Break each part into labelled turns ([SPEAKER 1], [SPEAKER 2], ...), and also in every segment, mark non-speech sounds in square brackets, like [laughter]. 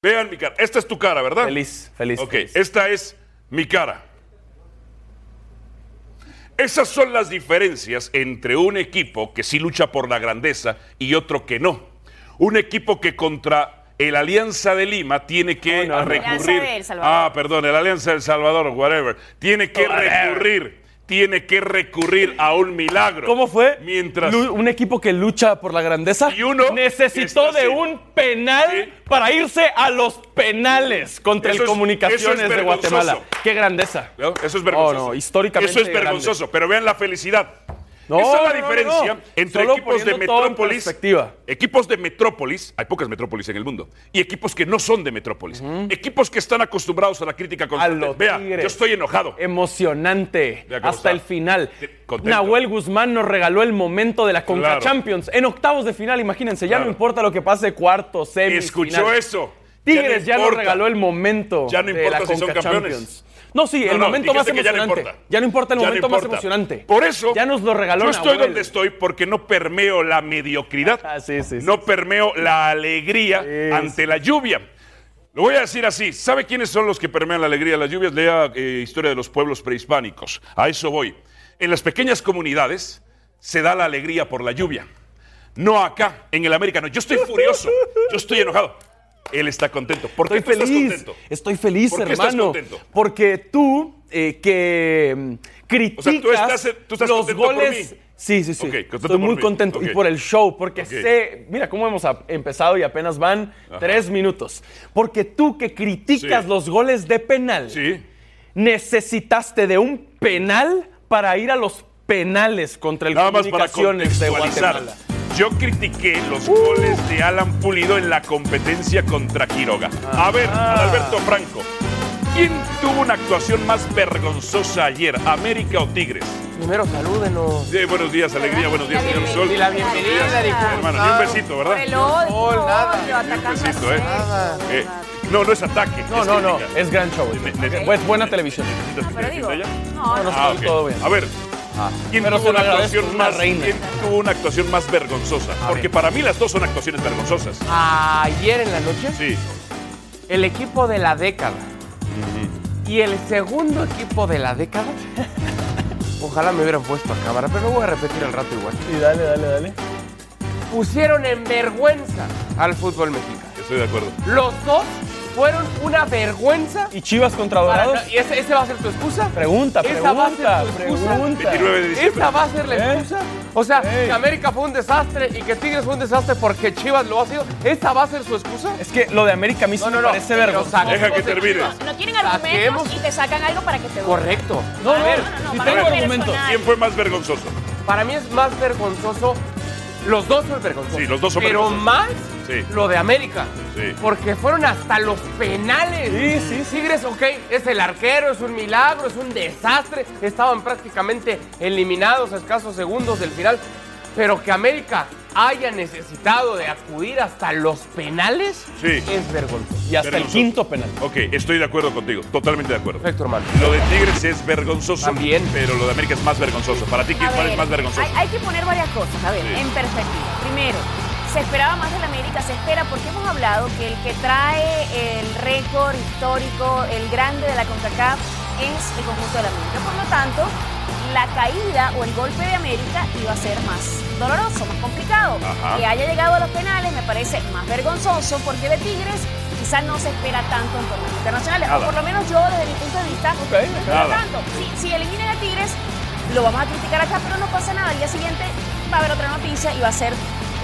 [SPEAKER 1] Vean mi cara. Esta es tu cara, ¿verdad?
[SPEAKER 2] Feliz, feliz.
[SPEAKER 1] Ok,
[SPEAKER 2] feliz.
[SPEAKER 1] esta es mi cara. Esas son las diferencias entre un equipo que sí lucha por la grandeza y otro que no. Un equipo que contra el Alianza de Lima tiene que
[SPEAKER 2] No, no, no.
[SPEAKER 1] recurrir.
[SPEAKER 3] Alianza de El Salvador.
[SPEAKER 1] ah, perdón, el Alianza del Salvador, whatever. Tiene que recurrir. Tiene que recurrir a un milagro.
[SPEAKER 2] ¿Cómo fue?
[SPEAKER 1] Mientras.
[SPEAKER 2] Lu- un equipo que lucha por la grandeza
[SPEAKER 1] Y uno
[SPEAKER 2] necesitó
[SPEAKER 1] está así.
[SPEAKER 2] de un penal
[SPEAKER 1] Sí.
[SPEAKER 2] para irse a los penales contra
[SPEAKER 1] Eso
[SPEAKER 2] el
[SPEAKER 1] es- eso es
[SPEAKER 2] Comunicaciones de
[SPEAKER 1] vergonzoso.
[SPEAKER 2] Guatemala. ¡Qué grandeza!
[SPEAKER 1] ¿no? Eso es vergonzoso.
[SPEAKER 2] Oh, no, históricamente
[SPEAKER 1] Eso es
[SPEAKER 2] grande.
[SPEAKER 1] vergonzoso, pero vean la felicidad.
[SPEAKER 2] No,
[SPEAKER 1] Esa es la
[SPEAKER 2] no, no,
[SPEAKER 1] diferencia
[SPEAKER 2] no.
[SPEAKER 1] entre
[SPEAKER 2] Solo
[SPEAKER 1] equipos de
[SPEAKER 2] poniendo todo en
[SPEAKER 1] metrópolis.
[SPEAKER 2] perspectiva.
[SPEAKER 1] Equipos de metrópolis, hay pocas metrópolis en el mundo, y equipos que no son de metrópolis. Equipos que están acostumbrados a la crítica constante.
[SPEAKER 2] los
[SPEAKER 1] Vea,
[SPEAKER 2] Tigres.
[SPEAKER 1] yo estoy enojado.
[SPEAKER 2] Emocionante
[SPEAKER 1] Vea cómo está.
[SPEAKER 2] hasta el final.
[SPEAKER 1] Te- contento.
[SPEAKER 2] Nahuel Guzmán nos regaló el momento de la Conca
[SPEAKER 1] Claro.
[SPEAKER 2] Champions en octavos de final. Imagínense, ya
[SPEAKER 1] Claro.
[SPEAKER 2] no importa lo que pase cuarto, semis.
[SPEAKER 1] Escuchó
[SPEAKER 2] final.
[SPEAKER 1] eso.
[SPEAKER 2] Tigres ya,
[SPEAKER 1] no
[SPEAKER 2] nos
[SPEAKER 1] importa.
[SPEAKER 2] regaló el momento
[SPEAKER 1] Ya no
[SPEAKER 2] de la
[SPEAKER 1] importa si son
[SPEAKER 2] Conca
[SPEAKER 1] campeones.
[SPEAKER 2] Champions. No, sí,
[SPEAKER 1] No,
[SPEAKER 2] el
[SPEAKER 1] no,
[SPEAKER 2] momento más
[SPEAKER 1] dijiste que ya no
[SPEAKER 2] emocionante.
[SPEAKER 1] importa.
[SPEAKER 2] Ya no importa el
[SPEAKER 1] Ya no
[SPEAKER 2] momento más
[SPEAKER 1] importa.
[SPEAKER 2] emocionante.
[SPEAKER 1] Por eso.
[SPEAKER 2] Ya nos lo regaló
[SPEAKER 1] Yo estoy
[SPEAKER 2] Nahuel.
[SPEAKER 1] donde estoy porque no permeo la mediocridad.
[SPEAKER 2] Ah, sí, sí, sí.
[SPEAKER 1] no permeo la alegría
[SPEAKER 2] Sí,
[SPEAKER 1] ante la lluvia. Lo voy a decir así. ¿Sabe quiénes son los que permean la alegría de las lluvias? Lea eh, Historia de los Pueblos Prehispánicos. A eso voy. En las pequeñas comunidades se da la alegría por la lluvia. No acá, en el americano. Yo estoy furioso. Yo estoy enojado. Él está contento. ¿Por qué
[SPEAKER 2] Estoy
[SPEAKER 1] tú estás
[SPEAKER 2] feliz.
[SPEAKER 1] contento?
[SPEAKER 2] Estoy feliz,
[SPEAKER 1] ¿Por qué estás
[SPEAKER 2] hermano.
[SPEAKER 1] contento?
[SPEAKER 2] Porque tú eh, que mm,
[SPEAKER 1] O sea,
[SPEAKER 2] criticas
[SPEAKER 1] tú estás- tú estás
[SPEAKER 2] los
[SPEAKER 1] contento por
[SPEAKER 2] goles.
[SPEAKER 1] mí.
[SPEAKER 2] Sí, sí, sí.
[SPEAKER 1] Ok, contento
[SPEAKER 2] Estoy muy
[SPEAKER 1] por mí.
[SPEAKER 2] contento
[SPEAKER 1] Ok.
[SPEAKER 2] y por el show porque
[SPEAKER 1] Ok.
[SPEAKER 2] sé, mira cómo hemos a- empezado y apenas van tres minutos. Porque tú que criticas
[SPEAKER 1] Sí.
[SPEAKER 2] los goles de penal,
[SPEAKER 1] Sí.
[SPEAKER 2] necesitaste de un penal para ir a los penales contra el
[SPEAKER 1] Nada más para
[SPEAKER 2] Comunicaciones de
[SPEAKER 1] contextualizar.
[SPEAKER 2] Guatemala.
[SPEAKER 1] Yo critiqué los goles de Alan Pulido en la competencia contra Quiroga. A ver,
[SPEAKER 2] Ah.
[SPEAKER 1] Alberto Franco, ¿quién tuvo una actuación más vergonzosa ayer, América o Tigres?
[SPEAKER 4] Primero salúdenos.
[SPEAKER 1] Sí, buenos días, alegría, buenos días, señor Sol.
[SPEAKER 4] Y la bienvenida,
[SPEAKER 1] Buenos días,
[SPEAKER 4] diputado.
[SPEAKER 1] Hermano, ni un besito,
[SPEAKER 3] Por
[SPEAKER 1] ¿verdad?
[SPEAKER 3] el odio,
[SPEAKER 4] Gol, nada.
[SPEAKER 3] odio,
[SPEAKER 1] Ni un
[SPEAKER 3] atacando
[SPEAKER 1] besito,
[SPEAKER 3] a
[SPEAKER 1] ¿eh?
[SPEAKER 3] César.
[SPEAKER 1] Eh, No, no es ataque.
[SPEAKER 2] No,
[SPEAKER 1] es
[SPEAKER 2] no, no.
[SPEAKER 1] crítica.
[SPEAKER 2] Es gran show.
[SPEAKER 1] Ne-
[SPEAKER 2] es-
[SPEAKER 1] ne-
[SPEAKER 2] pues, buena televisión.
[SPEAKER 1] ¿Necesitas
[SPEAKER 3] Ah,
[SPEAKER 1] que
[SPEAKER 3] pero
[SPEAKER 1] te
[SPEAKER 3] digo,
[SPEAKER 1] defienda ya?
[SPEAKER 3] no,
[SPEAKER 4] Ah,
[SPEAKER 2] No,
[SPEAKER 3] no.
[SPEAKER 2] no.
[SPEAKER 1] Ah, ok.
[SPEAKER 2] todo bien.
[SPEAKER 1] A ver. ¿Quién
[SPEAKER 2] Pero
[SPEAKER 1] tuvo
[SPEAKER 2] se lo
[SPEAKER 1] una
[SPEAKER 2] agradezco,
[SPEAKER 1] actuación
[SPEAKER 2] una
[SPEAKER 1] más
[SPEAKER 2] reina.
[SPEAKER 1] quién tuvo una actuación más vergonzosa?
[SPEAKER 4] Ah,
[SPEAKER 1] Porque para mí las dos son actuaciones vergonzosas.
[SPEAKER 4] Ayer en la noche,
[SPEAKER 1] Sí.
[SPEAKER 4] el equipo de la década y el segundo equipo de la década. [laughs] Ojalá me hubieran puesto a cámara, pero lo voy a repetir al rato igual.
[SPEAKER 2] Y dale, dale, dale.
[SPEAKER 4] Pusieron en vergüenza al fútbol mexicano.
[SPEAKER 1] Estoy de acuerdo.
[SPEAKER 4] Los dos fueron una vergüenza.
[SPEAKER 2] ¿Y Chivas contra
[SPEAKER 4] para-
[SPEAKER 2] Dorados?
[SPEAKER 4] ¿Y ese, ese va a ser tu excusa?
[SPEAKER 2] Pregunta,
[SPEAKER 4] Esa va a
[SPEAKER 2] pregunta,
[SPEAKER 4] ser tu excusa.
[SPEAKER 2] pregunta.
[SPEAKER 1] 29 de diciembre.
[SPEAKER 4] ¿Esa va a ser la
[SPEAKER 2] ¿Eh?
[SPEAKER 4] excusa? O sea,
[SPEAKER 2] Ey.
[SPEAKER 4] que América fue un desastre y que Tigres fue un desastre porque Chivas lo ha sido. ¿Esa va a ser su excusa?
[SPEAKER 2] Es que lo de América a mí sí
[SPEAKER 4] No, no,
[SPEAKER 2] me
[SPEAKER 4] no,
[SPEAKER 2] parece
[SPEAKER 4] pero
[SPEAKER 2] vergonzoso.
[SPEAKER 4] saca.
[SPEAKER 1] Deja que termine.
[SPEAKER 3] No quieren argumentos
[SPEAKER 4] Saquemos.
[SPEAKER 3] y te sacan algo para que te duela.
[SPEAKER 4] Correcto.
[SPEAKER 2] No, no,
[SPEAKER 4] A ver,
[SPEAKER 3] no,
[SPEAKER 2] si
[SPEAKER 3] para
[SPEAKER 2] tengo
[SPEAKER 3] mí es
[SPEAKER 2] argumentos.
[SPEAKER 3] personal.
[SPEAKER 1] ¿Quién fue más vergonzoso?
[SPEAKER 4] para mí es más vergonzoso. Los dos son vergonzosos.
[SPEAKER 1] Sí, los dos son
[SPEAKER 4] Pero
[SPEAKER 1] vergonzosos.
[SPEAKER 4] más
[SPEAKER 1] Sí.
[SPEAKER 4] lo de América.
[SPEAKER 1] Sí.
[SPEAKER 4] Porque fueron hasta los penales.
[SPEAKER 2] Sí, sí, sí.
[SPEAKER 4] Tigres, ok, es el arquero, es un milagro, es un desastre. Estaban prácticamente eliminados a escasos segundos del final. Pero que América haya necesitado de acudir hasta los penales
[SPEAKER 1] Sí.
[SPEAKER 4] es vergonzoso.
[SPEAKER 2] Y hasta el
[SPEAKER 1] Vergonzoso.
[SPEAKER 2] quinto penal.
[SPEAKER 1] Ok, estoy de acuerdo contigo. Totalmente de acuerdo.
[SPEAKER 4] Perfecto, hermano.
[SPEAKER 1] Lo de Tigres es vergonzoso.
[SPEAKER 4] También.
[SPEAKER 1] Pero lo de América es más vergonzoso. Para ti,
[SPEAKER 3] A
[SPEAKER 1] ¿quién cuál
[SPEAKER 3] ver,
[SPEAKER 1] es más vergonzoso?
[SPEAKER 3] Hay, hay que poner varias cosas, a ver,
[SPEAKER 1] Sí.
[SPEAKER 3] en perspectiva. Primero, se esperaba más de la América, se espera, porque hemos hablado que el que trae el récord histórico, el grande de la CONCACAF, es el conjunto de la América. Por lo tanto, la caída o el golpe de América iba a ser más doloroso, más complicado.
[SPEAKER 1] Ajá.
[SPEAKER 3] Que haya llegado a los penales me parece más vergonzoso, porque de Tigres quizás no se espera tanto en torneos internacionales,
[SPEAKER 1] Nada.
[SPEAKER 3] o por lo menos yo desde mi punto de vista, no espero
[SPEAKER 1] nada.
[SPEAKER 3] tanto. Si, si eliminan a Tigres, lo vamos a criticar acá, pero no pasa nada. Al día siguiente va a haber otra noticia y va a ser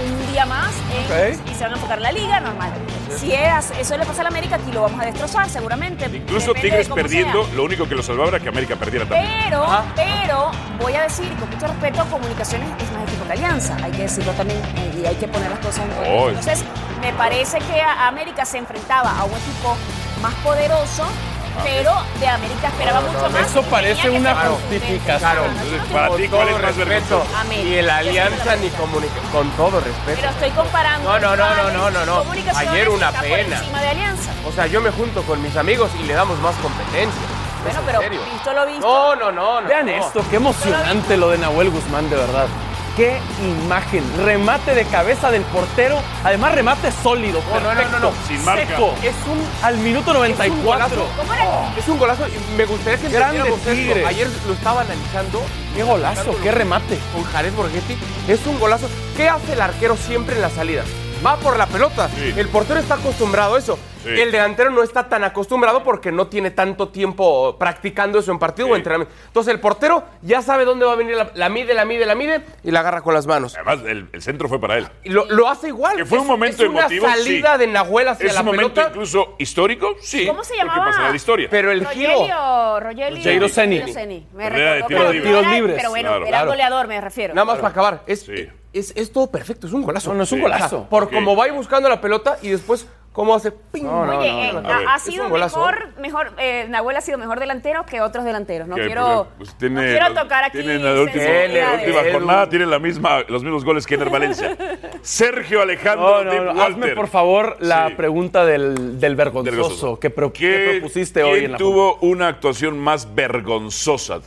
[SPEAKER 3] un día más en-
[SPEAKER 2] Ok.
[SPEAKER 3] y se van a enfocar en la liga normal. Si es- eso le pasa a la América, aquí lo vamos a destrozar seguramente.
[SPEAKER 1] Incluso
[SPEAKER 3] depende de
[SPEAKER 1] Tigres
[SPEAKER 3] cómo sea. Eh,
[SPEAKER 1] perdiendo, lo único que lo salvaba era que América perdiera también.
[SPEAKER 3] Pero,
[SPEAKER 4] Ajá.
[SPEAKER 3] pero, voy a decir con mucho respeto, comunicaciones es más equipo que Alianza. Hay que decirlo también eh, y hay que poner las cosas en contexto.
[SPEAKER 1] Oy.
[SPEAKER 3] Entonces, me parece que a América se enfrentaba a un equipo más poderoso,
[SPEAKER 1] Ah,
[SPEAKER 3] pero de América esperaba mucho más.
[SPEAKER 2] eso
[SPEAKER 3] y
[SPEAKER 2] parece
[SPEAKER 3] tenía que
[SPEAKER 2] una
[SPEAKER 3] ser más
[SPEAKER 2] justificación.
[SPEAKER 3] contundente.
[SPEAKER 4] Claro.
[SPEAKER 3] Eso no tiene
[SPEAKER 1] Para
[SPEAKER 4] Con
[SPEAKER 1] ti, ¿cuál es
[SPEAKER 4] todo
[SPEAKER 1] más vergonzoso?
[SPEAKER 3] América.
[SPEAKER 4] Y el
[SPEAKER 3] Yo soy de la
[SPEAKER 4] alianza ni
[SPEAKER 3] América.
[SPEAKER 4] comunica. Con todo respeto.
[SPEAKER 3] Pero estoy comparando.
[SPEAKER 4] No, no, no, no, no, no, no.
[SPEAKER 3] Comunicaciones
[SPEAKER 4] Ayer una
[SPEAKER 3] está por
[SPEAKER 4] pena.
[SPEAKER 3] encima de Alianza.
[SPEAKER 4] O sea, yo me junto con mis amigos y le damos más competencia.
[SPEAKER 3] Bueno,
[SPEAKER 4] ¿Es en
[SPEAKER 3] pero
[SPEAKER 4] serio?
[SPEAKER 3] visto lo visto.
[SPEAKER 4] No, no, no, no.
[SPEAKER 2] Vean
[SPEAKER 4] no.
[SPEAKER 2] esto, qué emocionante lo de Nahuel Guzmán, de verdad. ¡Qué imagen! Remate de cabeza del portero. Además, remate sólido.
[SPEAKER 4] Oh, No, no, no,
[SPEAKER 2] perfecto,
[SPEAKER 4] no, no,
[SPEAKER 1] sin marca.
[SPEAKER 2] Seco.
[SPEAKER 4] Es un
[SPEAKER 2] Al minuto
[SPEAKER 4] Es un golazo.
[SPEAKER 2] 94.
[SPEAKER 3] ¿Cómo era?
[SPEAKER 2] Oh.
[SPEAKER 4] Es un golazo y me gustaría que
[SPEAKER 2] Grande
[SPEAKER 4] entendiéramos esto.
[SPEAKER 2] Tigres.
[SPEAKER 4] Ayer lo estaba analizando.
[SPEAKER 2] ¡Qué golazo! ¡Qué remate!
[SPEAKER 4] Con Jared Borghetti. Es un golazo. ¿Qué hace el arquero siempre en las salidas? Va por la pelota.
[SPEAKER 1] Sí.
[SPEAKER 4] El portero está acostumbrado a eso.
[SPEAKER 1] Sí.
[SPEAKER 4] El delantero no está tan acostumbrado porque no tiene tanto tiempo practicando eso en partido
[SPEAKER 1] Sí.
[SPEAKER 4] o entrenamiento. Entonces el portero ya sabe dónde va a venir la, la mide, la mide, la mide y la agarra con las manos.
[SPEAKER 1] Además, el, el centro fue para él.
[SPEAKER 4] Y Lo, lo hace igual.
[SPEAKER 1] Que fue un
[SPEAKER 4] Es-
[SPEAKER 1] momento
[SPEAKER 4] es una
[SPEAKER 1] emotivo,
[SPEAKER 4] salida
[SPEAKER 1] sí.
[SPEAKER 4] de Nahuel hacia
[SPEAKER 1] ¿Es
[SPEAKER 4] la
[SPEAKER 1] un momento
[SPEAKER 4] pelota.
[SPEAKER 1] incluso histórico? Sí.
[SPEAKER 3] ¿Cómo se
[SPEAKER 1] porque
[SPEAKER 3] llamaba?
[SPEAKER 1] pasará a la historia.
[SPEAKER 4] Pero el giro.
[SPEAKER 3] Rogelio, Rogelio.
[SPEAKER 1] Jairo
[SPEAKER 2] Ceni.
[SPEAKER 3] Jairo Ceni. Me
[SPEAKER 1] Pero era de
[SPEAKER 3] recordó,
[SPEAKER 1] tiros libres.
[SPEAKER 3] pero no era-
[SPEAKER 2] Tiros libres.
[SPEAKER 3] Pero bueno,
[SPEAKER 1] Claro.
[SPEAKER 3] era
[SPEAKER 1] Claro.
[SPEAKER 3] goleador, me refiero.
[SPEAKER 4] Nada más para acabar. Es,
[SPEAKER 1] Sí.
[SPEAKER 4] eh, es, es todo perfecto, es un golazo.
[SPEAKER 2] No, no, es un
[SPEAKER 4] O sea,
[SPEAKER 2] golazo.
[SPEAKER 4] por
[SPEAKER 1] Ok.
[SPEAKER 4] cómo va ir buscando la pelota y después cómo hace ping.
[SPEAKER 2] no,
[SPEAKER 3] Oye,
[SPEAKER 2] no,
[SPEAKER 3] eh,
[SPEAKER 1] no, no.
[SPEAKER 3] ha-
[SPEAKER 1] A ver,
[SPEAKER 3] ha
[SPEAKER 1] es
[SPEAKER 3] sido
[SPEAKER 4] un golazo.
[SPEAKER 3] mejor, mejor eh, Nahuel ha sido mejor delantero que otros delanteros. No
[SPEAKER 1] Que,
[SPEAKER 3] quiero,
[SPEAKER 1] pues,
[SPEAKER 3] no
[SPEAKER 1] tiene-
[SPEAKER 3] quiero tocar aquí.
[SPEAKER 1] Tiene en la última, en la
[SPEAKER 3] sensibilidades.
[SPEAKER 1] última
[SPEAKER 4] Edu.
[SPEAKER 1] jornada tiene la misma, los mismos goles que Ener
[SPEAKER 3] [laughs]
[SPEAKER 1] Valencia. Sergio Alejandro
[SPEAKER 2] No,
[SPEAKER 1] de
[SPEAKER 2] no, no.
[SPEAKER 1] Walter.
[SPEAKER 2] Hazme, por favor, la
[SPEAKER 1] Sí.
[SPEAKER 2] pregunta del, del vergonzoso,
[SPEAKER 1] Vergonzoso.
[SPEAKER 2] Que, pro- que
[SPEAKER 1] ¿Qué-
[SPEAKER 2] propusiste hoy
[SPEAKER 1] quién
[SPEAKER 2] en la jornada.
[SPEAKER 1] tuvo una actuación más vergonzosa?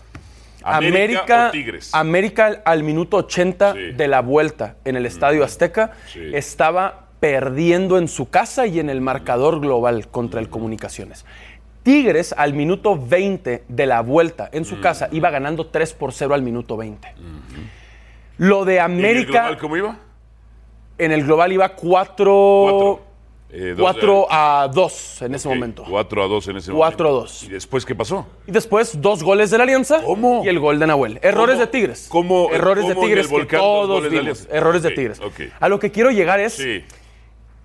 [SPEAKER 1] ¿América, o Tigres?
[SPEAKER 2] América al minuto 80
[SPEAKER 1] Sí.
[SPEAKER 2] de la vuelta en el Estadio Azteca
[SPEAKER 1] Sí.
[SPEAKER 2] estaba perdiendo en su casa y en el marcador global contra el Comunicaciones. Tigres al minuto 20 de la vuelta en su casa iba ganando 3 por 0 al minuto 20. Lo de
[SPEAKER 1] ¿En el
[SPEAKER 2] América
[SPEAKER 1] global ¿Cómo iba?
[SPEAKER 2] en el global iba 4
[SPEAKER 1] Cuatro. Eh, dos-
[SPEAKER 2] a 2 en ese
[SPEAKER 1] Ok,
[SPEAKER 2] momento.
[SPEAKER 1] Cuatro a dos en ese momento.
[SPEAKER 2] Cuatro a dos.
[SPEAKER 1] ¿Y después qué pasó?
[SPEAKER 2] Y después dos goles de la Alianza
[SPEAKER 1] ¿Cómo?
[SPEAKER 2] y el gol de Nahuel. Errores
[SPEAKER 1] ¿Cómo?
[SPEAKER 2] de Tigres.
[SPEAKER 1] ¿Cómo?
[SPEAKER 2] Errores
[SPEAKER 1] ¿Cómo
[SPEAKER 2] de
[SPEAKER 1] en
[SPEAKER 2] Tigres
[SPEAKER 1] el
[SPEAKER 2] que
[SPEAKER 1] volcán dos
[SPEAKER 2] todos
[SPEAKER 1] goles de la
[SPEAKER 2] vimos.
[SPEAKER 1] Alianza?
[SPEAKER 2] Errores de
[SPEAKER 1] Ok,
[SPEAKER 2] Tigres.
[SPEAKER 1] ok.
[SPEAKER 2] A lo que quiero llegar es,
[SPEAKER 1] Sí.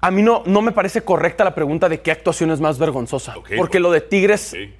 [SPEAKER 2] a mí no, no me parece correcta la pregunta de qué actuación es más vergonzosa.
[SPEAKER 1] Ok,
[SPEAKER 2] porque
[SPEAKER 1] bueno.
[SPEAKER 2] lo de Tigres,
[SPEAKER 1] sí.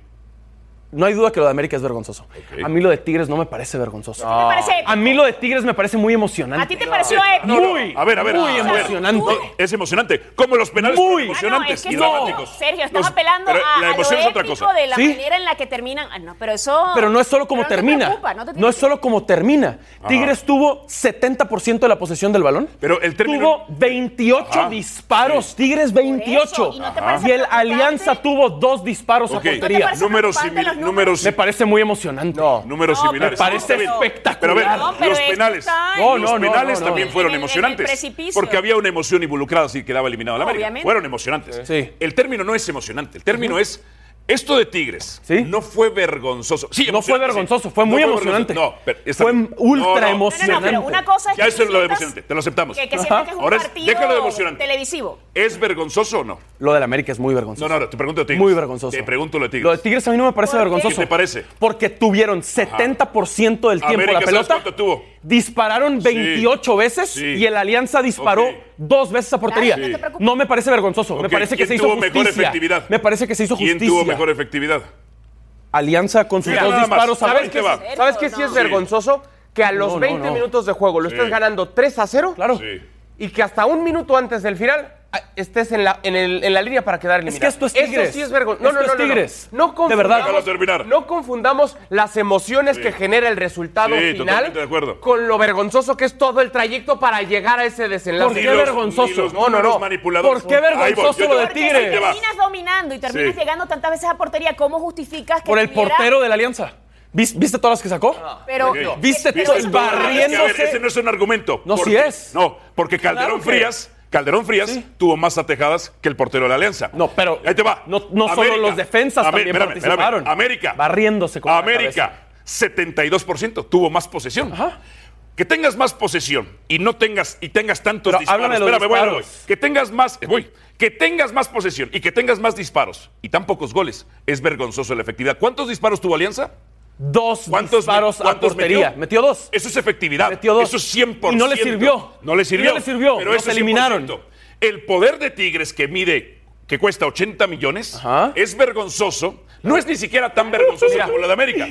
[SPEAKER 2] no hay duda que lo de América es vergonzoso.
[SPEAKER 1] Ok.
[SPEAKER 2] A mí lo de Tigres no me parece vergonzoso.
[SPEAKER 3] ¿Te parece épico?
[SPEAKER 2] A mí lo de Tigres me parece muy emocionante.
[SPEAKER 3] ¿A ti te pareció épico?
[SPEAKER 2] Muy,
[SPEAKER 1] Ah, A ver, a ver.
[SPEAKER 2] muy
[SPEAKER 1] a ver.
[SPEAKER 2] emocionante.
[SPEAKER 1] No, es emocionante. Como los penales
[SPEAKER 2] Muy.
[SPEAKER 1] son emocionantes
[SPEAKER 3] Ah, no, es que
[SPEAKER 1] y
[SPEAKER 3] no.
[SPEAKER 1] dramáticos.
[SPEAKER 3] Sergio, estás
[SPEAKER 1] Los-
[SPEAKER 3] apelando
[SPEAKER 1] pero
[SPEAKER 3] a,
[SPEAKER 1] La
[SPEAKER 3] a
[SPEAKER 1] emoción
[SPEAKER 3] lo
[SPEAKER 1] es otra
[SPEAKER 3] épico
[SPEAKER 1] cosa.
[SPEAKER 3] de la
[SPEAKER 2] Sí.
[SPEAKER 3] manera en la que terminan. Ah, no, pero eso.
[SPEAKER 2] Pero no es solo como
[SPEAKER 3] pero no te
[SPEAKER 2] termina.
[SPEAKER 3] preocupa, no, te
[SPEAKER 2] no
[SPEAKER 3] tienes
[SPEAKER 2] es solo como termina. Tigres tuvo 70% de la posesión del balón.
[SPEAKER 1] Pero el término-
[SPEAKER 2] Tuvo 28
[SPEAKER 1] Ajá.
[SPEAKER 2] disparos.
[SPEAKER 1] Sí.
[SPEAKER 2] Tigres 28.
[SPEAKER 3] ¿y no te
[SPEAKER 1] Ajá.
[SPEAKER 3] parece
[SPEAKER 2] y el
[SPEAKER 3] preocupante?
[SPEAKER 2] Alianza tuvo dos disparos
[SPEAKER 1] Ok,
[SPEAKER 2] a portería.
[SPEAKER 3] parece
[SPEAKER 1] números
[SPEAKER 3] preocupante
[SPEAKER 1] similares.
[SPEAKER 3] los
[SPEAKER 1] Números,
[SPEAKER 3] números?
[SPEAKER 2] Me parece muy emocionante. No.
[SPEAKER 1] números
[SPEAKER 3] No, pero
[SPEAKER 1] similares.
[SPEAKER 2] parece
[SPEAKER 1] Está bien.
[SPEAKER 2] espectacular.
[SPEAKER 1] Pero a ver,
[SPEAKER 3] No, pero
[SPEAKER 1] los
[SPEAKER 3] es que
[SPEAKER 1] penales.
[SPEAKER 3] está ahí.
[SPEAKER 2] No, no,
[SPEAKER 1] los
[SPEAKER 2] no,
[SPEAKER 1] penales
[SPEAKER 2] no, no.
[SPEAKER 1] también fueron
[SPEAKER 3] En el- en el
[SPEAKER 1] emocionantes.
[SPEAKER 3] precipicio.
[SPEAKER 1] porque había una emoción involucrada si quedaba eliminado la América.
[SPEAKER 3] Obviamente.
[SPEAKER 1] Fueron emocionantes.
[SPEAKER 2] Sí.
[SPEAKER 1] El término no es emocionante. El término es. Esto de Tigres
[SPEAKER 2] Sí.
[SPEAKER 1] no fue vergonzoso. Sí,
[SPEAKER 2] No fue
[SPEAKER 1] emocionante, sí.
[SPEAKER 2] vergonzoso, fue
[SPEAKER 1] No
[SPEAKER 2] muy
[SPEAKER 1] vergonzoso.
[SPEAKER 2] emocionante.
[SPEAKER 1] No, pero está
[SPEAKER 2] fue
[SPEAKER 1] bien. No, no.
[SPEAKER 2] ultra
[SPEAKER 3] No, no, no,
[SPEAKER 2] emocionante.
[SPEAKER 3] pero una cosa es
[SPEAKER 1] Ya
[SPEAKER 3] que
[SPEAKER 1] eso es lo de
[SPEAKER 3] sientas
[SPEAKER 1] emocionante, te lo aceptamos.
[SPEAKER 3] Que, que
[SPEAKER 2] Ajá.
[SPEAKER 3] sientes que es un
[SPEAKER 1] Ahora es-
[SPEAKER 3] partido
[SPEAKER 1] déjalo de emocionante.
[SPEAKER 3] televisivo.
[SPEAKER 1] ¿Es vergonzoso o no?
[SPEAKER 2] Lo del América es muy vergonzoso.
[SPEAKER 1] No, no, no, te pregunto de Tigres.
[SPEAKER 2] Muy vergonzoso.
[SPEAKER 1] Te pregunto lo de Tigres.
[SPEAKER 2] Lo de Tigres a mí no me parece
[SPEAKER 3] ¿Por qué?
[SPEAKER 2] vergonzoso.
[SPEAKER 1] ¿Qué te parece?
[SPEAKER 2] Porque tuvieron 70% del tiempo
[SPEAKER 1] América,
[SPEAKER 2] la
[SPEAKER 1] ¿sabes
[SPEAKER 2] pelota.
[SPEAKER 1] cuánto tuvo?
[SPEAKER 2] Dispararon 28 veces
[SPEAKER 1] Sí.
[SPEAKER 2] y el Alianza disparó
[SPEAKER 1] Ok.
[SPEAKER 2] dos veces a portería.
[SPEAKER 3] Claro, no te preocupes.
[SPEAKER 2] No me parece vergonzoso. Me
[SPEAKER 1] Ok,
[SPEAKER 2] parece que
[SPEAKER 1] ¿quién
[SPEAKER 2] se hizo
[SPEAKER 1] tuvo
[SPEAKER 2] justicia.
[SPEAKER 1] mejor efectividad?
[SPEAKER 2] Me parece que se hizo
[SPEAKER 1] ¿Quién
[SPEAKER 2] justicia.
[SPEAKER 1] tuvo mejor efectividad?
[SPEAKER 2] Alianza con sus
[SPEAKER 1] Mira,
[SPEAKER 2] dos
[SPEAKER 1] nada más.
[SPEAKER 2] disparos a
[SPEAKER 1] ¿Sabes
[SPEAKER 2] gol.
[SPEAKER 1] qué va?
[SPEAKER 4] ¿Sabes qué sí es
[SPEAKER 3] Sí.
[SPEAKER 4] vergonzoso? Que a los
[SPEAKER 2] No, no,
[SPEAKER 4] 20
[SPEAKER 2] no.
[SPEAKER 4] minutos de juego lo
[SPEAKER 1] Sí.
[SPEAKER 4] estés ganando 3 a 0.
[SPEAKER 2] Claro.
[SPEAKER 1] Sí.
[SPEAKER 4] Y que hasta un minuto antes del final ah, estés en la, en el- en la línea para quedar eliminado.
[SPEAKER 2] esto es
[SPEAKER 4] Eso
[SPEAKER 2] Tigres.
[SPEAKER 4] sí es vergonzoso.
[SPEAKER 2] Esto es Tigres.
[SPEAKER 4] No
[SPEAKER 2] De verdad.
[SPEAKER 4] confundamos-
[SPEAKER 1] Déjalo terminar.
[SPEAKER 4] No confundamos las emociones
[SPEAKER 1] Sí.
[SPEAKER 4] que genera el resultado
[SPEAKER 1] Sí,
[SPEAKER 4] final
[SPEAKER 1] totalmente de acuerdo.
[SPEAKER 4] con lo vergonzoso que es todo el trayecto para llegar a ese desenlace.
[SPEAKER 2] ¿Por qué
[SPEAKER 1] Ni los-
[SPEAKER 2] vergonzoso?
[SPEAKER 1] ni los
[SPEAKER 2] No, no,
[SPEAKER 1] números
[SPEAKER 2] no.
[SPEAKER 1] manipuladores.
[SPEAKER 2] ¿Por qué
[SPEAKER 1] Ahí voy,
[SPEAKER 2] vergonzoso
[SPEAKER 1] yo te-
[SPEAKER 2] lo de
[SPEAKER 1] ahí te
[SPEAKER 3] Porque
[SPEAKER 2] Tigres?
[SPEAKER 3] si
[SPEAKER 1] va.
[SPEAKER 3] terminas dominando y terminas
[SPEAKER 1] Sí.
[SPEAKER 3] llegando tantas veces a portería, ¿cómo justificas que
[SPEAKER 2] Por el
[SPEAKER 3] tuviera-
[SPEAKER 2] portero de la Alianza. ¿Vis- ¿Viste todas las que sacó?
[SPEAKER 3] Pero,
[SPEAKER 1] Ok.
[SPEAKER 2] Viste
[SPEAKER 3] pero
[SPEAKER 2] todo
[SPEAKER 3] eso
[SPEAKER 2] el
[SPEAKER 3] te va a dar-
[SPEAKER 1] Es que, a ver,
[SPEAKER 2] barriéndose.
[SPEAKER 1] ese no es un argumento.
[SPEAKER 2] No,
[SPEAKER 1] Porque-
[SPEAKER 2] sí es.
[SPEAKER 1] No, porque Calderón
[SPEAKER 2] Claro que-
[SPEAKER 1] Frías. Calderón Frías
[SPEAKER 2] Sí.
[SPEAKER 1] tuvo más atajadas que el portero de la Alianza.
[SPEAKER 2] No, pero
[SPEAKER 1] Ahí te va.
[SPEAKER 2] no- no solo los defensas también participaron.
[SPEAKER 1] América.
[SPEAKER 2] Barriéndose con la
[SPEAKER 1] América, 72% tuvo más posesión.
[SPEAKER 2] Ajá.
[SPEAKER 1] Que tengas más posesión y no tengas y tengas tantos
[SPEAKER 2] Pero
[SPEAKER 1] disparos.
[SPEAKER 2] háblame de los
[SPEAKER 1] Espérame, voy,
[SPEAKER 2] disparos.
[SPEAKER 1] voy. Que tengas más, eh, voy. Que tengas más posesión y que tengas más disparos y tan pocos goles es vergonzoso la efectividad. ¿Cuántos disparos tuvo Alianza?
[SPEAKER 2] Dos
[SPEAKER 1] ¿Cuántos
[SPEAKER 2] disparos a
[SPEAKER 1] cuántos
[SPEAKER 2] portería.
[SPEAKER 1] metió?
[SPEAKER 2] Metió dos.
[SPEAKER 1] Eso es efectividad.
[SPEAKER 2] Metió dos.
[SPEAKER 1] Eso es 100%.
[SPEAKER 2] Y no le sirvió.
[SPEAKER 1] No le sirvió.
[SPEAKER 2] Y no le sirvió.
[SPEAKER 1] Pero
[SPEAKER 2] Los
[SPEAKER 1] eso es
[SPEAKER 2] eliminaron.
[SPEAKER 1] 100%. El poder de Tigres que mide, que cuesta 80 millones,
[SPEAKER 2] Ajá.
[SPEAKER 1] es vergonzoso. No es ni siquiera tan vergonzoso como lo de América.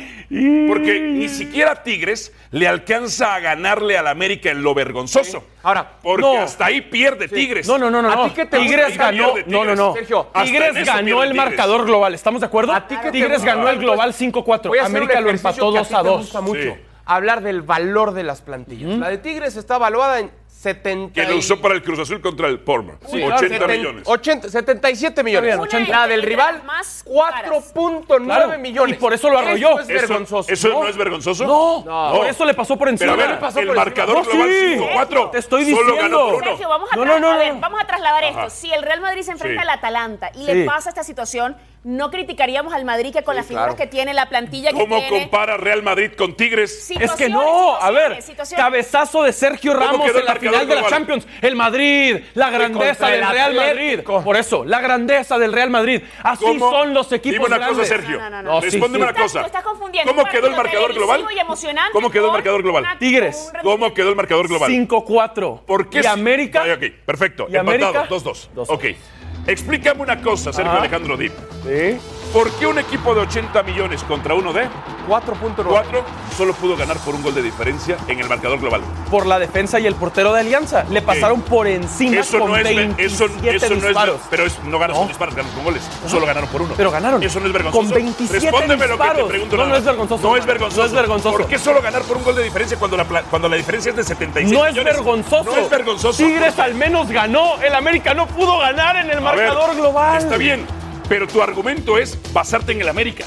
[SPEAKER 1] Porque ni siquiera Tigres le alcanza a ganarle al América en lo vergonzoso.
[SPEAKER 4] Ahora,
[SPEAKER 1] porque
[SPEAKER 2] no.
[SPEAKER 1] hasta ahí pierde Tigres.
[SPEAKER 2] No, no, no, no.
[SPEAKER 4] ¿A
[SPEAKER 2] no.
[SPEAKER 4] ti qué te
[SPEAKER 2] Tigres
[SPEAKER 1] gusta?
[SPEAKER 2] ganó.
[SPEAKER 1] Pierde
[SPEAKER 2] No, no,
[SPEAKER 1] Tigres.
[SPEAKER 2] no.
[SPEAKER 4] Sergio,
[SPEAKER 1] hasta en este
[SPEAKER 2] Tigres
[SPEAKER 1] eso
[SPEAKER 2] ganó
[SPEAKER 1] pierde
[SPEAKER 2] el
[SPEAKER 1] Tigres.
[SPEAKER 2] marcador global. ¿Estamos de acuerdo?
[SPEAKER 4] ¿A ti qué te
[SPEAKER 2] Tigres
[SPEAKER 4] gusta?
[SPEAKER 2] ganó el global 5-4.
[SPEAKER 4] Voy a hacer un
[SPEAKER 2] América lo
[SPEAKER 4] ejercicio
[SPEAKER 2] empató
[SPEAKER 4] que a
[SPEAKER 2] 2
[SPEAKER 4] ti te
[SPEAKER 2] a 2.
[SPEAKER 4] gusta mucho.
[SPEAKER 1] Sí.
[SPEAKER 4] Hablar del valor de las plantillas. La de Tigres está valuada en 70
[SPEAKER 1] Que lo usó para el Cruz Azul contra el Porma.
[SPEAKER 4] Sí, claro,
[SPEAKER 1] 80
[SPEAKER 4] seten-
[SPEAKER 1] millones.
[SPEAKER 4] 80, 77 millones.
[SPEAKER 2] Está bien,
[SPEAKER 3] Una de
[SPEAKER 4] La
[SPEAKER 3] las
[SPEAKER 4] del
[SPEAKER 3] ligas
[SPEAKER 4] rival,
[SPEAKER 3] más caras.
[SPEAKER 4] 4.9
[SPEAKER 2] Claro,
[SPEAKER 4] millones.
[SPEAKER 2] y por eso lo arrolló.
[SPEAKER 4] Esto
[SPEAKER 1] Eso-
[SPEAKER 4] es vergonzoso.
[SPEAKER 1] ¿Eso no es vergonzoso?
[SPEAKER 2] No,
[SPEAKER 4] No.
[SPEAKER 2] por eso le pasó por
[SPEAKER 1] Pero
[SPEAKER 2] encima.
[SPEAKER 1] a ver,
[SPEAKER 4] pasó
[SPEAKER 1] el
[SPEAKER 4] por encima.
[SPEAKER 1] marcador
[SPEAKER 2] No,
[SPEAKER 1] global
[SPEAKER 2] sí.
[SPEAKER 1] 5-4.
[SPEAKER 2] Te estoy
[SPEAKER 1] Solo ganó
[SPEAKER 2] diciendo.
[SPEAKER 1] por uno.
[SPEAKER 3] Sergio, vamos a,
[SPEAKER 2] No,
[SPEAKER 3] tra-
[SPEAKER 2] no, no,
[SPEAKER 3] a ver,
[SPEAKER 2] no.
[SPEAKER 3] vamos a traslabar
[SPEAKER 1] Ajá.
[SPEAKER 3] esto. Si el Real Madrid se enfrenta
[SPEAKER 1] Sí.
[SPEAKER 3] al Atalanta
[SPEAKER 2] Sí.
[SPEAKER 3] y le pasa esta situación, no criticaríamos al Madrid que con las figuras
[SPEAKER 4] claro.
[SPEAKER 3] que tiene, la plantilla que
[SPEAKER 1] ¿Cómo
[SPEAKER 3] tiene.
[SPEAKER 1] compara Real Madrid con Tigres?
[SPEAKER 2] Es
[SPEAKER 3] situaciones,
[SPEAKER 2] que no, a ver,
[SPEAKER 3] situaciones, situaciones.
[SPEAKER 2] cabezazo de Sergio
[SPEAKER 1] ¿Cómo
[SPEAKER 2] Ramos
[SPEAKER 1] quedó
[SPEAKER 2] en
[SPEAKER 1] el
[SPEAKER 2] la
[SPEAKER 1] marcador
[SPEAKER 2] final de la
[SPEAKER 1] global?
[SPEAKER 2] Champions. El Madrid, la grandeza
[SPEAKER 4] contra
[SPEAKER 2] del
[SPEAKER 4] el
[SPEAKER 2] Real Madrid.
[SPEAKER 4] Atlético.
[SPEAKER 2] Por eso, la grandeza del Real Madrid. Así
[SPEAKER 1] ¿Cómo?
[SPEAKER 2] son los equipos
[SPEAKER 1] Dime una
[SPEAKER 2] grandes.
[SPEAKER 1] cosa, Sergio.
[SPEAKER 3] No, no, no,
[SPEAKER 2] no.
[SPEAKER 1] Respóndeme
[SPEAKER 2] Sí, sí.
[SPEAKER 1] una cosa.
[SPEAKER 3] Tú estás confundiendo
[SPEAKER 1] ¿Cómo
[SPEAKER 3] un
[SPEAKER 1] quedó el
[SPEAKER 3] partido
[SPEAKER 1] marcador global?
[SPEAKER 3] televisivo y emocionante
[SPEAKER 1] ¿Cómo quedó el
[SPEAKER 3] con
[SPEAKER 1] marcador global?
[SPEAKER 3] una-
[SPEAKER 2] Tigres.
[SPEAKER 3] un
[SPEAKER 1] ¿Cómo quedó el marcador global?
[SPEAKER 2] 5-4.
[SPEAKER 1] ¿Por qué?
[SPEAKER 2] Y
[SPEAKER 1] si-
[SPEAKER 2] América.
[SPEAKER 1] Ay, ok, perfecto.
[SPEAKER 2] ¿Y América?
[SPEAKER 1] Empatado, 2-2.
[SPEAKER 2] 2-2.
[SPEAKER 1] Ok. Explícame una cosa, Sergio
[SPEAKER 2] Ajá.
[SPEAKER 1] Alejandro Dip.
[SPEAKER 2] Sí.
[SPEAKER 1] ¿Por qué un equipo de 80 millones contra uno de
[SPEAKER 4] 4.9.
[SPEAKER 1] 4 solo pudo ganar por un gol de diferencia en el marcador global?
[SPEAKER 2] Por la defensa y el portero de Alianza. Le pasaron por encima
[SPEAKER 1] Eso
[SPEAKER 2] con
[SPEAKER 1] no es. ve-
[SPEAKER 2] 27
[SPEAKER 1] Eso, eso no es.
[SPEAKER 2] disparos.
[SPEAKER 1] ve- Pero es- no ganas
[SPEAKER 2] No.
[SPEAKER 1] con disparos, ganas con goles. Solo ganaron por uno.
[SPEAKER 2] Pero ganaron.
[SPEAKER 1] Eso no es vergonzoso.
[SPEAKER 2] Con 27
[SPEAKER 1] Respóndeme lo que te
[SPEAKER 2] disparos.
[SPEAKER 1] pregunto.
[SPEAKER 2] No,
[SPEAKER 1] nada
[SPEAKER 2] no
[SPEAKER 1] más.
[SPEAKER 2] es vergonzoso,
[SPEAKER 1] No es
[SPEAKER 2] hermano.
[SPEAKER 1] vergonzoso.
[SPEAKER 2] No es vergonzoso.
[SPEAKER 1] ¿Por qué solo ganar por un gol de diferencia cuando la, pla- cuando la diferencia es de 76
[SPEAKER 2] No es
[SPEAKER 1] millones?
[SPEAKER 2] vergonzoso.
[SPEAKER 1] No es vergonzoso.
[SPEAKER 2] Tigres al menos ganó. El América no pudo ganar en el
[SPEAKER 1] A ver,
[SPEAKER 2] marcador global.
[SPEAKER 1] Está bien, pero tu argumento es basarte en el América.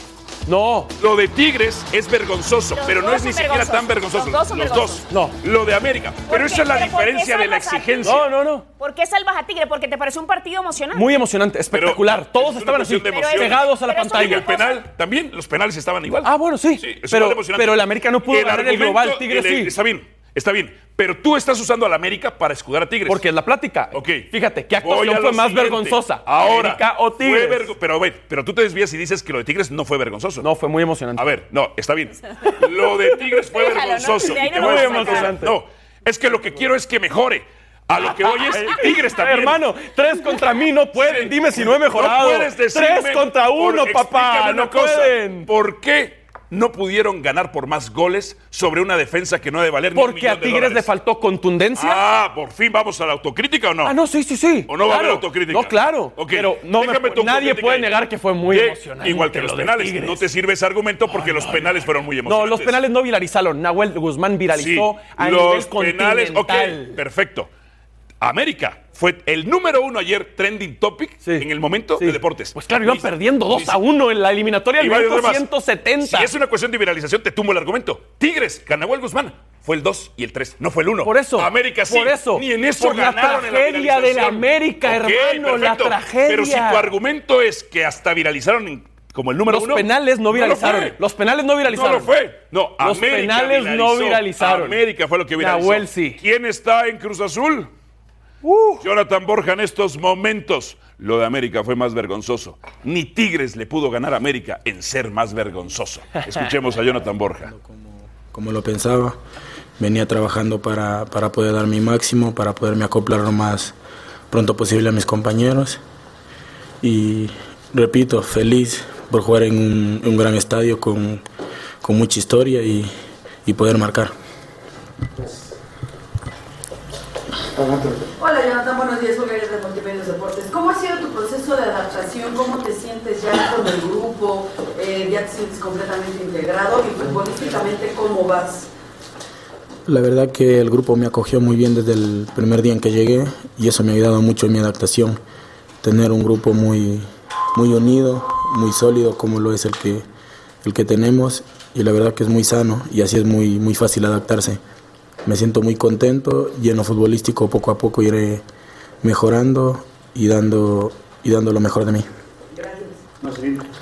[SPEAKER 2] No.
[SPEAKER 1] Lo de Tigres es vergonzoso,
[SPEAKER 3] Los
[SPEAKER 1] pero no
[SPEAKER 3] dos
[SPEAKER 1] es ni
[SPEAKER 3] son
[SPEAKER 1] siquiera tan vergonzoso.
[SPEAKER 3] vergonzosos. Los dos son
[SPEAKER 2] vergonzosos.
[SPEAKER 1] Lo de América. Pero
[SPEAKER 3] qué?
[SPEAKER 1] esa es la
[SPEAKER 3] ¿Pero por qué
[SPEAKER 1] diferencia de la
[SPEAKER 3] salvas a
[SPEAKER 1] exigencia.
[SPEAKER 2] No, no, no.
[SPEAKER 3] ¿Por qué salvas a Tigre? Porque te pareció un partido emocionante.
[SPEAKER 2] Muy emocionante, espectacular.
[SPEAKER 1] Pero es
[SPEAKER 2] Todos
[SPEAKER 1] una
[SPEAKER 2] estaban así,
[SPEAKER 1] cuestión de emociones.
[SPEAKER 2] pegados a la
[SPEAKER 3] Pero eso
[SPEAKER 1] Y
[SPEAKER 3] Oiga,
[SPEAKER 1] el
[SPEAKER 2] pantalla.
[SPEAKER 3] no-
[SPEAKER 1] penal también, los penales estaban igual.
[SPEAKER 2] Ah, bueno,
[SPEAKER 1] es
[SPEAKER 2] sí. Pero-
[SPEAKER 1] igual de emocionante.
[SPEAKER 2] pero el América no pudo ganar el
[SPEAKER 1] argumento-
[SPEAKER 2] global, Tigres
[SPEAKER 1] el-
[SPEAKER 2] sí.
[SPEAKER 1] Está bien, está bien. Pero tú estás usando al América para escudar a Tigres.
[SPEAKER 2] Porque es la plática.
[SPEAKER 1] Ok.
[SPEAKER 2] Fíjate,
[SPEAKER 1] Voy
[SPEAKER 2] ¿qué actuación
[SPEAKER 1] a
[SPEAKER 2] fue
[SPEAKER 1] lo
[SPEAKER 2] más
[SPEAKER 1] siguiente.
[SPEAKER 2] vergonzosa?
[SPEAKER 1] Ahora.
[SPEAKER 2] ¿América o
[SPEAKER 1] fue
[SPEAKER 2] Tigres?
[SPEAKER 1] vergo- pero, ve, pero tú te desvías y dices que lo de Tigres no fue vergonzoso.
[SPEAKER 2] No, fue muy emocionante.
[SPEAKER 1] A ver, no, está bien. Lo de Tigres fue
[SPEAKER 3] [laughs] Déjalo, ¿no?
[SPEAKER 1] vergonzoso.
[SPEAKER 3] De ahí
[SPEAKER 1] Y te
[SPEAKER 3] no
[SPEAKER 1] voy a
[SPEAKER 2] lo
[SPEAKER 1] decir
[SPEAKER 2] vamos
[SPEAKER 1] una
[SPEAKER 2] a
[SPEAKER 1] cosa.
[SPEAKER 2] sacar.
[SPEAKER 1] No, es que lo que quiero es que mejore. A lo que voy
[SPEAKER 2] [laughs]
[SPEAKER 1] es Tigres también.
[SPEAKER 2] Hermano, tres contra mí no pueden. Dime si no he mejorado.
[SPEAKER 1] No puedes decirme.
[SPEAKER 2] tres contra
[SPEAKER 1] por-
[SPEAKER 2] uno, papá.
[SPEAKER 1] explícame una
[SPEAKER 2] No
[SPEAKER 1] cosa.
[SPEAKER 2] pueden.
[SPEAKER 1] ¿Por qué no pudieron ganar por más goles sobre una defensa que no debe valer ni un
[SPEAKER 2] Porque a
[SPEAKER 1] millón de
[SPEAKER 2] Tigres le
[SPEAKER 1] dólares?
[SPEAKER 2] faltó contundencia.
[SPEAKER 1] Ah, por fin vamos a la autocrítica o no.
[SPEAKER 2] Ah, no, sí, sí, sí.
[SPEAKER 1] ¿O no va a haber
[SPEAKER 2] Claro.
[SPEAKER 1] autocrítica?
[SPEAKER 2] No, claro.
[SPEAKER 1] Ok,
[SPEAKER 2] Pero no me-
[SPEAKER 1] déjame tu
[SPEAKER 2] nadie
[SPEAKER 1] autocrítica
[SPEAKER 2] puede
[SPEAKER 1] ahí.
[SPEAKER 2] negar que fue muy
[SPEAKER 1] Que,
[SPEAKER 2] emocionante
[SPEAKER 1] Igual que
[SPEAKER 2] lo
[SPEAKER 1] los
[SPEAKER 2] de
[SPEAKER 1] penales.
[SPEAKER 2] Tigres.
[SPEAKER 1] No te sirve ese argumento porque los penales fueron muy
[SPEAKER 2] No,
[SPEAKER 1] emocionantes.
[SPEAKER 2] los penales no viralizaron. Nahuel Guzmán viralizó
[SPEAKER 1] Sí,
[SPEAKER 2] a nivel
[SPEAKER 1] los penales.
[SPEAKER 2] continental.
[SPEAKER 1] Ok, perfecto. América fue el número uno ayer trending topic
[SPEAKER 2] Sí.
[SPEAKER 1] en el momento
[SPEAKER 2] Sí.
[SPEAKER 1] de deportes.
[SPEAKER 2] Pues claro, iban
[SPEAKER 1] Ni-
[SPEAKER 2] perdiendo
[SPEAKER 1] ni-
[SPEAKER 2] 2 a 1 en la eliminatoria
[SPEAKER 1] Y
[SPEAKER 2] al
[SPEAKER 1] varios
[SPEAKER 2] minuto
[SPEAKER 1] demás.
[SPEAKER 2] 170.
[SPEAKER 1] Si es una cuestión de viralización, te tumbo el argumento. Tigres, Canahuel Guzmán. Fue el 2 y el 3, no fue el 1.
[SPEAKER 2] Por eso.
[SPEAKER 1] América sí.
[SPEAKER 2] Por eso.
[SPEAKER 1] Ni en eso
[SPEAKER 2] Por la
[SPEAKER 1] ganaron en
[SPEAKER 2] tragedia de la
[SPEAKER 1] viralización.
[SPEAKER 2] América,
[SPEAKER 1] Ok,
[SPEAKER 2] hermano, la
[SPEAKER 1] perfecto.
[SPEAKER 2] tragedia.
[SPEAKER 1] Pero si tu argumento es que hasta viralizaron en- como el número
[SPEAKER 2] Los
[SPEAKER 1] uno.
[SPEAKER 2] penales no
[SPEAKER 1] lo
[SPEAKER 2] viralizaron.
[SPEAKER 1] fue.
[SPEAKER 2] Los penales no viralizaron.
[SPEAKER 1] No lo fue. No,
[SPEAKER 2] Los
[SPEAKER 1] América
[SPEAKER 2] penales no
[SPEAKER 1] viralizó.
[SPEAKER 2] viralizaron.
[SPEAKER 1] América fue lo que viralizó.
[SPEAKER 2] Nahuel sí. Uh.
[SPEAKER 1] ¿Quién está en Cruz Azul? Jonathan Borja en estos momentos. Lo de América fue más vergonzoso. Ni Tigres le pudo ganar a América en ser más
[SPEAKER 2] [laughs]
[SPEAKER 1] vergonzoso. Escuchemos a Jonathan Borja.
[SPEAKER 5] como lo pensaba. Venía trabajando para, para poder dar mi máximo, para poderme acoplar lo más pronto posible a mis compañeros. Y repito, feliz por jugar en un, en un gran estadio con, con mucha historia y- y poder marcar.
[SPEAKER 6] Hola Jonathan, buenos días, Olga Arias de Montevideo Deportes. ¿Cómo ha sido tu proceso de adaptación? ¿Cómo te sientes ya con el grupo? Eh, ¿Ya te sientes completamente integrado? Y futbolísticamente, ¿cómo vas?
[SPEAKER 5] La verdad que el grupo me acogió muy bien desde el primer día en que llegué y eso me ha ayudado mucho en mi adaptación. Tener un grupo muy, muy unido, muy sólido como lo es el que, el que tenemos y la verdad que es muy sano y así es muy, muy fácil adaptarse. Me siento muy contento y en lo futbolístico poco a poco iré mejorando y dando, y dando lo mejor de mí.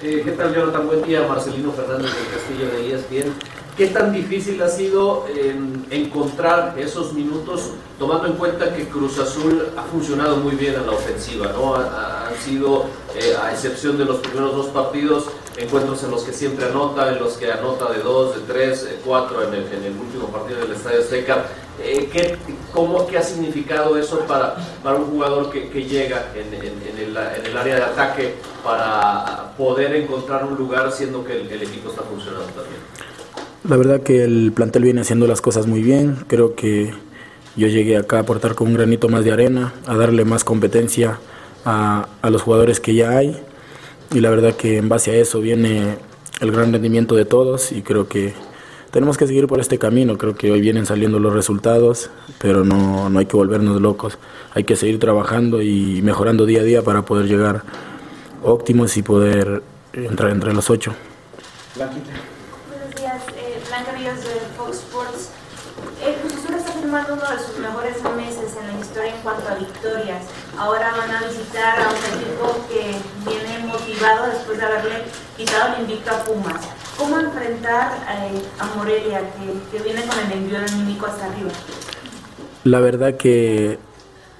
[SPEAKER 7] Eh, ¿Qué tal, Jonathan? Buen día, Marcelino Fernández del Castillo de E ESPN. ¿Qué tan difícil ha sido eh, encontrar esos minutos, tomando en cuenta que Cruz Azul ha funcionado muy bien a la ofensiva, ¿no? Ha- ha- Han sido, eh, a excepción de los primeros dos partidos, encuentros en los que siempre anota, en los que anota de dos, de tres, de cuatro en el, en el último partido del Estadio Azteca. Eh, ¿qué, cómo, ¿Qué ha significado eso para, para un jugador que, que llega en, en- en el, en el área de ataque para poder encontrar un lugar siendo que el, el equipo está funcionando también?
[SPEAKER 5] La verdad que el plantel viene haciendo las cosas muy bien. Creo que yo llegué acá a aportar con un granito más de arena, a darle más competencia a, a los jugadores que ya hay. Y la verdad que en base a eso viene el gran rendimiento de todos y creo que tenemos que seguir por este camino. Creo que hoy vienen saliendo los resultados, pero no, no hay que volvernos locos. Hay que seguir trabajando y mejorando día a día para poder llegar óptimos y poder entrar entre los ocho.
[SPEAKER 8] Buenos días, eh, Blanca Ríos de Fox Sports. Eh, El Cruz Azul está firmando uno de sus mejores meses en la historia en cuanto a victorias. Ahora van a visitar a un equipo que viene motivado después de haberle quitado el invicto a Pumas. ¿Cómo enfrentar eh, a Morelia, que, que viene con el envío anímico hasta arriba?
[SPEAKER 5] La verdad que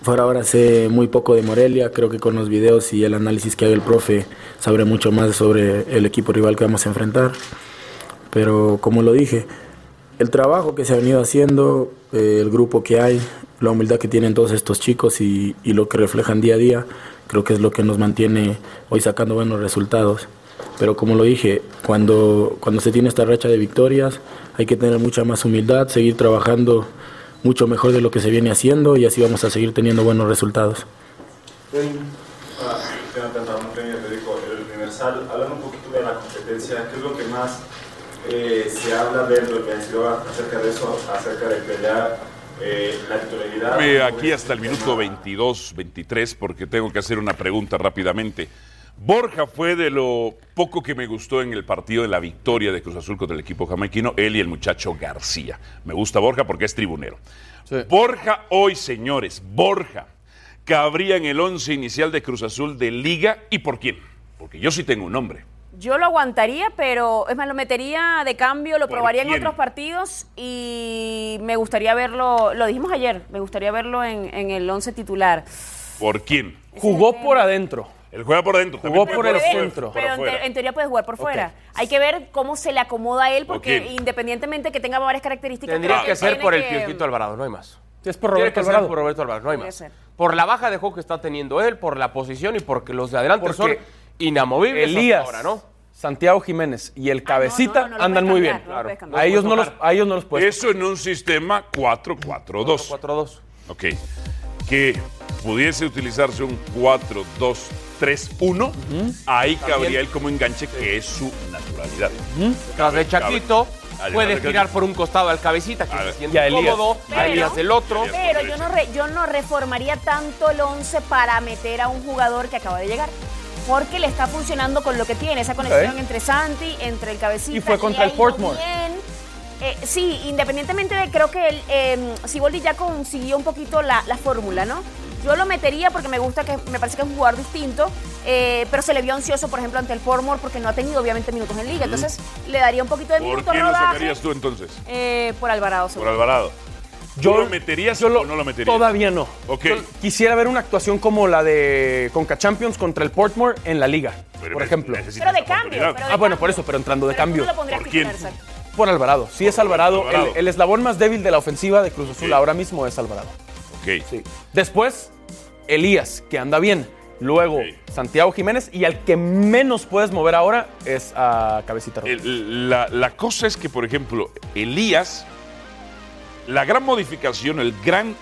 [SPEAKER 5] por ahora sé muy poco de Morelia, creo que con los videos y el análisis que haga el profe sabré mucho más sobre el equipo rival que vamos a enfrentar. Pero como lo dije, el trabajo que se ha venido haciendo, eh, el grupo que hay, la humildad que tienen todos estos chicos y, y lo que reflejan día a día, creo que es lo que nos mantiene hoy sacando buenos resultados. Pero como lo dije, cuando, cuando se tiene esta racha de victorias hay que tener mucha más humildad, seguir trabajando mucho mejor de lo que se viene haciendo y así vamos a seguir teniendo buenos resultados.
[SPEAKER 9] Hola, Jonathan Ramón Peña, periódico El Universal. Hablan un poquito de la competencia. ¿Qué es lo que más eh, se habla dentro del vencido acerca de eso, acerca de pelear eh, la titularidad?
[SPEAKER 1] Dame aquí hasta el minuto 22, 23, porque tengo que hacer una pregunta rápidamente. Borja fue de lo poco que me gustó en el partido de la victoria de Cruz Azul contra el equipo jamaiquino, él y el muchacho García. Me gusta Borja porque es tribunero. Borja hoy, señores, Borja, cabría en el once inicial de Cruz Azul de Liga y por quién? Porque yo sí tengo un nombre.
[SPEAKER 3] Yo lo aguantaría, pero es más, lo metería de cambio, lo
[SPEAKER 1] ¿Por
[SPEAKER 3] probaría en
[SPEAKER 1] quién?
[SPEAKER 3] otros partidos y me gustaría verlo, lo dijimos ayer, me gustaría verlo en, en el 11 titular.
[SPEAKER 1] ¿Por quién?
[SPEAKER 2] Jugó por adentro.
[SPEAKER 1] Él juega por adentro.
[SPEAKER 2] Jugó
[SPEAKER 1] también
[SPEAKER 2] por
[SPEAKER 1] puede
[SPEAKER 2] el
[SPEAKER 1] jugar
[SPEAKER 2] centro.
[SPEAKER 1] por
[SPEAKER 3] Pero en,
[SPEAKER 1] afuera.
[SPEAKER 3] te- en teoría puede jugar por fuera.
[SPEAKER 2] Ok.
[SPEAKER 3] Hay que ver cómo se le acomoda a él, porque
[SPEAKER 1] Ok.
[SPEAKER 3] independientemente que tenga varias características.
[SPEAKER 4] Tendría
[SPEAKER 3] creo
[SPEAKER 4] que ser
[SPEAKER 3] tiene
[SPEAKER 4] por el
[SPEAKER 3] que-
[SPEAKER 4] Pioquito Alvarado, no hay más.
[SPEAKER 2] Sí, es por
[SPEAKER 4] Tiene
[SPEAKER 2] Roberto
[SPEAKER 4] que ser
[SPEAKER 2] Alvarado.
[SPEAKER 4] por Roberto Alvarado, no hay
[SPEAKER 3] Puede
[SPEAKER 4] más.
[SPEAKER 3] ser.
[SPEAKER 4] Por la baja de juego que está teniendo él, por la posición y porque los de adelante
[SPEAKER 2] Porque
[SPEAKER 4] son inamovibles hasta
[SPEAKER 2] Elías,
[SPEAKER 4] ahora, ¿no?
[SPEAKER 2] Santiago Jiménez y el Cabecita
[SPEAKER 3] Ah, no, no, no lo
[SPEAKER 2] andan
[SPEAKER 3] puedes
[SPEAKER 2] muy
[SPEAKER 3] cambiar,
[SPEAKER 2] bien.
[SPEAKER 3] no lo puedes cambiar.
[SPEAKER 2] a, ellos
[SPEAKER 4] No lo
[SPEAKER 2] no los,
[SPEAKER 4] puedes
[SPEAKER 2] a ellos no los puedes.
[SPEAKER 1] Eso en un sistema 4-4-2.
[SPEAKER 4] 4-2.
[SPEAKER 1] Ok. Que pudiese utilizarse un 4-2-3-1. Ahí cabría él como enganche, que es su naturalidad.
[SPEAKER 4] Tras de Chaquito,
[SPEAKER 1] Además de
[SPEAKER 4] puedes
[SPEAKER 1] que-
[SPEAKER 4] tirar por un costado al cabecita, que
[SPEAKER 1] A
[SPEAKER 4] se
[SPEAKER 1] ver.
[SPEAKER 2] Y
[SPEAKER 4] siente
[SPEAKER 2] a Elías.
[SPEAKER 4] cómodo, a
[SPEAKER 3] Pero-
[SPEAKER 4] Elías el otro.
[SPEAKER 1] Elías.
[SPEAKER 3] Pero yo no, re- yo no reformaría tanto el 11 para meter a un jugador que acaba de llegar. Porque le está funcionando con lo que tiene, esa conexión
[SPEAKER 2] Ok.
[SPEAKER 3] entre Santi, entre el cabecita.
[SPEAKER 2] Y fue
[SPEAKER 3] le
[SPEAKER 2] contra
[SPEAKER 3] ha
[SPEAKER 2] el
[SPEAKER 3] ido
[SPEAKER 2] Portmore.
[SPEAKER 3] bien. Eh, sí, independientemente de, creo que el, eh, Siboldi ya consiguió un poquito la, la fórmula, ¿no? Yo lo metería porque me gusta que me parece que es un jugador distinto, eh, pero se le vio ansioso, por ejemplo, ante el Portmore porque no ha tenido obviamente minutos en liga. Entonces le daría un poquito de
[SPEAKER 1] ¿Por
[SPEAKER 3] minutos
[SPEAKER 1] quién lo
[SPEAKER 3] rodaje,
[SPEAKER 1] sacarías tú entonces?
[SPEAKER 3] eh, por Alvarado,
[SPEAKER 1] Por
[SPEAKER 3] seguro.
[SPEAKER 1] Alvarado.
[SPEAKER 2] Yo-
[SPEAKER 1] ¿Tú lo meterías
[SPEAKER 2] yo lo-
[SPEAKER 1] o no lo meterías?
[SPEAKER 2] Todavía no.
[SPEAKER 1] Ok.
[SPEAKER 2] Yo Quisiera ver una actuación como la de Conca Champions contra el Portmore en la liga,
[SPEAKER 1] Pero
[SPEAKER 2] por
[SPEAKER 1] ne-
[SPEAKER 2] ejemplo.
[SPEAKER 1] necesitas
[SPEAKER 3] Pero de cambio.
[SPEAKER 1] oportunidad.
[SPEAKER 3] pero de
[SPEAKER 2] Ah, bueno,
[SPEAKER 3] cambio.
[SPEAKER 2] por eso, pero entrando de
[SPEAKER 3] Pero tú
[SPEAKER 2] cambio.
[SPEAKER 3] no lo pondrías
[SPEAKER 1] ¿Por quién?
[SPEAKER 3] titular, exacto.
[SPEAKER 2] Por Alvarado. Sí es Alvarado.
[SPEAKER 1] Alvarado.
[SPEAKER 2] El, el eslabón más débil de la ofensiva de Cruz Azul
[SPEAKER 1] Ok.
[SPEAKER 2] ahora mismo es Alvarado.
[SPEAKER 1] Ok.
[SPEAKER 2] Sí. Después, Elías, que anda bien. Luego,
[SPEAKER 1] Ok.
[SPEAKER 2] Santiago Jiménez. Y al que menos puedes mover ahora es a Cabecita Rodríguez.
[SPEAKER 1] El- la, la cosa es que, por ejemplo, Elías, la gran modificación, el gran,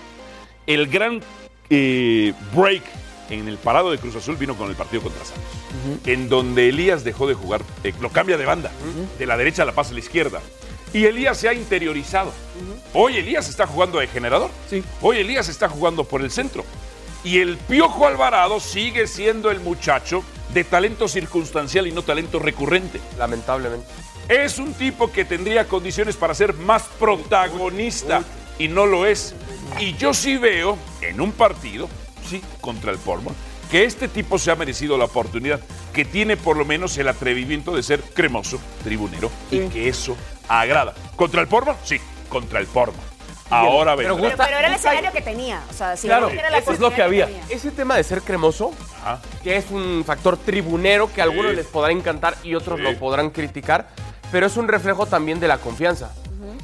[SPEAKER 1] el gran eh, break en el parado de Cruz Azul vino con el partido contra Santos, en donde Elías dejó de jugar, eh, lo cambia de banda, de la derecha la pasa a la izquierda. Y Elías se ha interiorizado. Hoy Elías está jugando de generador.
[SPEAKER 2] Sí.
[SPEAKER 1] Hoy Elías está jugando por el centro. Y el Piojo Alvarado sigue siendo el muchacho de talento circunstancial y no talento recurrente.
[SPEAKER 4] Lamentablemente.
[SPEAKER 1] Es un tipo que tendría condiciones para ser más protagonista y no lo es. Y yo sí veo en un partido, sí, contra el Portmore, que este tipo se ha merecido la oportunidad, que tiene por lo menos el atrevimiento de ser cremoso, tribunero, y que eso agrada. ¿Contra el Portmore? Sí, contra el Portmore. Ahora
[SPEAKER 4] Pero
[SPEAKER 1] vendrá.
[SPEAKER 4] gusta-
[SPEAKER 3] Pero era el
[SPEAKER 4] gusta-
[SPEAKER 3] escenario que tenía. O sea, si
[SPEAKER 2] Claro,
[SPEAKER 3] no era la
[SPEAKER 2] eso es lo que había. Ah.
[SPEAKER 3] tenía.
[SPEAKER 4] Ese tema de ser cremoso,
[SPEAKER 1] Ajá.
[SPEAKER 4] que es un factor tribunero que a algunos
[SPEAKER 1] Sí.
[SPEAKER 4] les podrá encantar y otros
[SPEAKER 1] Sí.
[SPEAKER 4] lo podrán criticar, pero es un reflejo también de la confianza.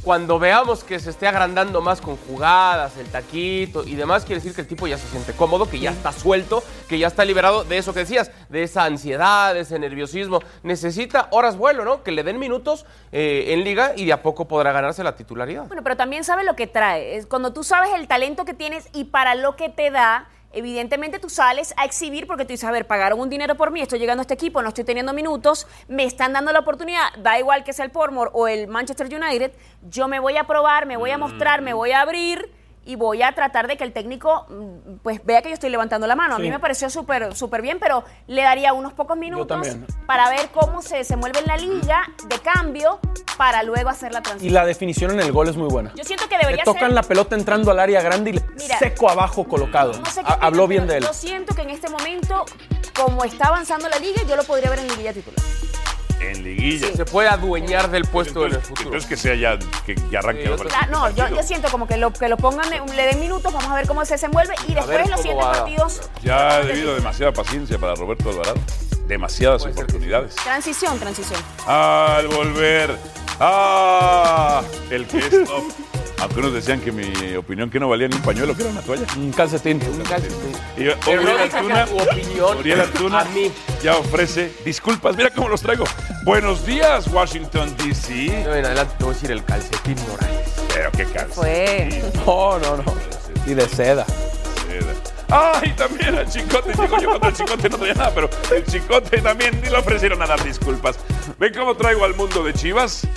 [SPEAKER 4] Cuando veamos que se esté agrandando más con jugadas, el taquito y demás, quiere decir que el tipo ya se siente cómodo, que ya está suelto, que ya está liberado de eso que decías, de esa ansiedad, de ese nerviosismo. Necesita horas vuelo, ¿no? Que le den minutos eh, en liga y de a poco podrá ganarse la
[SPEAKER 3] Pues
[SPEAKER 4] titularidad.
[SPEAKER 3] Bueno, pero también sabe lo que trae. Es Cuando tú sabes el talento que tienes y para lo que te da, Evidentemente tú sales a exhibir porque tú dices, a ver, pagaron un dinero por mí, estoy llegando a este equipo, no estoy teniendo minutos, me están dando la oportunidad, da igual que sea el Portmore o el Manchester United, yo me voy a probar, me voy a mostrar,
[SPEAKER 2] Mm.
[SPEAKER 3] me voy a abrir y voy a tratar de que el técnico mm, pues vea que yo estoy levantando la mano. A mí
[SPEAKER 2] Sí.
[SPEAKER 3] me pareció súper súper bien, pero le daría unos pocos minutos
[SPEAKER 2] también.
[SPEAKER 3] para ver cómo se desenvuelve en la liga de cambio para luego hacer la
[SPEAKER 2] Y
[SPEAKER 3] transición.
[SPEAKER 2] la definición en el gol es muy buena.
[SPEAKER 3] Yo siento que
[SPEAKER 2] Le
[SPEAKER 3] debería
[SPEAKER 2] tocan
[SPEAKER 3] ser
[SPEAKER 2] la pelota entrando al área grande y le-
[SPEAKER 3] Mira.
[SPEAKER 2] seco abajo colocado.
[SPEAKER 3] No
[SPEAKER 2] Ha-
[SPEAKER 3] sé qué opinas,
[SPEAKER 2] Habló bien
[SPEAKER 3] pero
[SPEAKER 2] de él.
[SPEAKER 3] Yo siento que en este momento, como está avanzando la liga, yo lo podría ver en liguilla titular.
[SPEAKER 1] En liguilla.
[SPEAKER 4] Se puede adueñar del puesto en el
[SPEAKER 1] Entonces,
[SPEAKER 4] futuro.
[SPEAKER 1] entonces que sea ya, que, que arranque
[SPEAKER 4] Sí,
[SPEAKER 1] la
[SPEAKER 4] yo
[SPEAKER 1] partida.
[SPEAKER 3] La- Ah, no, yo, yo siento como que lo, que lo pongan, le den minutos, vamos a ver cómo se desenvuelve y después
[SPEAKER 4] ver
[SPEAKER 3] los
[SPEAKER 4] cómo
[SPEAKER 3] siguientes
[SPEAKER 4] va.
[SPEAKER 3] partidos.
[SPEAKER 1] Ya ha debido demasiada paciencia para Roberto Alvarado. Demasiadas oportunidades.
[SPEAKER 3] Transición, transición.
[SPEAKER 1] Al volver. ¡Ah! El que es top. Aunque unos decían que mi opinión que no valía ni un pañuelo, que era una toalla.
[SPEAKER 2] Un calcetín.
[SPEAKER 1] Y yo,
[SPEAKER 4] Pero no
[SPEAKER 1] Uriel
[SPEAKER 4] dejes
[SPEAKER 1] Antuna,
[SPEAKER 4] a tu opinión
[SPEAKER 1] Uriel Antuna
[SPEAKER 4] a mí.
[SPEAKER 1] ya ofrece disculpas. Mira cómo los traigo. Buenos días, Washington, D.C.
[SPEAKER 4] Yo en adelante te voy a decir el calcetín Morales.
[SPEAKER 1] Pero qué cansa.
[SPEAKER 3] Fue.
[SPEAKER 2] [laughs] No, no, no. Y de seda.
[SPEAKER 1] Ay, también al chicote. Digo yo cuando el chicote no traía nada, pero el chicote también ni le ofrecieron a dar disculpas. ¿Ven cómo traigo al mundo de Chivas?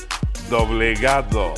[SPEAKER 1] Doblegado.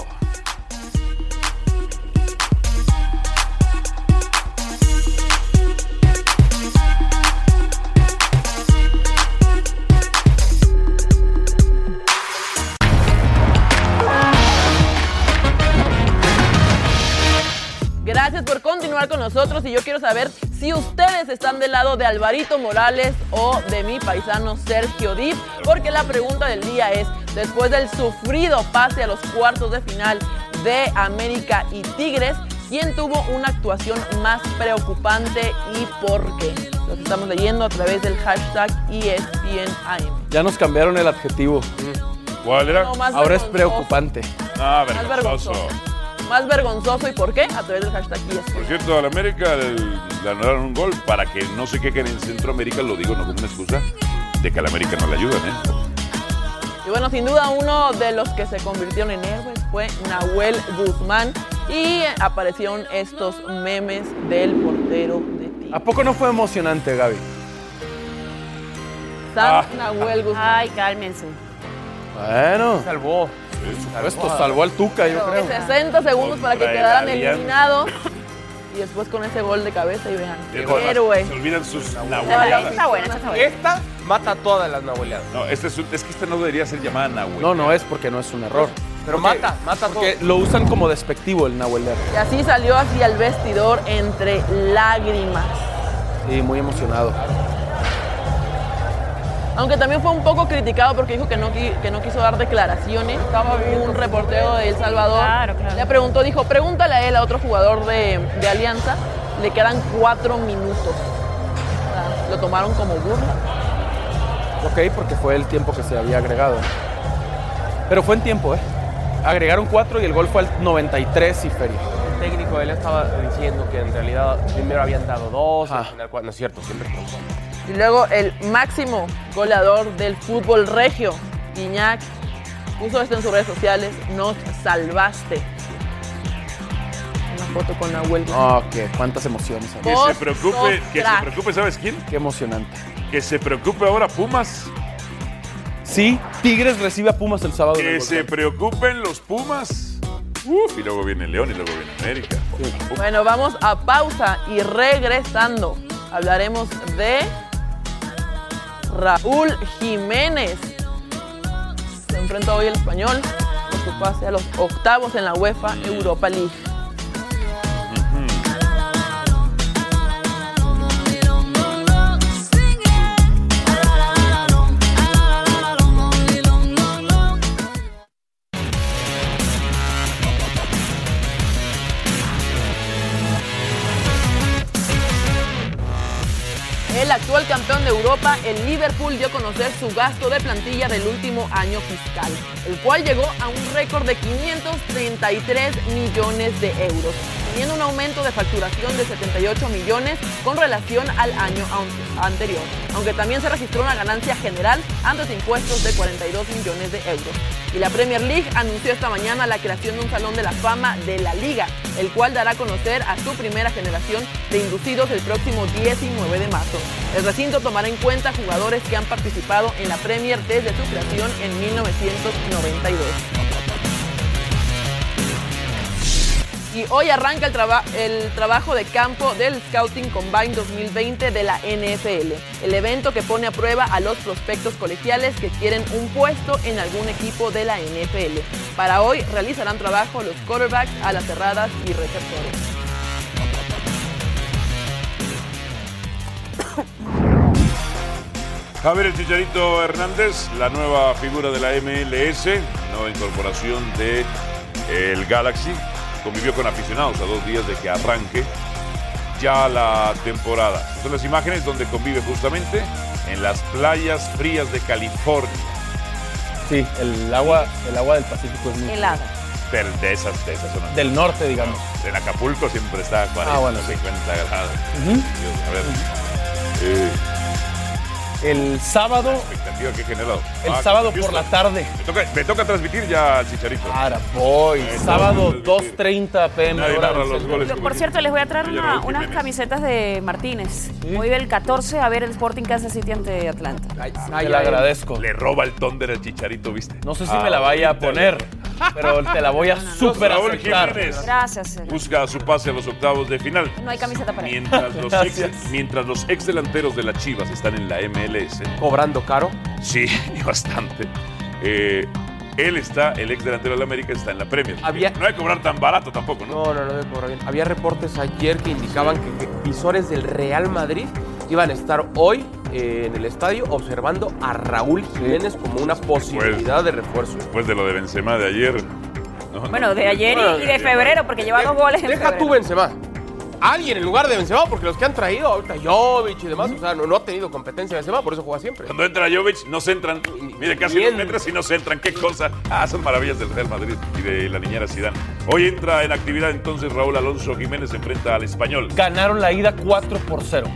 [SPEAKER 10] Gracias por continuar con nosotros y yo quiero saber si ustedes están del lado de Alvarito Morales o de mi paisano Sergio Dip, porque la pregunta del día es, después del sufrido pase a los cuartos de final de América y Tigres, ¿quién tuvo una actuación más preocupante y por qué? Los estamos leyendo a través del hashtag E ESPNAM.
[SPEAKER 2] Ya nos cambiaron el adjetivo.
[SPEAKER 1] ¿Cuál era?
[SPEAKER 10] No, más
[SPEAKER 2] Ahora es
[SPEAKER 10] vergonzoso.
[SPEAKER 2] preocupante.
[SPEAKER 1] Ah,
[SPEAKER 10] Más
[SPEAKER 1] vergonzoso.
[SPEAKER 10] vergonzoso. Más vergonzoso y por qué a través del hashtag E ESPN.
[SPEAKER 1] Por cierto, al América el- ganaron un gol para que no se quejen en Centroamérica, lo digo no como una excusa, de que al América no le ayudan, ¿eh?
[SPEAKER 10] Y bueno, sin duda uno de los que se convirtieron en héroes fue Nahuel Guzmán y aparecieron estos memes del portero de ti.
[SPEAKER 2] ¿A poco no fue emocionante, Gaby?
[SPEAKER 10] San
[SPEAKER 1] Ah.
[SPEAKER 10] Nahuel Guzmán.
[SPEAKER 3] Ay, cálmense.
[SPEAKER 2] Bueno.
[SPEAKER 4] Salvó.
[SPEAKER 2] Esto salvó al Tuca, yo creo.
[SPEAKER 10] 60 segundos para que
[SPEAKER 1] Contra el
[SPEAKER 10] quedaran
[SPEAKER 1] Alianza.
[SPEAKER 10] eliminados. Y después con ese gol de cabeza y vean.
[SPEAKER 1] Es verdad,
[SPEAKER 10] Héroe.
[SPEAKER 1] Se olvidan sus
[SPEAKER 3] Esta
[SPEAKER 1] nahueleadas.
[SPEAKER 3] está buena, esta está buena.
[SPEAKER 4] Esta mata todas las nahueleadas.
[SPEAKER 1] No, este es, un- es que esta no debería ser llamada nahuel.
[SPEAKER 2] No, no es porque no es un error.
[SPEAKER 4] Pero
[SPEAKER 2] Porque-
[SPEAKER 4] mata, mata todo.
[SPEAKER 2] Porque lo usan como despectivo el Nahuel Derro.
[SPEAKER 10] Y así salió hacia el vestidor entre lágrimas.
[SPEAKER 2] Sí, muy emocionado.
[SPEAKER 10] Aunque también fue un poco criticado porque dijo que no, qui- que no quiso dar declaraciones. Estaba un reportero de El Salvador.
[SPEAKER 3] Claro, claro.
[SPEAKER 10] Le preguntó, dijo, pregúntale a él, a otro jugador de, de Alianza. Le quedan cuatro minutos. O sea, Lo tomaron como burla.
[SPEAKER 2] Ok, porque fue el tiempo que se había agregado. Pero fue en tiempo, ¿eh? Agregaron cuatro y el gol fue al 93 y feria.
[SPEAKER 4] El técnico de él estaba diciendo que en realidad primero habían dado dos,
[SPEAKER 2] Ah.
[SPEAKER 4] al final cuatro. No es cierto, siempre son cuatro.
[SPEAKER 10] Y luego el máximo goleador del fútbol regio, Iñak, puso esto en sus redes sociales. Nos salvaste. Una foto con Nahuel. Guzmán.
[SPEAKER 2] No, que cuántas emociones. amigo.
[SPEAKER 1] Que se
[SPEAKER 10] Vos
[SPEAKER 1] preocupe,
[SPEAKER 10] sos
[SPEAKER 1] que se
[SPEAKER 10] crack.
[SPEAKER 1] preocupe, ¿sabes quién?
[SPEAKER 2] Qué emocionante.
[SPEAKER 1] Que se preocupe ahora Pumas.
[SPEAKER 2] Sí, Tigres recibe a Pumas el sábado. en el
[SPEAKER 1] Que se
[SPEAKER 2] Volcán.
[SPEAKER 1] preocupen los Pumas. Uf, y luego viene León y luego viene América. Uf,
[SPEAKER 10] Bueno, vamos a pausa y regresando hablaremos de Raúl Jiménez. Se enfrenta hoy el español por su pase a los octavos en la UEFA Europa League. El actual campeón de Europa, el Liverpool, dio a conocer su gasto de plantilla del último año fiscal, el cual llegó a un récord de 533 millones de euros. teniendo un aumento de facturación de 78 millones con relación al año an- anterior, aunque también se registró una ganancia general antes de impuestos de 42 millones de euros. Y la Premier League anunció esta mañana la creación de un Salón de la Fama de la Liga, el cual dará a conocer a su primera generación de inducidos el próximo 19 de marzo. El recinto tomará en cuenta jugadores que han participado en la Premier desde su creación en 1992. Y hoy arranca el, traba- el trabajo de campo del Scouting Combine 2020 de la NFL, el evento que pone a prueba a los prospectos colegiales que quieren un puesto en algún equipo de la NFL. Para hoy realizarán trabajo los quarterbacks a las cerradas y receptores.
[SPEAKER 1] Javier El Chicharito Hernández, la nueva figura de la MLS, nueva incorporación de el Galaxy, convivió con aficionados a dos días de que arranque ya la temporada. Son las imágenes donde convive justamente en las playas frías de California,
[SPEAKER 2] Sí, el agua, el agua del Pacífico es muy
[SPEAKER 3] Helada.
[SPEAKER 1] pero de esas, de esas zonas.
[SPEAKER 2] del norte, digamos.
[SPEAKER 1] En Acapulco siempre está a 40,
[SPEAKER 2] Ah, bueno, sí.
[SPEAKER 1] 50 grados.
[SPEAKER 2] Ujú.
[SPEAKER 1] Dios, a ver. Eh,
[SPEAKER 2] El sábado,
[SPEAKER 1] expectativa que he generado.
[SPEAKER 2] el
[SPEAKER 1] Ah,
[SPEAKER 2] sábado por
[SPEAKER 1] Houston.
[SPEAKER 2] la tarde.
[SPEAKER 1] Me toca, me toca transmitir ya al Chicharito.
[SPEAKER 2] Ahora voy.
[SPEAKER 1] Eh,
[SPEAKER 2] Sábado
[SPEAKER 1] no, no, no, no, no, no.
[SPEAKER 2] 2.30 pm.
[SPEAKER 1] Nadie
[SPEAKER 2] hora
[SPEAKER 1] narra
[SPEAKER 2] del
[SPEAKER 1] los
[SPEAKER 2] centro.
[SPEAKER 1] goles.
[SPEAKER 3] Yo,
[SPEAKER 1] como
[SPEAKER 3] por cierto, les voy a traer
[SPEAKER 1] Ella
[SPEAKER 3] una-
[SPEAKER 1] no tiene
[SPEAKER 3] unas
[SPEAKER 1] memes.
[SPEAKER 3] camisetas de Martínez. Voy del 14 a ver el Sporting Kansas City ante Atlanta.
[SPEAKER 2] Te la agradezco.
[SPEAKER 1] Le roba el Thunder al Chicharito, ¿viste? Ah,
[SPEAKER 2] No sé si me la vaya a poner, pero te la voy a super
[SPEAKER 1] Raúl
[SPEAKER 2] aceptar.
[SPEAKER 1] Jiménez
[SPEAKER 3] Gracias.
[SPEAKER 1] busca su pase a los octavos de final.
[SPEAKER 3] No hay camiseta para él. [laughs]
[SPEAKER 1] Mientras los, ex,
[SPEAKER 2] Gracias.
[SPEAKER 1] mientras los ex delanteros de las Chivas están en la MLS,
[SPEAKER 4] Cobrando caro.
[SPEAKER 1] sí, [laughs] y bastante. eh, él está, el ex delantero de la América está en la Premier.
[SPEAKER 4] Había-
[SPEAKER 1] No hay que cobrar tan barato tampoco, ¿no?
[SPEAKER 4] No, no, no debe cobrar bien. Había reportes ayer que indicaban que, que visores del Real Madrid iban a estar hoy eh, en el estadio observando a Raúl Jiménez como una posibilidad de refuerzo.
[SPEAKER 1] Después de lo de Benzema de ayer. No, no,
[SPEAKER 3] Bueno, de
[SPEAKER 1] no,
[SPEAKER 3] ayer
[SPEAKER 1] no,
[SPEAKER 3] y, y de febrero, porque lleva dos goles en
[SPEAKER 4] Deja tú
[SPEAKER 3] febrero.
[SPEAKER 4] Benzema. Alguien en lugar de Benzema, porque los que han traído ahorita Jovic y demás, o sea, no, no ha tenido competencia Benzema, por eso juega siempre.
[SPEAKER 1] Cuando entra Jovic, no se entran. Mire, casi
[SPEAKER 4] Bien.
[SPEAKER 1] dos metros y no se entran. Qué cosa. Ah, son maravillas del Real Madrid y de la niñera Zidane. Hoy entra en actividad entonces Raúl Alonso Jiménez se enfrenta al español.
[SPEAKER 2] Ganaron la ida 4 por 0.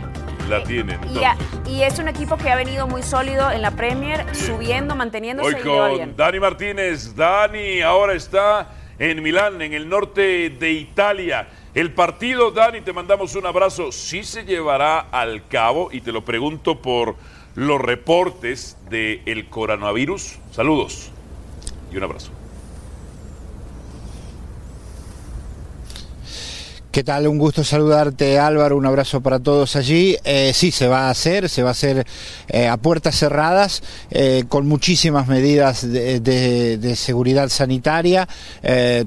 [SPEAKER 1] La tiene. entonces.
[SPEAKER 3] Y, a- y es un equipo que ha venido muy sólido en la Premier, subiendo,
[SPEAKER 1] Hoy
[SPEAKER 3] manteniéndose y le va
[SPEAKER 1] con
[SPEAKER 3] bien.
[SPEAKER 1] Dani Martínez. Dani ahora está en Milán, en el norte de Italia. El partido, Dani, te mandamos un abrazo. Sí se llevará al cabo, y te lo pregunto por los reportes del coronavirus. Saludos y un abrazo.
[SPEAKER 11] ¿Qué tal? Un gusto saludarte Álvaro, un abrazo para todos allí. Eh, sí, se va a hacer, se va a hacer eh, a puertas cerradas, eh, con muchísimas medidas de, de- de seguridad sanitaria. Eh,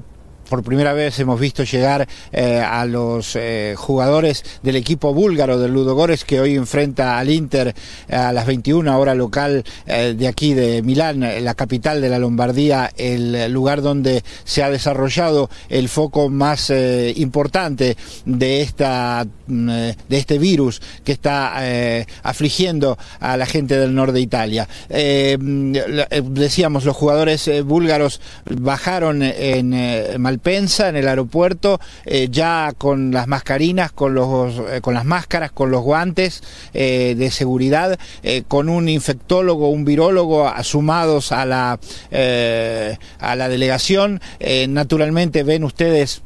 [SPEAKER 11] por primera vez hemos visto llegar eh, a los eh, jugadores del equipo búlgaro del Ludogorets que hoy enfrenta al Inter eh, a las 21 hora local eh, de aquí de Milán, eh, la capital de la Lombardía, el lugar donde se ha desarrollado el foco más eh, importante de esta mm, eh, de este virus que está eh, afligiendo a la gente del norte de Italia. Eh, mm, la- eh, decíamos los jugadores eh, búlgaros bajaron en eh, Malpensa en el aeropuerto eh, ya con las mascarinas, con los eh, con las máscaras, con los guantes eh, de seguridad, eh, con un infectólogo, un virólogo asumados a la eh, a la delegación. Eh, naturalmente ven ustedes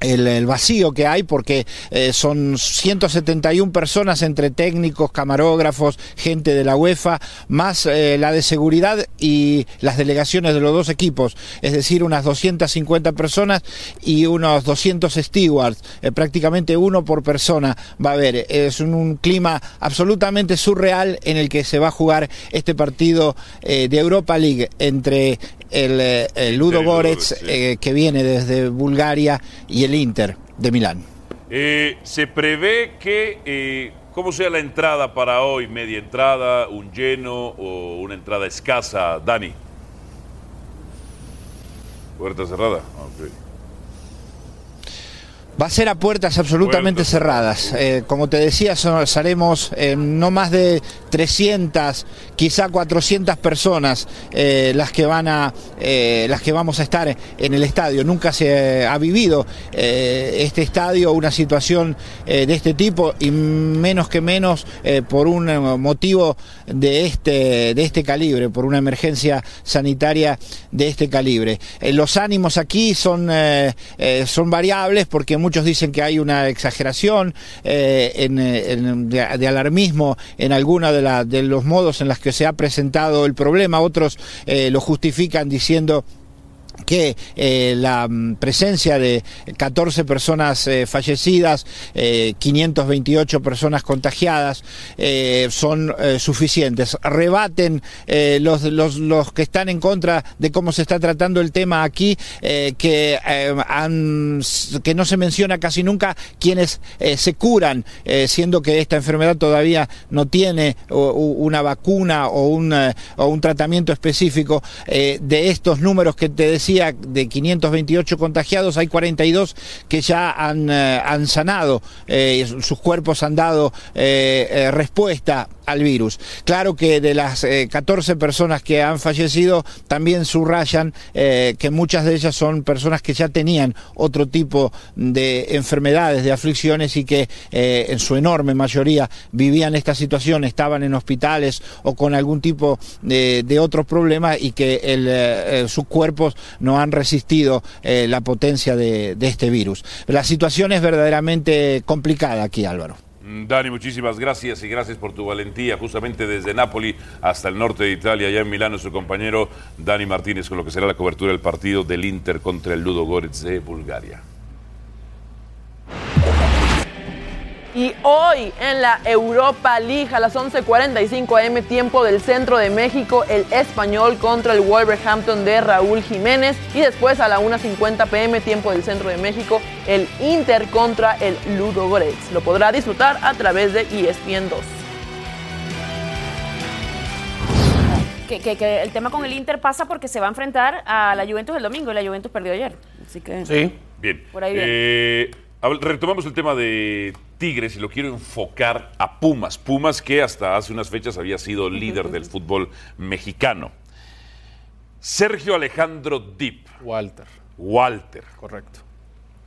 [SPEAKER 11] el, el vacío que hay porque eh, son 171 personas entre técnicos, camarógrafos, gente de la UEFA, más eh, la de seguridad y las delegaciones de los dos equipos, es decir, unas 250 personas y unos 200 stewards, eh, prácticamente uno por persona va a haber. Es un, un clima absolutamente surreal en el que se va a jugar este partido eh, de Europa League entre el, eh, el Ludo Goretz,
[SPEAKER 1] Ludogorets, sí.
[SPEAKER 11] eh, que viene desde Bulgaria y el Inter de Milán.
[SPEAKER 1] Eh, se prevé que, eh, ¿cómo sea la entrada para hoy? ¿Media entrada, un lleno o una entrada escasa, Dani? Ah, Puerta cerrada. Ok.
[SPEAKER 11] Va a ser a puertas absolutamente cerradas. Eh, como te decía, son- seremos eh, no más de 300, quizá 400 personas eh, las que van a, eh, las que vamos a estar en el estadio. Nunca se ha vivido eh, este estadio una situación eh, de este tipo y menos que menos eh, por un eh, motivo de este, de este calibre, por una emergencia sanitaria de este calibre. Eh, los ánimos aquí son, eh, eh, son variables porque muchos dicen que hay una exageración eh, en, eh, en- de, de alarmismo en alguno de, la- de los modos en los que se ha presentado el problema, otros eh, lo justifican diciendo que eh, la mm, presencia de 14 personas eh, fallecidas, eh, 528 personas contagiadas, eh, son eh, suficientes. Rebaten eh, los, los, los que están en contra de cómo se está tratando el tema aquí, eh, que, eh, han- que no se menciona casi nunca quienes eh, se curan, eh, siendo que esta enfermedad todavía no tiene o- u- una vacuna o un, eh, o un tratamiento específico. Eh, de estos números que te decía, de 528 contagiados, hay 42 que ya han, eh, han sanado, eh, sus cuerpos han dado eh, eh, respuesta al virus. Claro que de las eh, 14 personas que han fallecido, también subrayan eh, que muchas de ellas son personas que ya tenían otro tipo de enfermedades, de aflicciones y que eh, en su enorme mayoría vivían esta situación, estaban en hospitales o con algún tipo de, de otro problema y que el, eh, eh, sus cuerpos no han resistido eh, la potencia de, de este virus. La situación es verdaderamente complicada aquí, Álvaro.
[SPEAKER 1] Mm, Dani, muchísimas gracias y gracias por tu valentía. Justamente desde Nápoli hasta el norte de Italia, allá en Milano, su compañero Dani Martínez con lo que será la cobertura del partido del Inter contra el Ludo Goretz de Bulgaria.
[SPEAKER 10] Y hoy en la Europa League a las 11:45 am tiempo del centro de México, el español contra el Wolverhampton de Raúl Jiménez. Y después a la 1:50 pm tiempo del centro de México, el Inter contra el Ludo Goretz. Lo podrá disfrutar a través de E ESPN 2.
[SPEAKER 3] Que, que- que el tema con el Inter pasa porque se va a enfrentar a la Juventus el domingo y la Juventus perdió ayer. Así que.
[SPEAKER 1] Bien.
[SPEAKER 3] Por ahí viene.
[SPEAKER 1] Eh, habl- retomamos el tema de Tigres y lo quiero enfocar a Pumas. Pumas que hasta hace unas fechas había sido líder del fútbol mexicano. Sergio Alejandro Dip.
[SPEAKER 2] Walter.
[SPEAKER 1] Walter.
[SPEAKER 2] Correcto.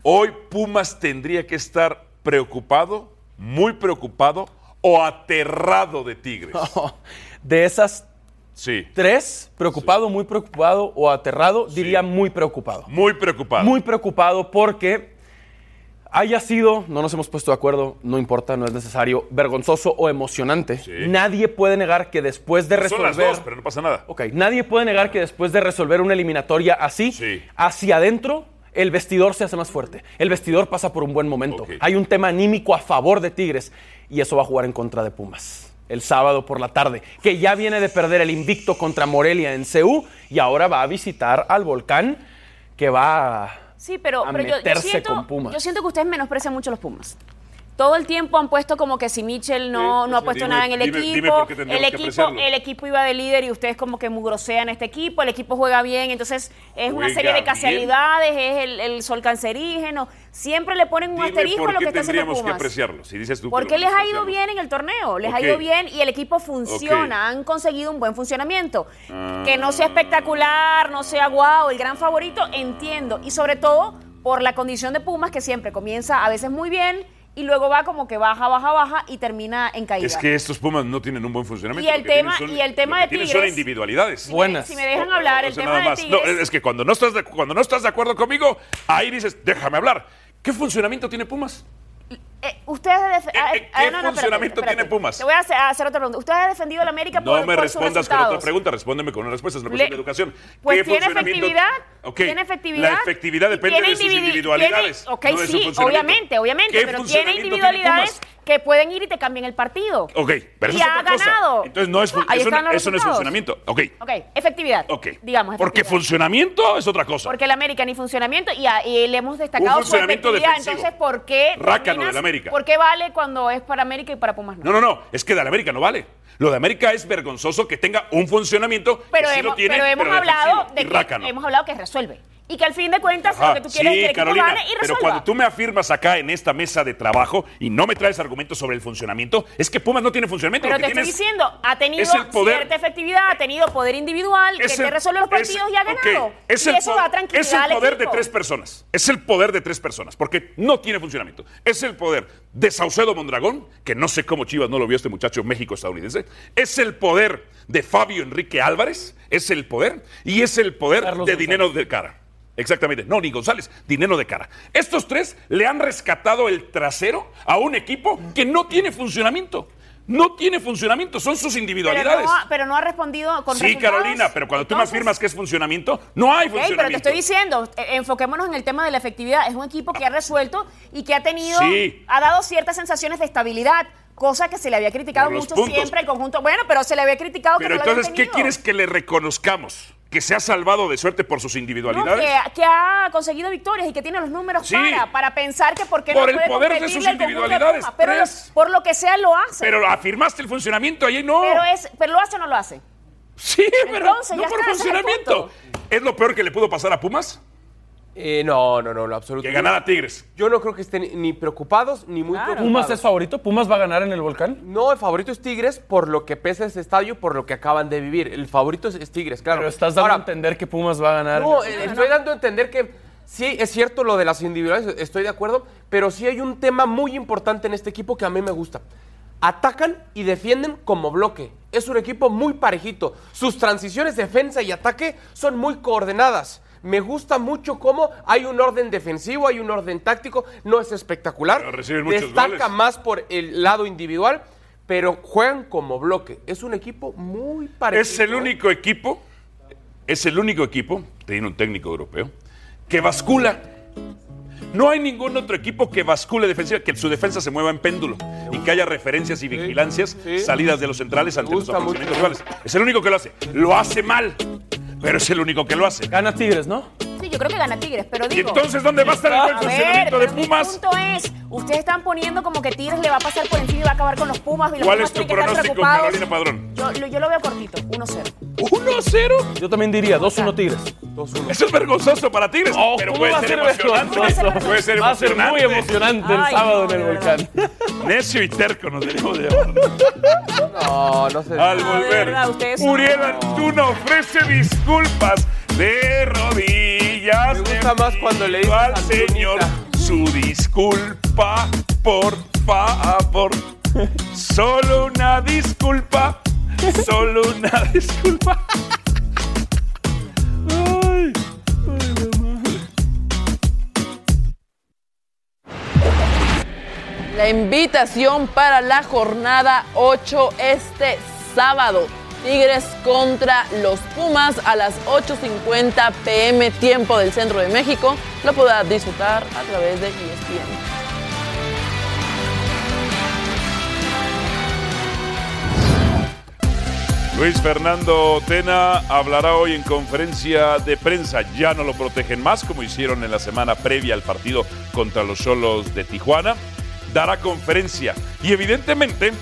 [SPEAKER 1] Hoy Pumas tendría que estar preocupado, muy preocupado o aterrado de
[SPEAKER 3] [laughs]
[SPEAKER 1] Tigres.
[SPEAKER 2] De esas
[SPEAKER 1] Sí,
[SPEAKER 2] tres, preocupado, muy preocupado o aterrado, diría muy preocupado.
[SPEAKER 1] muy preocupado.
[SPEAKER 2] Muy preocupado porque haya sido, no nos hemos puesto de acuerdo, no importa, no es necesario, vergonzoso o emocionante. Nadie puede negar que después de
[SPEAKER 1] Son
[SPEAKER 2] resolver...
[SPEAKER 1] las dos, pero no pasa nada.
[SPEAKER 2] Ok, nadie puede negar que después de resolver una eliminatoria así,
[SPEAKER 1] Sí.
[SPEAKER 2] hacia adentro, el vestidor se hace más fuerte. El vestidor pasa por un buen momento.
[SPEAKER 1] Ok.
[SPEAKER 2] Hay un tema anímico a favor de Tigres y eso va a jugar en contra de Pumas el sábado por la tarde, que ya viene de perder el invicto contra Morelia en CU y ahora va a visitar al Volcán que va a-
[SPEAKER 3] Sí, pero,
[SPEAKER 2] a
[SPEAKER 3] pero yo- yo,
[SPEAKER 2] meterse
[SPEAKER 3] siento,
[SPEAKER 2] con Pumas.
[SPEAKER 3] yo siento que ustedes menosprecian mucho los Pumas. Todo el tiempo han puesto como que si Mitchell no,
[SPEAKER 1] Sí,
[SPEAKER 3] no ha
[SPEAKER 1] sí,
[SPEAKER 3] puesto
[SPEAKER 1] dime-
[SPEAKER 3] nada en el
[SPEAKER 1] dime- dime
[SPEAKER 3] equipo,
[SPEAKER 1] por qué tendríamos
[SPEAKER 3] el
[SPEAKER 1] que
[SPEAKER 3] equipo,
[SPEAKER 1] apreciarlo.
[SPEAKER 3] el equipo iba de líder y ustedes como que mugrosean a este equipo, el equipo juega bien, entonces es una
[SPEAKER 1] Juega
[SPEAKER 3] serie de
[SPEAKER 1] bien.
[SPEAKER 3] casualidades, es el, el sol cancerígeno, siempre le ponen un
[SPEAKER 1] Dime
[SPEAKER 3] asterisco a
[SPEAKER 1] por
[SPEAKER 3] lo
[SPEAKER 1] qué
[SPEAKER 3] que está haciendo
[SPEAKER 1] tendríamos que
[SPEAKER 3] Pumas.
[SPEAKER 1] apreciarlo. Si dices tú que lo
[SPEAKER 3] Porque les ha ido
[SPEAKER 1] menospreciamos.
[SPEAKER 3] bien en el torneo, les
[SPEAKER 1] Ok.
[SPEAKER 3] ha ido bien y el equipo funciona, han conseguido un buen funcionamiento. Que no
[SPEAKER 1] Ah.
[SPEAKER 3] sea espectacular, no sea guau, el gran favorito, entiendo. Y sobre todo por la condición de Pumas que siempre comienza a veces muy bien y luego va como que baja, baja, baja y termina en caída.
[SPEAKER 1] Es que estos Pumas no tienen un buen funcionamiento.
[SPEAKER 3] Y el
[SPEAKER 1] Lo que tienen
[SPEAKER 3] tema-
[SPEAKER 1] son-
[SPEAKER 3] y el tema
[SPEAKER 1] lo que
[SPEAKER 3] de
[SPEAKER 1] tienen Son
[SPEAKER 3] Tigres-
[SPEAKER 1] individualidades.
[SPEAKER 2] buenas.
[SPEAKER 3] Si me dejan
[SPEAKER 1] No,
[SPEAKER 3] hablar,
[SPEAKER 1] no,
[SPEAKER 3] el
[SPEAKER 1] eso
[SPEAKER 3] tema
[SPEAKER 1] nada
[SPEAKER 3] de
[SPEAKER 1] más. No, eh,
[SPEAKER 3] Tigres...
[SPEAKER 1] es que cuando no, estás de, cuando no estás de acuerdo conmigo, ahí dices, déjame hablar. ¿Qué funcionamiento tiene Pumas?
[SPEAKER 3] eh, ustedes de def-
[SPEAKER 1] eh,
[SPEAKER 3] ah,
[SPEAKER 1] ¿qué
[SPEAKER 3] ah, no, no, espérate,
[SPEAKER 1] funcionamiento
[SPEAKER 3] espérate.
[SPEAKER 1] tiene Pumas?
[SPEAKER 3] Te voy a hacer, a hacer otra pregunta. Ustedes han defendido a la América
[SPEAKER 1] No
[SPEAKER 3] por
[SPEAKER 1] me
[SPEAKER 3] por sus
[SPEAKER 1] respondas con otra
[SPEAKER 3] resultados.
[SPEAKER 1] pregunta, respóndeme con una respuesta. Es una
[SPEAKER 3] Le-
[SPEAKER 1] cuestión de educación.
[SPEAKER 3] Pues
[SPEAKER 1] ¿Qué
[SPEAKER 3] tiene
[SPEAKER 1] funcionamiento-
[SPEAKER 3] efectividad,
[SPEAKER 1] Ok,
[SPEAKER 3] tiene efectividad.
[SPEAKER 1] La efectividad
[SPEAKER 3] y
[SPEAKER 1] depende
[SPEAKER 3] tiene
[SPEAKER 1] de sus
[SPEAKER 3] individu-
[SPEAKER 1] individualidades.
[SPEAKER 3] tiene- ok,
[SPEAKER 1] no de su
[SPEAKER 3] sí,
[SPEAKER 1] funcionamiento.
[SPEAKER 3] obviamente, obviamente,
[SPEAKER 1] ¿Qué
[SPEAKER 3] pero tiene
[SPEAKER 1] funcionamiento
[SPEAKER 3] individualidades
[SPEAKER 1] Pumas?
[SPEAKER 3] que pueden ir y te cambian el partido.
[SPEAKER 1] Ok, pero eso
[SPEAKER 3] y
[SPEAKER 1] es
[SPEAKER 3] ha
[SPEAKER 1] otra cosa.
[SPEAKER 3] ganado.
[SPEAKER 1] Entonces no es, fu-
[SPEAKER 3] ahí
[SPEAKER 1] eso,
[SPEAKER 3] están
[SPEAKER 1] no,
[SPEAKER 3] los
[SPEAKER 1] eso no es
[SPEAKER 3] resultados.
[SPEAKER 1] funcionamiento. Ok,
[SPEAKER 3] Ok, efectividad.
[SPEAKER 1] ok.
[SPEAKER 3] Digamos,
[SPEAKER 1] Porque
[SPEAKER 3] efectividad.
[SPEAKER 1] funcionamiento es otra cosa.
[SPEAKER 3] Porque el América ni funcionamiento y, a- y le hemos destacado
[SPEAKER 1] Un funcionamiento
[SPEAKER 3] su efectividad.
[SPEAKER 1] defensivo.
[SPEAKER 3] Entonces, ¿por qué?
[SPEAKER 1] Rácano
[SPEAKER 3] terminas-
[SPEAKER 1] del América.
[SPEAKER 3] ¿Por qué vale cuando es para América y para Pumas no?
[SPEAKER 1] No, no, no, es que de América no vale. Lo de América es vergonzoso que tenga un funcionamiento
[SPEAKER 3] pero
[SPEAKER 1] que sí
[SPEAKER 3] hemos,
[SPEAKER 1] lo tiene,
[SPEAKER 3] pero hemos
[SPEAKER 1] defensivo
[SPEAKER 3] hablado
[SPEAKER 1] y
[SPEAKER 3] de que
[SPEAKER 1] rácano.
[SPEAKER 3] hemos hablado que resuelve y que al fin de cuentas
[SPEAKER 1] Ajá,
[SPEAKER 3] lo que tú quieres
[SPEAKER 1] sí,
[SPEAKER 3] es que el equipo
[SPEAKER 1] Carolina,
[SPEAKER 3] gane y resuelva.
[SPEAKER 1] pero cuando tú me afirmas acá en esta mesa de trabajo y no me traes argumentos sobre el funcionamiento, es que Pumas no tiene funcionamiento.
[SPEAKER 3] Pero
[SPEAKER 1] lo
[SPEAKER 3] te
[SPEAKER 1] que
[SPEAKER 3] estoy
[SPEAKER 1] tiene es-
[SPEAKER 3] diciendo, ha tenido
[SPEAKER 1] es el poder-
[SPEAKER 3] cierta efectividad, ha tenido poder individual, que
[SPEAKER 1] es
[SPEAKER 3] te
[SPEAKER 1] el-
[SPEAKER 3] resuelve los
[SPEAKER 1] es-
[SPEAKER 3] partidos y ha ganado.
[SPEAKER 1] ok, es
[SPEAKER 3] y
[SPEAKER 1] el
[SPEAKER 3] eso
[SPEAKER 1] po-
[SPEAKER 3] da tranquilidad
[SPEAKER 1] Es el
[SPEAKER 3] al
[SPEAKER 1] poder de
[SPEAKER 3] equipo.
[SPEAKER 1] tres personas. Es el poder de tres personas, porque no tiene funcionamiento. Es el poder de Saucedo Mondragón, que no sé cómo Chivas no lo vio este muchacho México-estadounidense. Es el poder de Fabio Enrique Álvarez. Es el poder. Y es el poder
[SPEAKER 4] Carlos
[SPEAKER 1] de
[SPEAKER 4] González.
[SPEAKER 1] Dinero de Cara. Exactamente, no, ni González, dinero de cara. Estos tres le han rescatado el trasero a un equipo que no tiene funcionamiento. No tiene funcionamiento, son sus individualidades.
[SPEAKER 3] Pero no, ha, pero no ha respondido con
[SPEAKER 1] Sí,
[SPEAKER 3] resultados.
[SPEAKER 1] Carolina, pero cuando tú me
[SPEAKER 3] Entonces,
[SPEAKER 1] afirmas que es funcionamiento, no hay
[SPEAKER 3] ok, pero te
[SPEAKER 1] funcionamiento.
[SPEAKER 3] estoy diciendo, eh, enfoquémonos en el tema de la efectividad. Es un equipo que ha resuelto y que ha tenido,
[SPEAKER 1] Sí.
[SPEAKER 3] ha dado ciertas sensaciones de estabilidad, cosa que se le había criticado
[SPEAKER 1] Por los
[SPEAKER 3] mucho
[SPEAKER 1] puntos.
[SPEAKER 3] siempre al conjunto. Bueno, pero se le había criticado que
[SPEAKER 1] Pero
[SPEAKER 3] no lo habían
[SPEAKER 1] entonces, ¿qué
[SPEAKER 3] tenido.
[SPEAKER 1] quieres que le reconozcamos? ¿Que se ha salvado de suerte por sus
[SPEAKER 3] No,
[SPEAKER 1] individualidades?
[SPEAKER 3] que, que ha conseguido victorias y que tiene los números
[SPEAKER 1] Sí.
[SPEAKER 3] para, para pensar que por qué
[SPEAKER 1] Por
[SPEAKER 3] no
[SPEAKER 1] el
[SPEAKER 3] puede
[SPEAKER 1] poder de
[SPEAKER 3] competirle
[SPEAKER 1] sus
[SPEAKER 3] al conjunto de
[SPEAKER 1] individualidades,
[SPEAKER 3] Pumas. pero
[SPEAKER 1] tres.
[SPEAKER 3] lo- por lo que sea lo hace.
[SPEAKER 1] Pero afirmaste el funcionamiento, ahí no.
[SPEAKER 3] Pero es, pero lo hace o no lo hace.
[SPEAKER 1] Sí, pero
[SPEAKER 3] Entonces,
[SPEAKER 1] no
[SPEAKER 3] ya
[SPEAKER 1] por
[SPEAKER 3] está, ese es el
[SPEAKER 1] funcionamiento. ¿Es lo peor que le pudo pasar a Pumas?
[SPEAKER 4] Eh, no, no, no, lo absoluto.
[SPEAKER 1] Que ganara a Tigres.
[SPEAKER 4] Yo no creo que estén ni preocupados ni muy
[SPEAKER 3] Claro.
[SPEAKER 4] preocupados.
[SPEAKER 2] ¿Pumas es favorito? ¿Pumas va a ganar en el volcán?
[SPEAKER 4] No, el favorito es Tigres por lo que pesa ese estadio, por lo que acaban de vivir. El favorito es, es Tigres, claro.
[SPEAKER 2] Pero estás dando
[SPEAKER 4] Ahora,
[SPEAKER 2] a entender que Pumas va a ganar.
[SPEAKER 4] No, eh, estoy dando a entender que sí, es cierto lo de las individuales, estoy de acuerdo, pero sí hay un tema muy importante en este equipo que a mí me gusta. Atacan y defienden como bloque. Es un equipo muy parejito. Sus transiciones defensa y ataque son muy coordenadas. Me gusta mucho cómo hay un orden defensivo, hay un orden táctico, no es espectacular.
[SPEAKER 1] Pero reciben muchos
[SPEAKER 4] Destaca
[SPEAKER 1] goles.
[SPEAKER 4] más por el lado individual, pero juegan como bloque. Es un equipo muy parecido.
[SPEAKER 1] Es el único equipo, es el único equipo, tiene un técnico europeo, que bascula. No hay ningún otro equipo que bascule defensiva, que su defensa se mueva en péndulo y que haya referencias y vigilancias,
[SPEAKER 4] sí.
[SPEAKER 1] salidas de los centrales ante los
[SPEAKER 4] gusta mucho.
[SPEAKER 1] aproximamientos rivales. Es el único que lo hace. Lo hace mal, pero es el único que lo hace.
[SPEAKER 2] Gana Tigres, ¿no?
[SPEAKER 3] Sí, yo creo que gana Tigres, pero
[SPEAKER 1] ¿Y
[SPEAKER 3] digo.
[SPEAKER 1] entonces dónde va a estar el buen
[SPEAKER 3] a ver,
[SPEAKER 1] funcionamiento de
[SPEAKER 3] pero mi
[SPEAKER 1] Pumas?
[SPEAKER 3] punto es, ustedes están poniendo como que Tigres le va a pasar por encima y va a acabar con los Pumas. Y los
[SPEAKER 1] ¿Cuál
[SPEAKER 3] Pumas
[SPEAKER 1] es tu
[SPEAKER 3] tienen que estar
[SPEAKER 1] pronóstico,
[SPEAKER 3] preocupados.
[SPEAKER 1] Carolina Padrón?
[SPEAKER 3] Yo, lo- yo lo veo cortito, 1-0.
[SPEAKER 1] ¿1-0?
[SPEAKER 2] Yo también diría 2-1 Tigres.
[SPEAKER 1] Eso es vergonzoso para Tigres,
[SPEAKER 2] Oh,
[SPEAKER 1] pero
[SPEAKER 2] ¿cómo
[SPEAKER 1] puede
[SPEAKER 2] va a
[SPEAKER 1] ser
[SPEAKER 2] ser
[SPEAKER 1] emocionante.
[SPEAKER 3] vergonzoso?
[SPEAKER 1] Puede ser
[SPEAKER 2] Va a ser muy
[SPEAKER 1] emocionante.
[SPEAKER 2] emocionante el
[SPEAKER 3] Ay,
[SPEAKER 2] sábado
[SPEAKER 3] no,
[SPEAKER 2] en el
[SPEAKER 3] de verdad.
[SPEAKER 2] volcán.
[SPEAKER 1] Necio y terco nos debemos de llamar.
[SPEAKER 4] No, no sé.
[SPEAKER 1] Al
[SPEAKER 3] Ah, de
[SPEAKER 1] volver,
[SPEAKER 3] verdad, ustedes son-
[SPEAKER 1] Uriel Antuna ofrece disculpas de rodillas.
[SPEAKER 4] Me gusta
[SPEAKER 1] le
[SPEAKER 4] más cuando le
[SPEAKER 1] pido
[SPEAKER 4] dices
[SPEAKER 1] al
[SPEAKER 4] Antunita.
[SPEAKER 1] señor su disculpa, por
[SPEAKER 4] [laughs]
[SPEAKER 1] favor. Solo una disculpa, solo una disculpa. Ay, ay, mamá.
[SPEAKER 10] La invitación para la jornada 8 este sábado. Tigres contra los Pumas a las 8.50 pm tiempo del Centro de México. Lo podrás disfrutar a través de E ESPN.
[SPEAKER 1] Luis Fernando Tena hablará hoy en conferencia de prensa. Ya no lo protegen más, como hicieron en la semana previa al partido contra los Solos de Tijuana. Dará conferencia. Y evidentemente,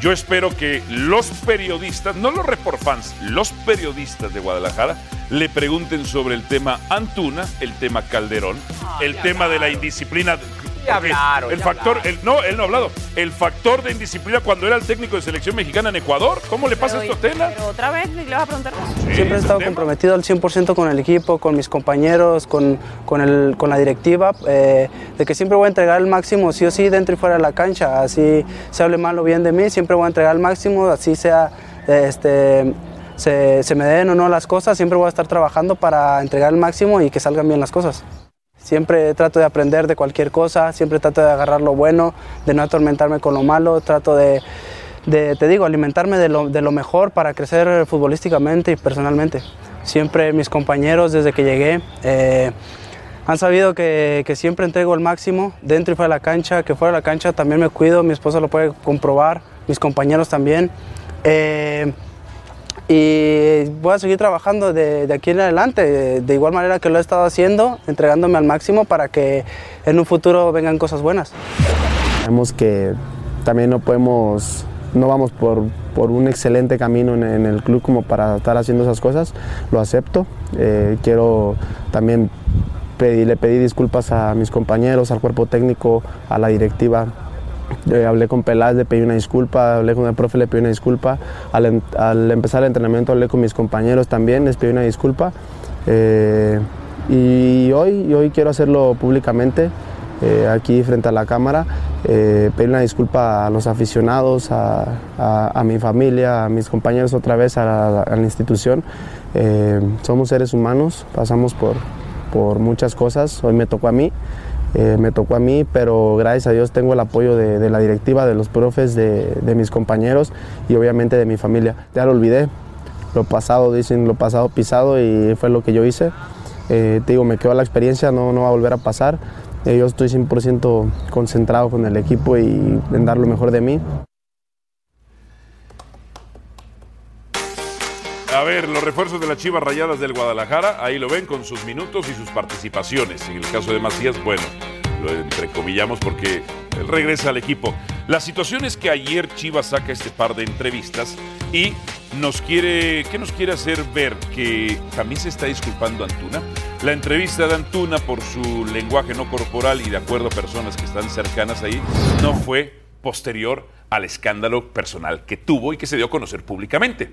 [SPEAKER 1] yo espero que los periodistas, no los reportfans, los periodistas de Guadalajara, le pregunten sobre el tema Antuna, el tema Calderón, el tema de la indisciplina.
[SPEAKER 4] Ah, Ya
[SPEAKER 1] Porque
[SPEAKER 4] hablaron,
[SPEAKER 1] el
[SPEAKER 4] ya
[SPEAKER 1] factor,
[SPEAKER 4] hablaron.
[SPEAKER 1] el- no, él no ha hablado. El factor de indisciplina cuando era el técnico de selección mexicana en Ecuador. ¿Cómo le pasa
[SPEAKER 3] Pero-
[SPEAKER 1] esto a Tena?
[SPEAKER 3] Pero otra vez le vas a preguntar.
[SPEAKER 1] Siempre he estado
[SPEAKER 12] comprometido al 100% con el equipo, con mis compañeros, con, con, el- con la directiva, eh, de que siempre voy a entregar el máximo, sí o sí, dentro y fuera de la cancha, así se hable mal o bien de mí, siempre voy a entregar el máximo, así sea, eh, este, se, se me den o no las cosas, siempre voy a estar trabajando para entregar el máximo y que salgan bien las cosas. Siempre trato de aprender de cualquier cosa, siempre trato de agarrar lo bueno, de no atormentarme con lo malo, trato de, de, te digo, alimentarme de lo, de lo mejor para crecer futbolísticamente y personalmente. Siempre mis compañeros desde que llegué eh, han sabido que, que siempre entrego el máximo dentro y fuera de la cancha, que fuera de la cancha también me cuido, mi esposa lo puede comprobar, mis compañeros también. Eh, y voy a seguir trabajando de, de aquí en adelante, de, de igual manera que lo he estado haciendo, entregándome al máximo para que en un futuro vengan cosas buenas.
[SPEAKER 5] Sabemos que también no podemos
[SPEAKER 13] no vamos por, por un excelente camino en, en el club como para estar haciendo esas cosas, lo acepto. Eh, quiero también pedir, le pedí disculpas a mis compañeros, al cuerpo técnico, a la directiva. Eh, hablé con Pelás, le pedí una disculpa, hablé con el profe, le pedí una disculpa. Al, en- al empezar el entrenamiento hablé con mis compañeros también, les pedí una disculpa. Eh, y hoy, y hoy quiero hacerlo públicamente, eh, aquí frente a la cámara, eh, pedir una disculpa a los aficionados, a, a- a mi familia, a mis compañeros otra vez, a la, a la institución. Eh, somos seres humanos, pasamos por, por muchas cosas, hoy me tocó a mí. Eh, me tocó a mí, pero gracias a Dios tengo el apoyo de, de la directiva, de los profes, de, de mis compañeros y obviamente de mi familia. Ya lo olvidé, lo pasado, dicen, lo pasado pisado y fue lo que yo hice. Eh, te digo, me quedó la experiencia, no, no va a volver a pasar. Eh, yo estoy 100% concentrado con el equipo y en dar lo mejor de mí.
[SPEAKER 1] A ver, los refuerzos de las Chivas Rayadas del Guadalajara, ahí lo ven con sus minutos y sus participaciones. En el caso de Macías, bueno, lo entrecomillamos porque él regresa al equipo. La situación es que ayer Chivas saca este par de entrevistas y nos quiere, ¿qué nos quiere hacer ver? Que también se está disculpando Antuna. La entrevista de Antuna por su lenguaje no corporal y de acuerdo a personas que están cercanas ahí, no fue posterior al escándalo personal que tuvo y que se dio a conocer públicamente.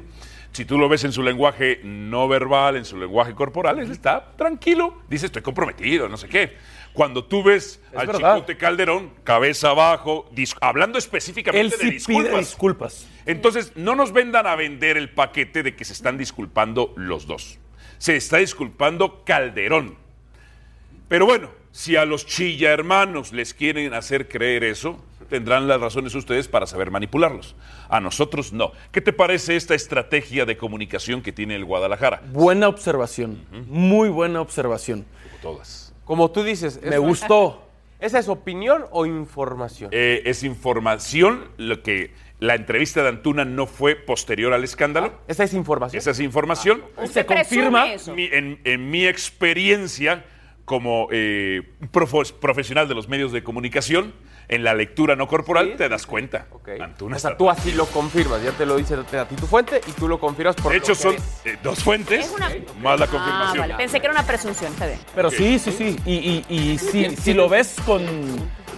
[SPEAKER 1] Si tú lo ves en su lenguaje no verbal, en su lenguaje corporal, él está tranquilo, dice estoy comprometido, no sé qué. Cuando tú ves al
[SPEAKER 2] verdad.
[SPEAKER 1] Chicote Calderón, cabeza abajo, dis- hablando específicamente
[SPEAKER 2] Él
[SPEAKER 1] de
[SPEAKER 2] sí
[SPEAKER 1] disculpas.
[SPEAKER 2] pide disculpas.
[SPEAKER 1] Entonces, no nos vendan a vender el paquete de que se están disculpando los dos. Se está disculpando Calderón. Pero bueno, si a los chilla hermanos les quieren hacer creer eso, tendrán las razones ustedes para saber manipularlos. A nosotros no. ¿Qué te parece esta estrategia de comunicación que tiene el Guadalajara?
[SPEAKER 2] Buena observación, muy buena observación.
[SPEAKER 1] Todas.
[SPEAKER 4] Como tú dices.
[SPEAKER 2] Me gustó.
[SPEAKER 4] ¿Esa es opinión o información?
[SPEAKER 1] Eh, es información lo que la entrevista de Antuna no fue posterior al escándalo.
[SPEAKER 4] Ah, Esa es información.
[SPEAKER 1] Esa es información.
[SPEAKER 3] Ah, ¿Usted confirma? presume eso?
[SPEAKER 1] Mi- en, en mi experiencia como eh, profo- profesional de los medios de comunicación, en la lectura no corporal te das cuenta. Antuna
[SPEAKER 4] O sea,
[SPEAKER 1] está-
[SPEAKER 4] tú así lo confirmas, ya te lo dice a ti tu fuente y tú lo confirmas por
[SPEAKER 1] De
[SPEAKER 4] lo
[SPEAKER 1] hecho,
[SPEAKER 4] que
[SPEAKER 1] son
[SPEAKER 4] ves.
[SPEAKER 1] eh, dos fuentes más la
[SPEAKER 3] Ah,
[SPEAKER 1] confirmación.
[SPEAKER 3] vale. Pensé que era una presunción, está bien.
[SPEAKER 2] Pero sí, sí, sí. Y, y- y si, si lo ves con,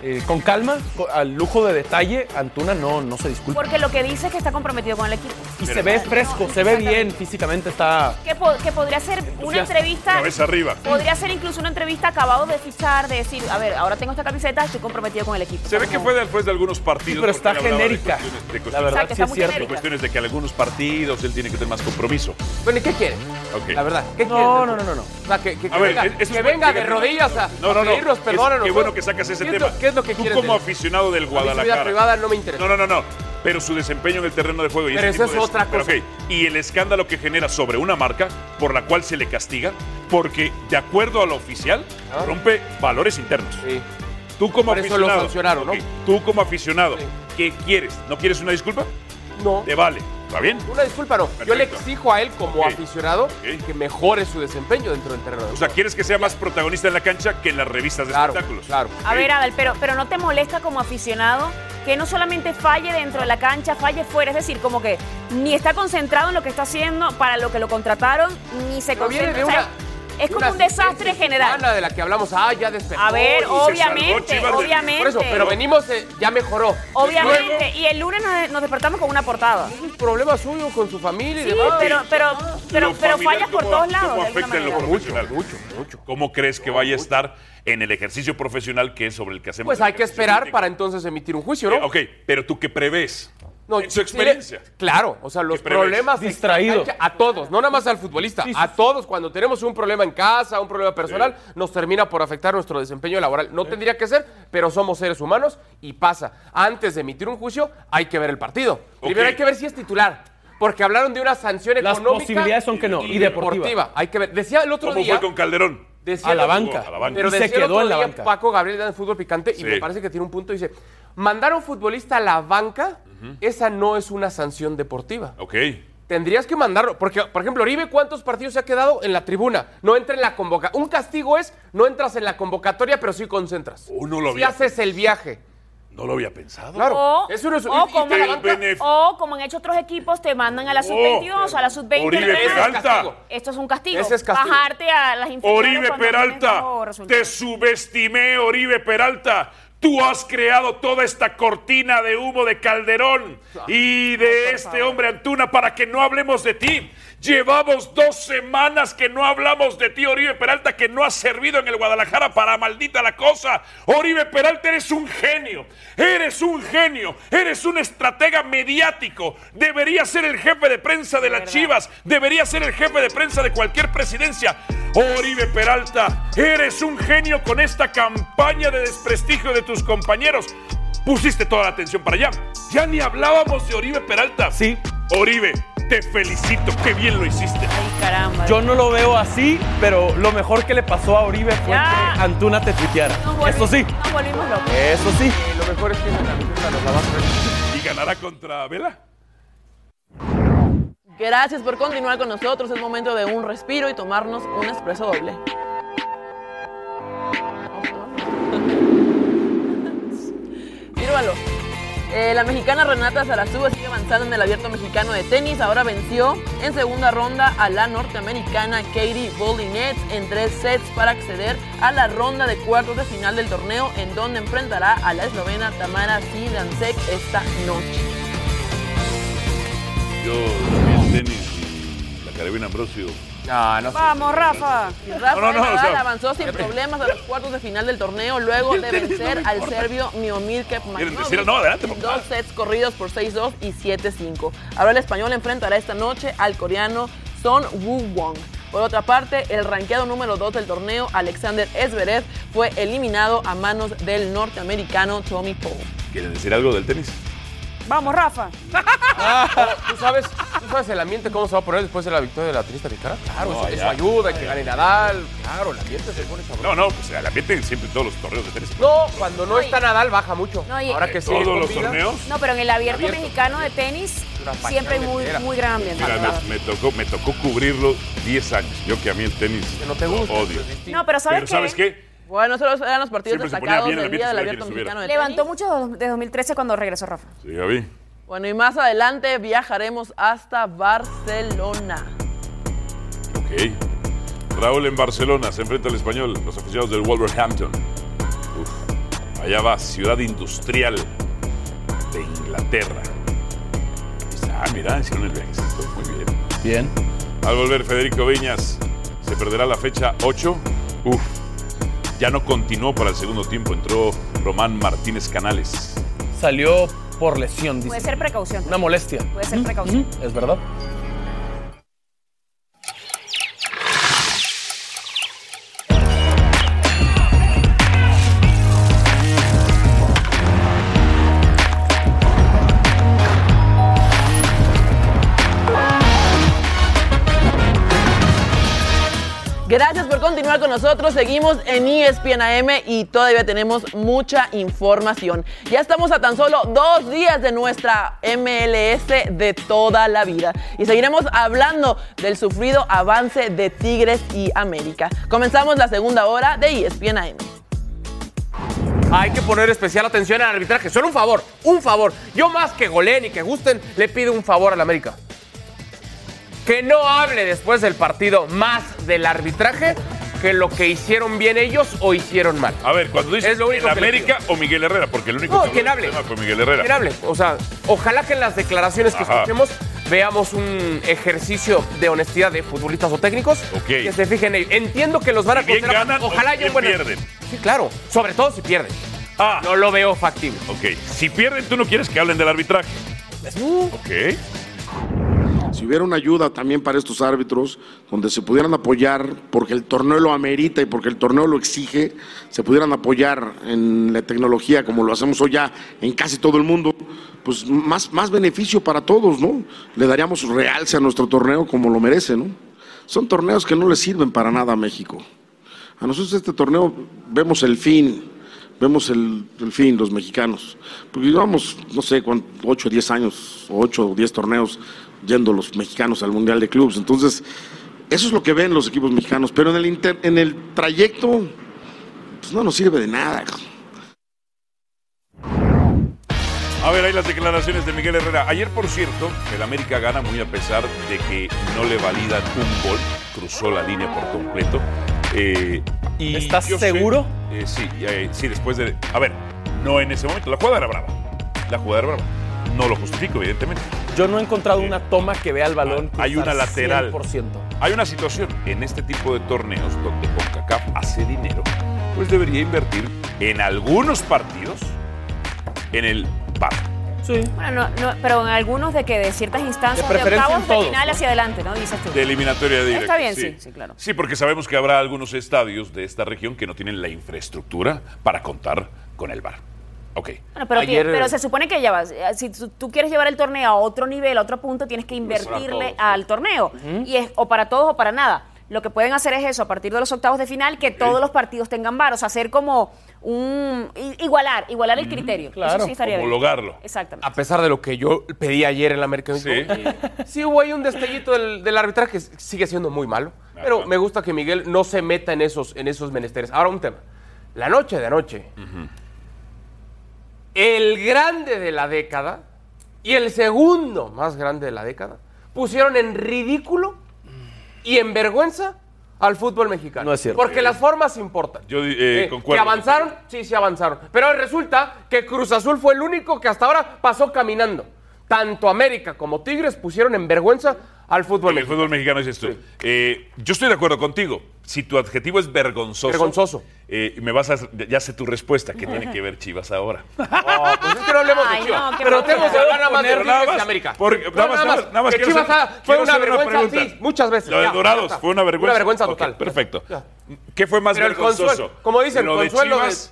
[SPEAKER 2] eh, con calma, co- al lujo de detalle, Antuna no, no se disculpa.
[SPEAKER 3] Porque lo que dice es que está comprometido con el equipo.
[SPEAKER 2] Y se ve fresco, se ve bien, físicamente está...
[SPEAKER 3] Que, po- que podría ser una entrevista.
[SPEAKER 2] Cabeza arriba.
[SPEAKER 3] Podría ser incluso una entrevista acabado de fichar, de decir, a ver, ahora tengo esta camiseta, estoy comprometido con el equipo.
[SPEAKER 1] Se ve que fue después de algunos partidos.
[SPEAKER 2] Sí, pero está
[SPEAKER 1] porque él hablaba de
[SPEAKER 2] genérica.
[SPEAKER 1] cuestiones- de
[SPEAKER 2] La
[SPEAKER 1] cuestiones-
[SPEAKER 2] verdad,
[SPEAKER 3] Exacto, está sí es muy cierto.
[SPEAKER 1] De
[SPEAKER 3] genérica.
[SPEAKER 1] cuestiones de que algunos partidos él tiene que tener más compromiso.
[SPEAKER 4] Bueno, ¿y qué quiere?
[SPEAKER 1] Ok.
[SPEAKER 4] La verdad, ¿qué quiere?
[SPEAKER 1] No, no, no, no, no.
[SPEAKER 4] O sea, que, que- que
[SPEAKER 1] A ver,
[SPEAKER 4] venga,
[SPEAKER 1] es- eso
[SPEAKER 4] que
[SPEAKER 1] es-
[SPEAKER 4] venga de
[SPEAKER 1] fíjate,
[SPEAKER 4] rodillas a,
[SPEAKER 1] No, no, no.
[SPEAKER 4] a pedirnos
[SPEAKER 1] Es-
[SPEAKER 4] perdón a
[SPEAKER 1] qué
[SPEAKER 4] nosotros.
[SPEAKER 1] bueno que sacas ese
[SPEAKER 4] ¿Qué es
[SPEAKER 1] tema.
[SPEAKER 4] lo- ¿Qué es lo que
[SPEAKER 1] Tú
[SPEAKER 4] quieres
[SPEAKER 1] como
[SPEAKER 4] de-
[SPEAKER 1] aficionado del
[SPEAKER 4] vida
[SPEAKER 1] Guadalajara.
[SPEAKER 4] privada no me interesa.
[SPEAKER 1] No, no, no, no. Pero su desempeño en el terreno de juego. Y
[SPEAKER 4] Pero
[SPEAKER 1] ese
[SPEAKER 4] eso
[SPEAKER 1] tipo
[SPEAKER 4] es
[SPEAKER 1] de-
[SPEAKER 4] otra
[SPEAKER 1] pero,
[SPEAKER 4] cosa.
[SPEAKER 1] ok, Y el escándalo que genera sobre una marca por la cual se le castiga, porque de acuerdo a lo oficial, rompe valores internos. Tú como
[SPEAKER 4] Por eso lo
[SPEAKER 1] aficionado.
[SPEAKER 4] sancionaron, ¿no?
[SPEAKER 1] ok, Tú como aficionado, ¿qué quieres? ¿No quieres una disculpa?
[SPEAKER 4] No.
[SPEAKER 1] Te vale. ¿Está bien?
[SPEAKER 4] Una disculpa, no. Yo le
[SPEAKER 1] Perfecto.
[SPEAKER 4] exijo a él como
[SPEAKER 1] Ok.
[SPEAKER 4] aficionado que mejore su desempeño dentro del terreno.
[SPEAKER 1] O
[SPEAKER 4] de juego.
[SPEAKER 1] sea, quieres que sea más protagonista en la cancha que en las revistas de espectáculos. ¿Eh? Claro.
[SPEAKER 3] A ver, Adal, pero, pero no te molesta como aficionado que no solamente falle dentro de la cancha, falle fuera. Es decir, como que ni está concentrado en lo que está haciendo para lo que lo contrataron, ni se
[SPEAKER 4] Pero viene
[SPEAKER 3] concentra.
[SPEAKER 4] de
[SPEAKER 3] o sea,
[SPEAKER 4] una-
[SPEAKER 3] es
[SPEAKER 4] de
[SPEAKER 3] como
[SPEAKER 4] una
[SPEAKER 3] un desastre general.
[SPEAKER 4] Ana de la que hablamos, ah, ya despertó.
[SPEAKER 3] A ver,
[SPEAKER 4] y se
[SPEAKER 3] obviamente,
[SPEAKER 4] salvó Chivas de-
[SPEAKER 3] obviamente.
[SPEAKER 4] Por eso, pero venimos, eh, ya mejoró.
[SPEAKER 3] Obviamente, y el lunes nos, nos despertamos con una portada.
[SPEAKER 4] Es un problema suyo con su familia y
[SPEAKER 3] Sí,
[SPEAKER 4] demás.
[SPEAKER 3] pero, pero, pero,
[SPEAKER 1] Lo
[SPEAKER 3] pero
[SPEAKER 1] familiar,
[SPEAKER 3] fallas por
[SPEAKER 1] ¿cómo-
[SPEAKER 3] todos lados.
[SPEAKER 1] ¿Cómo
[SPEAKER 3] de alguna
[SPEAKER 1] afecta en lo
[SPEAKER 3] manera.
[SPEAKER 1] profesional? Mucho, mucho, ¿Cómo crees que vaya a estar en el ejercicio profesional que es sobre el que hacemos?
[SPEAKER 4] Pues hay que esperar para entonces emitir un juicio, ¿no?
[SPEAKER 1] ok, pero tú qué prevés.
[SPEAKER 4] No,
[SPEAKER 1] en su experiencia.
[SPEAKER 4] Claro, o sea, los
[SPEAKER 1] prevés?
[SPEAKER 4] problemas
[SPEAKER 1] Distraído.
[SPEAKER 4] hay que- a todos, no nada más al futbolista, a todos cuando tenemos un problema en casa, un problema personal, nos termina por afectar nuestro desempeño laboral. No tendría que ser, pero somos seres humanos y pasa. Antes de emitir un juicio, hay que ver el partido. Primero hay que ver si es titular, porque hablaron de una sanción
[SPEAKER 2] Las
[SPEAKER 4] económica.
[SPEAKER 2] posibilidades son que no, y deportiva.
[SPEAKER 4] Hay que ver. Decía el otro
[SPEAKER 1] ¿Cómo
[SPEAKER 4] día
[SPEAKER 1] fue con Calderón?
[SPEAKER 4] Decía
[SPEAKER 2] A la
[SPEAKER 4] el otro-
[SPEAKER 2] banca. A la banca.
[SPEAKER 4] Pero
[SPEAKER 2] Y se
[SPEAKER 4] decía el
[SPEAKER 2] quedó
[SPEAKER 4] otro
[SPEAKER 2] en la
[SPEAKER 4] día
[SPEAKER 2] banca.
[SPEAKER 4] Paco Gabriel en Fútbol Picante y
[SPEAKER 2] Sí.
[SPEAKER 4] me parece que tiene un punto. Dice, mandar a un futbolista a la banca, esa no es una sanción deportiva.
[SPEAKER 1] Ok.
[SPEAKER 4] Tendrías que mandarlo, porque, por ejemplo, Oribe, ¿cuántos partidos se ha quedado en la tribuna? No entra en la convocatoria.
[SPEAKER 2] Oh,
[SPEAKER 4] Un castigo es, no entras en la convocatoria, pero sí concentras.
[SPEAKER 1] Uno lo
[SPEAKER 4] Si
[SPEAKER 1] vio.
[SPEAKER 4] haces el viaje.
[SPEAKER 1] No lo había pensado.
[SPEAKER 3] O,
[SPEAKER 1] Eso no es-
[SPEAKER 3] o
[SPEAKER 1] y- y
[SPEAKER 3] como
[SPEAKER 1] te-
[SPEAKER 3] Oh, la banca-
[SPEAKER 1] benef-
[SPEAKER 3] o como han hecho otros equipos, te mandan a la sub-22, a la sub-20.
[SPEAKER 1] Oribe
[SPEAKER 3] Ese es
[SPEAKER 1] Peralta.
[SPEAKER 3] castigo. Esto es un castigo.
[SPEAKER 1] Ese es castigo.
[SPEAKER 3] Bajarte a las inferiores
[SPEAKER 1] Oribe
[SPEAKER 3] cuando tienes
[SPEAKER 1] Peralta,
[SPEAKER 3] bajo resultado.
[SPEAKER 1] te subestimé, Oribe Peralta. Tú has creado toda esta cortina de humo de Calderón y de este hombre Antuna para que no hablemos de ti. Llevamos dos semanas que no hablamos de ti, Oribe Peralta, que no has servido en el Guadalajara para maldita la cosa. Oribe Peralta, eres un genio, eres un genio, eres un estratega mediático. Deberías ser el jefe de prensa de las Chivas, deberías ser el jefe de prensa de cualquier presidencia. Oribe Peralta, eres un genio con esta campaña de desprestigio de tus compañeros. Pusiste toda la atención para allá. Ya ni hablábamos de Oribe Peralta. Sí. Oribe, te felicito. Qué bien lo hiciste.
[SPEAKER 3] Caramba.
[SPEAKER 2] Yo no lo veo así, pero lo mejor que le pasó a Oribe fue
[SPEAKER 3] Ya.
[SPEAKER 2] que Antuna te tuiteara. Eso sí,
[SPEAKER 3] Nos volvimos locos.
[SPEAKER 2] eso sí.
[SPEAKER 4] Lo mejor es que esa camiseta nos la va a traer.
[SPEAKER 1] ¿Y ganará contra Vela?
[SPEAKER 10] Gracias por continuar con nosotros. Es momento de un respiro y tomarnos un expreso doble. [laughs] Sírvalo. Eh, la mexicana Renata Sarazúa sigue avanzando en el abierto mexicano de tenis. Ahora venció en segunda ronda a la norteamericana Katie Boldinet en tres sets para acceder a la ronda de cuartos de final del torneo, en donde enfrentará a la eslovena Tamara Sidansek esta noche.
[SPEAKER 1] Yo también tenis y la Carolina Ambrosio.
[SPEAKER 4] No, no
[SPEAKER 3] Vamos, Rafa.
[SPEAKER 10] Y Rafa
[SPEAKER 1] No, no, no, o
[SPEAKER 10] Nadal
[SPEAKER 1] sea,
[SPEAKER 10] avanzó sin problemas a los cuartos de final del torneo luego de vencer al serbio Miomir
[SPEAKER 1] Quieren decir, no, adelante, por
[SPEAKER 10] Dos sets corridos por 6-2 y 7-5. Ahora el español enfrentará esta noche al coreano Son Woo Wong. Por otra parte, el ranqueado número 2 del torneo, Alexander Zverev, fue eliminado a manos del norteamericano Tommy Paul.
[SPEAKER 1] ¿Quieren decir algo del tenis?
[SPEAKER 3] Vamos, Rafa.
[SPEAKER 4] ¿Tú sabes, ¿Tú sabes el ambiente cómo se va a poner después de la victoria de la triste Vicara? Claro,
[SPEAKER 1] No,
[SPEAKER 4] eso,
[SPEAKER 1] ya.
[SPEAKER 4] eso ayuda, que gane Nadal. Claro, el ambiente se pone sabroso.
[SPEAKER 1] No, no, pues la meten siempre en todos los torneos de tenis.
[SPEAKER 4] No, cuando no está Nadal baja mucho.
[SPEAKER 3] No, y-
[SPEAKER 4] Ahora que sí.
[SPEAKER 1] todos los torneos.
[SPEAKER 3] No, pero en el abierto,
[SPEAKER 4] Abierto.
[SPEAKER 3] mexicano de tenis
[SPEAKER 4] Una pasión
[SPEAKER 3] siempre hay
[SPEAKER 4] de
[SPEAKER 3] muy,
[SPEAKER 4] primera.
[SPEAKER 3] muy gran ambiente.
[SPEAKER 1] Mira,
[SPEAKER 3] la verdad.
[SPEAKER 1] me, me tocó, me tocó cubrirlo 10 años. Yo que a mí el tenis
[SPEAKER 4] Que no te
[SPEAKER 1] lo
[SPEAKER 4] gusta.
[SPEAKER 1] odio.
[SPEAKER 4] pues, distinto.
[SPEAKER 3] No, pero ¿sabes
[SPEAKER 1] Pero
[SPEAKER 3] qué?
[SPEAKER 1] ¿sabes qué?
[SPEAKER 10] Bueno, solo eran los partidos
[SPEAKER 1] Siempre se ponía
[SPEAKER 10] destacados
[SPEAKER 1] bien el
[SPEAKER 10] del día del
[SPEAKER 1] ambiente,
[SPEAKER 10] abierto
[SPEAKER 1] se veía
[SPEAKER 10] mexicano de tenis.
[SPEAKER 3] Levantó mucho de 2013 cuando regresó Rafa.
[SPEAKER 1] Sí, Gaby.
[SPEAKER 10] Bueno, y más adelante viajaremos hasta Barcelona.
[SPEAKER 1] Ok. Raúl en Barcelona se enfrenta al español, los aficionados del Wolverhampton. Uf. Allá va, ciudad industrial de Inglaterra. Ah, mira, hicieron el viajecito. Muy bien.
[SPEAKER 2] Bien.
[SPEAKER 1] Al volver, Federico Viñas se perderá la fecha 8. Uf, ya no continuó para el segundo tiempo. Entró Román Martínez Canales.
[SPEAKER 2] Salió por lesión,
[SPEAKER 3] Puede
[SPEAKER 2] dice.
[SPEAKER 3] ser precaución.
[SPEAKER 2] Una molestia.
[SPEAKER 3] Puede ser precaución.
[SPEAKER 2] Es verdad.
[SPEAKER 10] Gracias por continuar con nosotros. Seguimos en E ESPN AM y todavía tenemos mucha información. Ya estamos a tan solo dos días de nuestra MLS de toda la vida y seguiremos hablando del sufrido avance de Tigres y América. Comenzamos la segunda hora de E ESPN AM.
[SPEAKER 4] Hay que poner especial atención al arbitraje. Solo un favor, un favor. Yo más que goleen y que gusten, le pido un favor al América. Que no hable después del partido más del arbitraje que lo que hicieron bien ellos o hicieron mal.
[SPEAKER 1] A ver, cuando dices
[SPEAKER 4] Es lo único
[SPEAKER 1] el
[SPEAKER 4] que le
[SPEAKER 1] América o Miguel Herrera, porque el único
[SPEAKER 4] No,
[SPEAKER 1] que habló
[SPEAKER 4] quien
[SPEAKER 1] del
[SPEAKER 4] hable.
[SPEAKER 1] tema fue Miguel Herrera.
[SPEAKER 4] Quien hable. O sea, ojalá que en las declaraciones que
[SPEAKER 1] Ajá.
[SPEAKER 4] escuchemos veamos un ejercicio de honestidad de futbolistas o técnicos
[SPEAKER 1] Ok.
[SPEAKER 4] que se fijen ahí. Entiendo que los van a
[SPEAKER 1] Si bien
[SPEAKER 4] considerar-
[SPEAKER 1] ganan o
[SPEAKER 4] ojalá
[SPEAKER 1] si
[SPEAKER 4] haya un
[SPEAKER 1] bien
[SPEAKER 4] buen-
[SPEAKER 1] pierden.
[SPEAKER 4] Sí, claro. Sobre todo si pierden.
[SPEAKER 1] Ah,
[SPEAKER 4] No lo veo factible.
[SPEAKER 1] ok. Si pierden, tú no quieres que hablen del arbitraje. Ok.
[SPEAKER 14] Si hubiera una ayuda también para estos árbitros, donde se pudieran apoyar, porque el torneo lo amerita y porque el torneo lo exige, se pudieran apoyar en la tecnología como lo hacemos hoy ya en casi todo el mundo, pues más, más beneficio para todos, ¿no? Le daríamos realce a nuestro torneo como lo merece, ¿no? Son torneos que no le sirven para nada a México. A nosotros este torneo vemos el fin, vemos el, el fin los mexicanos. Porque pues, llevamos, no sé, 8 o 10 años, 8 o 10 torneos yendo los mexicanos al Mundial de Clubes. Entonces, eso es lo que ven los equipos mexicanos. Pero en el, inter- en el trayecto, pues no nos sirve de nada. cabrón.
[SPEAKER 1] A ver, ahí las declaraciones de Miguel Herrera. Ayer, por cierto, el América gana muy a pesar de que no le validan un gol. Cruzó la línea por completo. Eh, y
[SPEAKER 2] ¿Estás
[SPEAKER 1] yo sé-
[SPEAKER 2] seguro?
[SPEAKER 1] eh, sí, eh, sí, después de... A ver, no en ese momento. La jugada era brava. La jugada era brava. No lo justifico, evidentemente. Eh, ah,
[SPEAKER 2] Yo no he encontrado una toma que vea el balón.
[SPEAKER 1] Hay una
[SPEAKER 2] cruzar
[SPEAKER 1] lateral.
[SPEAKER 2] 100%.
[SPEAKER 1] Hay una situación en este tipo de torneos donde CONCACAF hace dinero, pues debería invertir en algunos partidos en el VAR.
[SPEAKER 2] Sí.
[SPEAKER 3] Bueno, no, no, pero en algunos de que de ciertas instancias,
[SPEAKER 1] De
[SPEAKER 3] de,
[SPEAKER 1] preferencia
[SPEAKER 3] octavos
[SPEAKER 1] en
[SPEAKER 3] de
[SPEAKER 1] todos,
[SPEAKER 3] final
[SPEAKER 1] ¿no?
[SPEAKER 3] hacia adelante, ¿no? Dices tú.
[SPEAKER 1] de eliminatoria directa.
[SPEAKER 3] Está bien, sí, sí, claro.
[SPEAKER 1] Sí, porque sabemos que habrá algunos estadios de esta región que no tienen la infraestructura para contar con el bar. Ok.
[SPEAKER 3] Bueno, pero,
[SPEAKER 1] Ayer-
[SPEAKER 3] bien, pero se supone que ya vas. eh, Si tú, tú quieres llevar el torneo a otro nivel, a otro punto, tienes que invertirle
[SPEAKER 1] todos,
[SPEAKER 3] al torneo. Y es o para todos o para nada. Lo que pueden hacer es eso, a partir de los octavos de final, que todos los partidos tengan varos, hacer como un. i- igualar, igualar el criterio. Eso sí estaría bien.
[SPEAKER 1] Homologarlo.
[SPEAKER 3] Exactamente.
[SPEAKER 4] A pesar de lo que yo pedí ayer en la American League, sí hubo ahí un destellito del, del arbitraje que sigue siendo muy malo, pero me gusta que Miguel no se meta en esos, en esos menesteres. Ahora un tema. La noche de anoche, el grande de la década y el segundo más grande de la década pusieron en ridículo y en vergüenza al fútbol mexicano.
[SPEAKER 2] No es cierto.
[SPEAKER 4] Porque las formas importan.
[SPEAKER 1] Yo eh,
[SPEAKER 4] Eh,
[SPEAKER 1] concuerdo.
[SPEAKER 4] ¿Que avanzaron? Sí, sí avanzaron. Pero resulta que Cruz Azul fue el único que hasta ahora pasó caminando. Tanto América como Tigres pusieron en vergüenza al fútbol
[SPEAKER 1] El
[SPEAKER 4] mexicano.
[SPEAKER 1] fútbol mexicano es esto. Eh, yo estoy de acuerdo contigo. Si tu adjetivo es vergonzoso.
[SPEAKER 4] Vergonzoso.
[SPEAKER 1] eh, me vas a, ya sé tu respuesta, que tiene que ver Chivas ahora.
[SPEAKER 4] Oh, pues es que no hablemos
[SPEAKER 3] Ay,
[SPEAKER 4] de Chivas.
[SPEAKER 3] no, qué
[SPEAKER 4] pero
[SPEAKER 3] bronca.
[SPEAKER 4] tenemos que hablar nada más de
[SPEAKER 1] Pero nada
[SPEAKER 4] Tigres y
[SPEAKER 1] más,
[SPEAKER 4] América.
[SPEAKER 1] porque-
[SPEAKER 4] No,
[SPEAKER 1] nada más, nada más, nada más
[SPEAKER 4] que
[SPEAKER 1] quiero
[SPEAKER 4] Chivas
[SPEAKER 1] hacer-
[SPEAKER 4] ah, fue
[SPEAKER 1] quiero
[SPEAKER 4] una
[SPEAKER 1] hacer una
[SPEAKER 4] vergüenza,
[SPEAKER 1] pregunta.
[SPEAKER 4] sí, muchas veces.
[SPEAKER 1] Lo de
[SPEAKER 4] [laughs] ya,
[SPEAKER 1] Dorados
[SPEAKER 4] ya está.
[SPEAKER 1] fue una vergüenza.
[SPEAKER 4] Una vergüenza
[SPEAKER 1] Ok,
[SPEAKER 4] total.
[SPEAKER 1] perfecto.
[SPEAKER 4] Ya.
[SPEAKER 1] ¿Qué fue más
[SPEAKER 4] Pero el
[SPEAKER 1] vergonzoso?
[SPEAKER 4] consuelo, como dicen,
[SPEAKER 1] ¿Lo de
[SPEAKER 4] consuelo de-
[SPEAKER 1] Chivas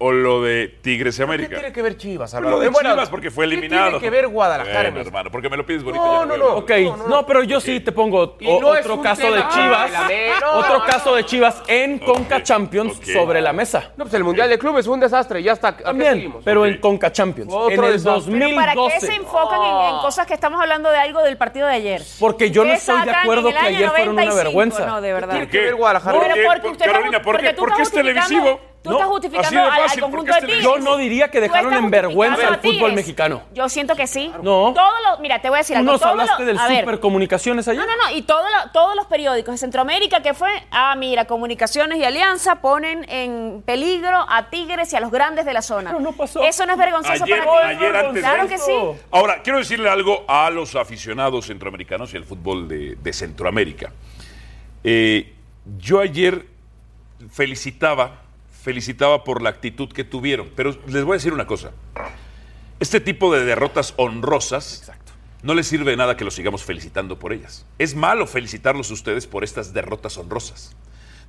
[SPEAKER 1] o lo de Tigres y
[SPEAKER 4] ¿Qué
[SPEAKER 1] América?
[SPEAKER 4] tiene que ver Chivas,
[SPEAKER 1] Pero lo
[SPEAKER 4] Álvaro?
[SPEAKER 1] de
[SPEAKER 4] En buena-
[SPEAKER 1] Chivas porque fue eliminado.
[SPEAKER 4] ¿Qué tiene que ver Guadalajara? en
[SPEAKER 1] Bueno,
[SPEAKER 4] esto?
[SPEAKER 1] hermano, porque me lo pides bonito. ya
[SPEAKER 4] No, no,
[SPEAKER 1] veo.
[SPEAKER 4] no.
[SPEAKER 2] Ok, no, pero yo sí te pongo
[SPEAKER 4] Y
[SPEAKER 2] o-
[SPEAKER 4] no es
[SPEAKER 2] otro
[SPEAKER 4] un
[SPEAKER 2] caso de
[SPEAKER 4] tema.
[SPEAKER 2] Chivas.
[SPEAKER 4] Ah, la- no,
[SPEAKER 2] otro
[SPEAKER 4] no,
[SPEAKER 2] caso de Chivas en Conca Champions
[SPEAKER 1] ok.
[SPEAKER 2] sobre la mesa.
[SPEAKER 4] No, pues el Mundial de Clubes fue un desastre, ya está. ¿A qué
[SPEAKER 2] También,
[SPEAKER 4] seguimos?
[SPEAKER 2] pero en Conca Champions.
[SPEAKER 4] Otro
[SPEAKER 2] en el
[SPEAKER 4] desastre.
[SPEAKER 2] 2012.
[SPEAKER 3] ¿Para qué se enfocan en, en cosas que estamos hablando de algo del partido de ayer?
[SPEAKER 2] Porque yo no
[SPEAKER 3] Ustedes
[SPEAKER 2] estoy de
[SPEAKER 3] sacan
[SPEAKER 2] acuerdo
[SPEAKER 3] en el
[SPEAKER 2] que
[SPEAKER 3] año
[SPEAKER 2] ayer fueron una
[SPEAKER 3] 95,
[SPEAKER 2] vergüenza.
[SPEAKER 3] No, de verdad.
[SPEAKER 1] ¿Por qué?
[SPEAKER 4] ver Guadalajara?
[SPEAKER 1] ¿Por
[SPEAKER 3] Pero
[SPEAKER 1] qué?
[SPEAKER 3] porque usted
[SPEAKER 1] Carolina,
[SPEAKER 3] está-
[SPEAKER 1] ¿por qué?
[SPEAKER 3] porque tú
[SPEAKER 1] ¿Por qué es
[SPEAKER 3] estás justificando-
[SPEAKER 1] televisivo?
[SPEAKER 3] tú estás justificando
[SPEAKER 1] así de
[SPEAKER 3] al- al
[SPEAKER 1] fácil, ¿por qué
[SPEAKER 3] conjunto
[SPEAKER 1] es televisivo?
[SPEAKER 3] de Tigres.
[SPEAKER 2] este, Yo no diría que
[SPEAKER 3] Tú
[SPEAKER 2] dejaron
[SPEAKER 3] estás
[SPEAKER 2] en vergüenza
[SPEAKER 3] justificando
[SPEAKER 2] al
[SPEAKER 3] a Tigres.
[SPEAKER 2] fútbol mexicano.
[SPEAKER 3] Yo siento que sí.
[SPEAKER 2] No.
[SPEAKER 3] Todo lo- mira, te voy a decir
[SPEAKER 2] Tú
[SPEAKER 3] algo.
[SPEAKER 2] nos
[SPEAKER 3] todo lo-
[SPEAKER 2] hablaste del
[SPEAKER 3] a ver,
[SPEAKER 2] supercomunicaciones ayer.
[SPEAKER 3] No, no, no. Y todo lo- todos los periódicos de Centroamérica que fue, ah, mira, Comunicaciones y Alianza ponen en peligro a Tigres y a los grandes de la zona.
[SPEAKER 2] Pero no pasó.
[SPEAKER 3] Eso no es vergonzoso
[SPEAKER 1] Ayer,
[SPEAKER 3] para ti.
[SPEAKER 1] ayer antes de
[SPEAKER 3] claro
[SPEAKER 1] esto.
[SPEAKER 3] que sí.
[SPEAKER 1] Ahora, quiero decirle algo a los aficionados centroamericanos y al fútbol de, de Centroamérica. Eh, yo ayer felicitaba, felicitaba por la actitud que tuvieron, pero les voy a decir una cosa. Este tipo de derrotas honrosas no les sirve de nada que los sigamos felicitando por ellas. Es malo felicitarlos ustedes por estas derrotas honrosas.